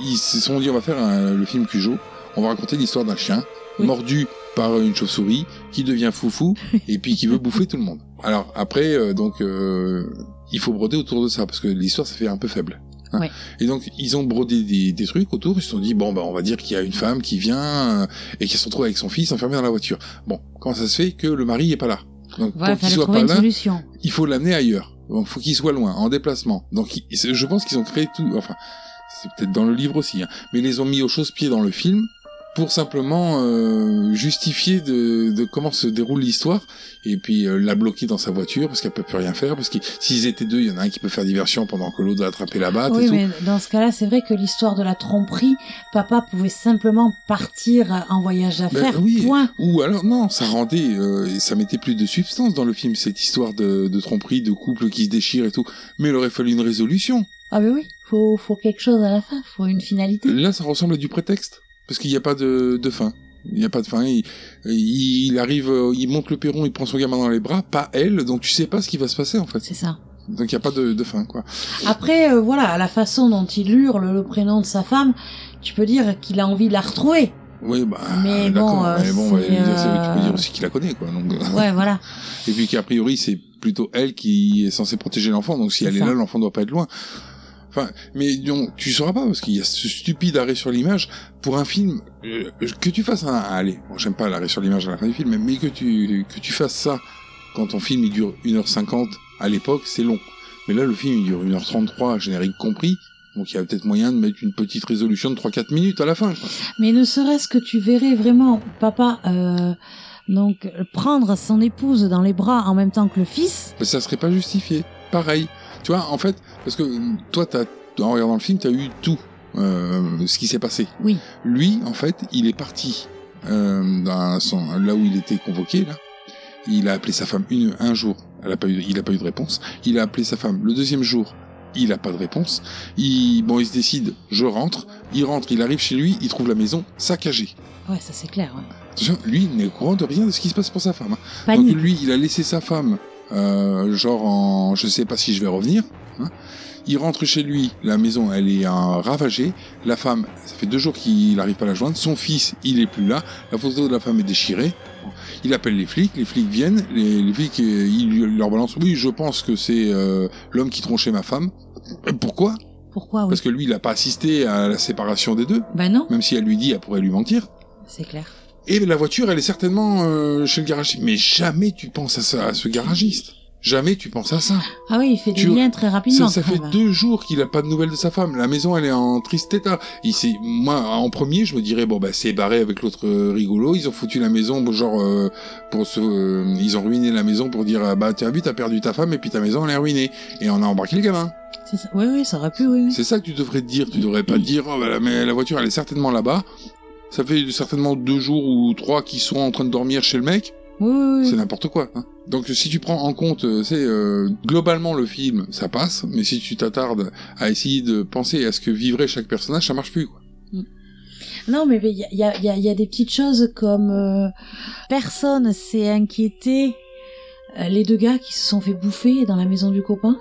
Speaker 5: ils se sont dit, on va faire un- le film Cujo. On va raconter l'histoire d'un chien mordu par une chauve-souris qui devient
Speaker 6: (laughs)
Speaker 5: foufou et puis qui veut bouffer tout le monde. Alors après, euh, donc, euh, il faut broder autour de ça parce que l'histoire, ça fait un peu faible. hein.
Speaker 6: Ouais.
Speaker 5: Et donc ils ont brodé des, des trucs autour, ils se sont dit bon bah on va dire qu'il y a une femme qui vient euh, et qui se retrouve avec son fils enfermé dans la voiture. Bon, comment ça se fait que le mari est pas là Donc
Speaker 6: Voilà,
Speaker 5: pour qu'il
Speaker 6: fallait
Speaker 5: soit
Speaker 6: trouver
Speaker 5: pas
Speaker 6: une
Speaker 5: là,
Speaker 6: solution.
Speaker 5: il faut l'amener ailleurs. Donc faut qu'ils soient loin, en déplacement. Donc ils- c'est- je pense qu'ils ont créé tout. Enfin, c'est peut-être dans le livre aussi, hein, mais ils les ont mis au chausse-pied dans le film pour simplement euh, justifier de, de comment se déroule l'histoire et puis euh, la bloquer dans sa voiture parce qu'elle peut plus rien faire parce que s'ils étaient deux, il y en a un qui peut faire diversion pendant que l'autre va attraper la batte et
Speaker 6: oui,
Speaker 5: Ah, tout.
Speaker 6: mais dans ce cas-là, c'est vrai que l'histoire de la tromperie, papa pouvait simplement partir en voyage
Speaker 5: Ben
Speaker 6: d'affaires.
Speaker 5: oui.
Speaker 6: Point.
Speaker 5: Ou alors non, ça rendait, euh, et ça mettait plus de substance dans le film cette histoire de, de tromperie, de couple qui se déchire et tout. Mais il aurait fallu une résolution.
Speaker 6: Ah mais oui, faut faut quelque chose à la fin, faut une finalité.
Speaker 5: Là, ça ressemble à du prétexte parce qu'il n'y a pas de, de fin. Il n'y a pas de fin. Il, il il arrive, euh, il monte le perron, il prend son gamin dans les bras, pas elle. Donc tu sais pas ce qui va se passer en fait.
Speaker 6: C'est ça.
Speaker 5: Donc il n'y a pas de, de fin quoi.
Speaker 6: Après, euh, voilà, la façon dont il hurle le prénom de sa femme, tu peux dire qu'il a envie de
Speaker 5: (laughs)
Speaker 6: la retrouver.
Speaker 5: Oui, bah
Speaker 6: Mais
Speaker 5: d'accord.
Speaker 6: bon, euh,
Speaker 5: mais bon, bah,
Speaker 6: c'est,
Speaker 5: il- ça- tu peux
Speaker 6: euh,
Speaker 5: dire aussi qu'il la connaît quoi. Donc. euh.
Speaker 6: Ouais, voilà.
Speaker 5: Et puis qu'a priori, c'est plutôt elle qui est censée protéger l'enfant. Donc si
Speaker 6: C'est
Speaker 5: elle est
Speaker 6: ça.
Speaker 5: là, l'enfant doit pas être loin. Enfin, mais non, tu sauras pas parce qu'il y a ce stupide arrêt sur l'image pour un film euh, que tu fasses un allez, bon, j'aime pas l'arrêt sur l'image à la fin du film, mais que tu que tu fasses ça quand ton film il dure 1h50 à l'époque, c'est long. Mais là le film il dure 1h33 générique compris. Donc il y a peut-être moyen de mettre une petite résolution de 3-4 minutes à la fin. quoi.
Speaker 6: Mais ne serait-ce que tu verrais vraiment papa euh, donc euh, prendre son épouse dans les bras en même temps que le fils.
Speaker 5: Mais ça serait pas justifié. Pareil. Tu vois, en fait, parce que euh, toi, t'as, en regardant le film, t'as eu tout euh, ce qui s'est passé.
Speaker 6: Oui.
Speaker 5: Lui, en fait, il est parti euh, dans son, là où il était convoqué, là. Il a appelé sa femme une, un jour. Elle a pas eu, il a pas eu de réponse. Il a appelé sa femme le deuxième jour. Il a pas de réponse. Il, bon, il se décide, je rentre. Il rentre, il arrive chez lui, il trouve la maison saccagée.
Speaker 6: Ouais, ça c'est clair. ouais.
Speaker 5: Attention, lui il n'est au courant de rien de ce qui se passe pour sa femme. hein.
Speaker 6: Panique.
Speaker 5: Donc lui, il a laissé sa femme, euh, genre en je sais pas si je vais revenir. hein. Il rentre chez lui, la maison elle est euh, ravagée, la femme, ça fait deux jours qu'il n'arrive pas à la joindre, son fils il est plus là, la photo de la femme est déchirée. Il appelle les flics, les flics viennent, les, les flics euh, ils lui- leur balancent oui je pense que c'est euh, l'homme qui tronchait ma femme. Euh, Pourquoi
Speaker 6: Pourquoi oui.
Speaker 5: Parce que lui il n'a pas assisté à la séparation des deux.
Speaker 6: Ben non.
Speaker 5: Même si elle lui dit elle pourrait lui mentir.
Speaker 6: C'est clair.
Speaker 5: Et la voiture, elle est certainement euh, chez le garagiste. Mais jamais tu penses à, ça, à ce garagiste. Jamais tu penses à ça.
Speaker 6: Ah oui, il fait des
Speaker 5: Tu-
Speaker 6: liens très rapidement.
Speaker 5: Ça, ça
Speaker 6: quand
Speaker 5: fait
Speaker 6: même.
Speaker 5: deux jours qu'il a pas de nouvelles de sa femme. La maison, elle est en triste état. Il s'est- moi, en premier, je me dirais bon bah c'est barré avec l'autre euh, rigolo. Ils ont foutu la maison, bon, genre euh, pour se, euh, ils ont ruiné la maison pour dire ah, bah t'as vu, t'as perdu ta femme et puis ta maison elle est ruinée et on a embarqué le gamin.
Speaker 6: C'est ça- Oui, oui, ça aurait pu, oui. oui.
Speaker 5: C'est ça que tu devrais te dire. Tu devrais pas te dire, oh, bah, la- mais la voiture, elle est certainement là-bas. Ça fait certainement deux jours ou trois qu'ils sont en train de dormir chez le mec. C'est n'importe quoi. hein. Donc si tu prends en compte, euh, c'est euh, globalement le film, ça passe. Mais si tu t'attardes à essayer de penser à ce que vivrait chaque personnage, ça marche plus. Quoi.
Speaker 6: Non, mais il y a, il y, a- il y a- il y a des petites choses comme euh, personne s'est inquiété. euh, les deux gars qui se sont fait bouffer dans la maison du copain.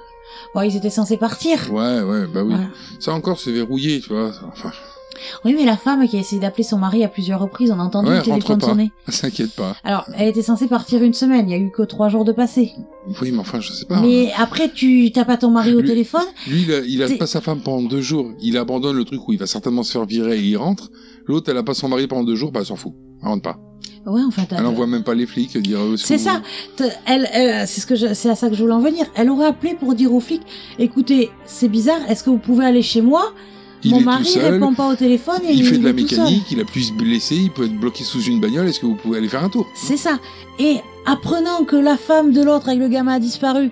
Speaker 6: Bon, ils étaient censés partir.
Speaker 5: Ouais, ouais, bah oui.
Speaker 6: Voilà.
Speaker 5: Ça encore, c'est verrouillé, tu vois. Enfin, (laughs)
Speaker 6: Oui, mais la femme qui a essayé d'appeler son mari à plusieurs reprises, on a entendu
Speaker 5: ouais,
Speaker 6: le
Speaker 5: rentre
Speaker 6: téléphone
Speaker 5: pas.
Speaker 6: sonner.
Speaker 5: S'inquiète pas.
Speaker 6: Alors, elle était censée partir une semaine. Il y a eu que trois jours de passé.
Speaker 5: Oui, mais enfin, je sais pas.
Speaker 6: Mais après, tu t'as pas ton mari au
Speaker 5: Lui-
Speaker 6: téléphone.
Speaker 5: Lui, il a, il a
Speaker 6: T'es-
Speaker 5: pas sa femme pendant deux jours. Il abandonne le truc où il va certainement se faire virer et il rentre. L'autre, elle a pas son mari pendant deux jours, bah elle s'en fout. Elle rentre pas.
Speaker 6: Ouais, enfin, t'as.
Speaker 5: Elle envoie même pas les flics dire. euh,
Speaker 6: C'est
Speaker 5: que vous-
Speaker 6: ça. T'as- Elle, elle- c'est ce que je- c'est à ça que je voulais en venir. Elle aurait appelé pour dire aux flics, écoutez, c'est bizarre. Est-ce que vous pouvez aller chez moi
Speaker 5: Il
Speaker 6: Mon
Speaker 5: est tout
Speaker 6: mari
Speaker 5: seul.
Speaker 6: répond pas au téléphone et
Speaker 5: Il fait de la
Speaker 6: est tout seul.
Speaker 5: mécanique, il a plus se blesser, il peut être bloqué sous une bagnole. Est-ce que vous pouvez aller faire un tour
Speaker 6: C'est ça. Et apprenant que la femme de l'autre avec le gamin a disparu,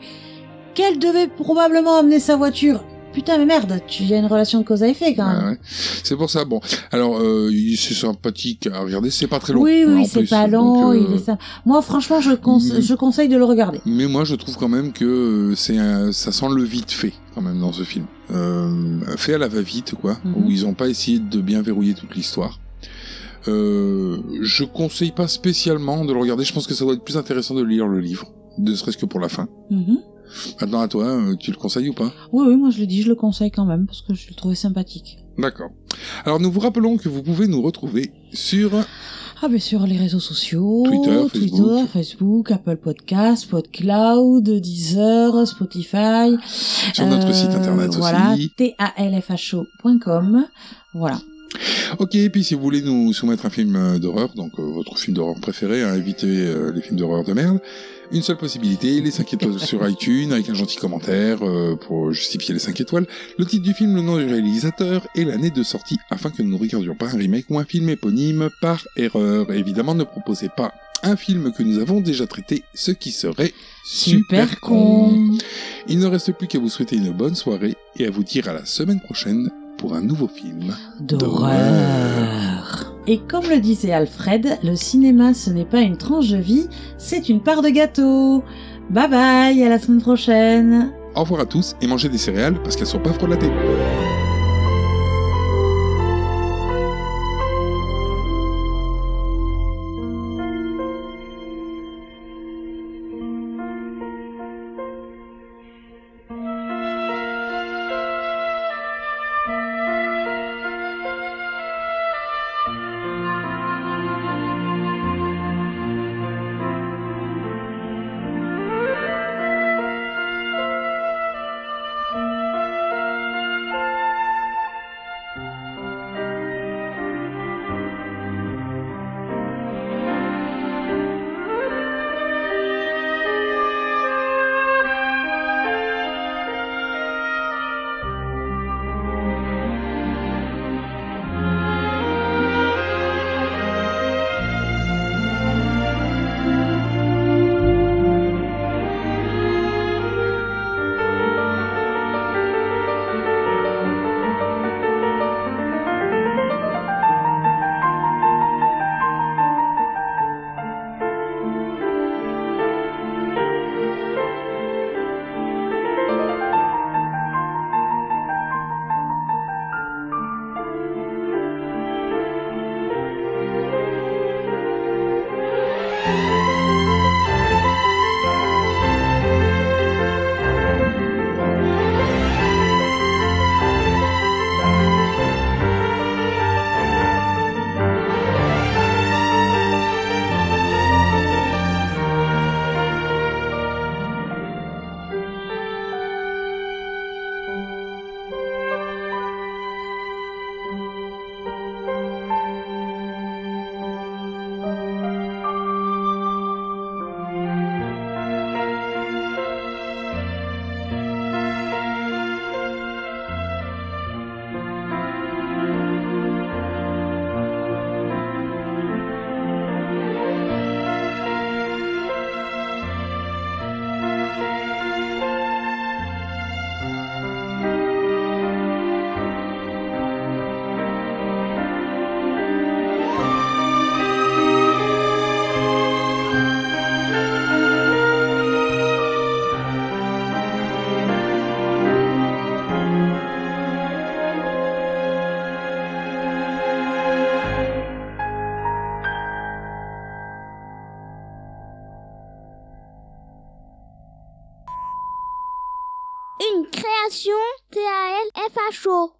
Speaker 6: qu'elle devait probablement amener sa voiture. Putain, mais merde, tu y a une relation de cause à effet quand même.
Speaker 5: Ouais, ouais. C'est pour ça. Bon, alors euh, il- c'est sympathique à regarder. C'est pas très long.
Speaker 6: oui,
Speaker 5: hein, en
Speaker 6: oui, c'est
Speaker 5: plus.
Speaker 6: pas long.
Speaker 5: Donc, euh,
Speaker 6: il est ça. Moi, franchement, je, conse-
Speaker 5: Mm.
Speaker 6: je conseille de le regarder.
Speaker 5: Mais moi, je trouve quand même que euh, c'est un- ça sent le vite fait quand même dans ce film. Euh, fait à la va-vite, quoi,
Speaker 6: Mhm.
Speaker 5: où ils n'ont pas essayé de bien verrouiller toute l'histoire. Euh, je conseille pas spécialement de le regarder. Je pense que ça doit être plus intéressant de lire le livre, ne serait-ce que pour la fin.
Speaker 6: Mhm.
Speaker 5: Maintenant, à toi, euh, tu le conseilles ou pas
Speaker 6: Oui, oui, moi je le dis, je le conseille quand même parce que je le trouvais sympathique.
Speaker 5: D'accord. Alors, nous vous rappelons que vous pouvez nous retrouver sur
Speaker 6: Ah, bien sûr, les réseaux sociaux,
Speaker 5: Twitter, Facebook.
Speaker 6: Facebook, Apple Podcasts, PodCloud, Deezer, Spotify. euh,
Speaker 5: Sur notre site internet aussi.
Speaker 6: voilà, talfho.com. Voilà.
Speaker 5: Ok, et puis si vous voulez nous soumettre un film euh, d'horreur, donc euh, votre film d'horreur préféré, hein, évitez euh, les films d'horreur de merde, Une seule possibilité, les 5 étoiles
Speaker 6: (laughs)
Speaker 5: sur iTunes avec un gentil commentaire euh, pour justifier les 5 étoiles, le titre du film, le nom du réalisateur et l'année de sortie afin que nous ne regardions pas un remake ou un film éponyme par erreur. Évidemment, ne proposez pas un film que nous avons déjà traité, ce qui serait
Speaker 6: Super con.
Speaker 5: Il ne reste plus qu'à vous souhaiter une bonne soirée et à vous dire à la semaine prochaine pour un nouveau film
Speaker 6: d'horreur. Et comme le disait Alfred, le cinéma ce n'est pas une tranche de vie, c'est une part de gâteau. Bye bye, à la semaine prochaine.
Speaker 5: Au revoir à tous et mangez des céréales parce qu'elles sont pas frelatées.
Speaker 14: Une création TAL FHO.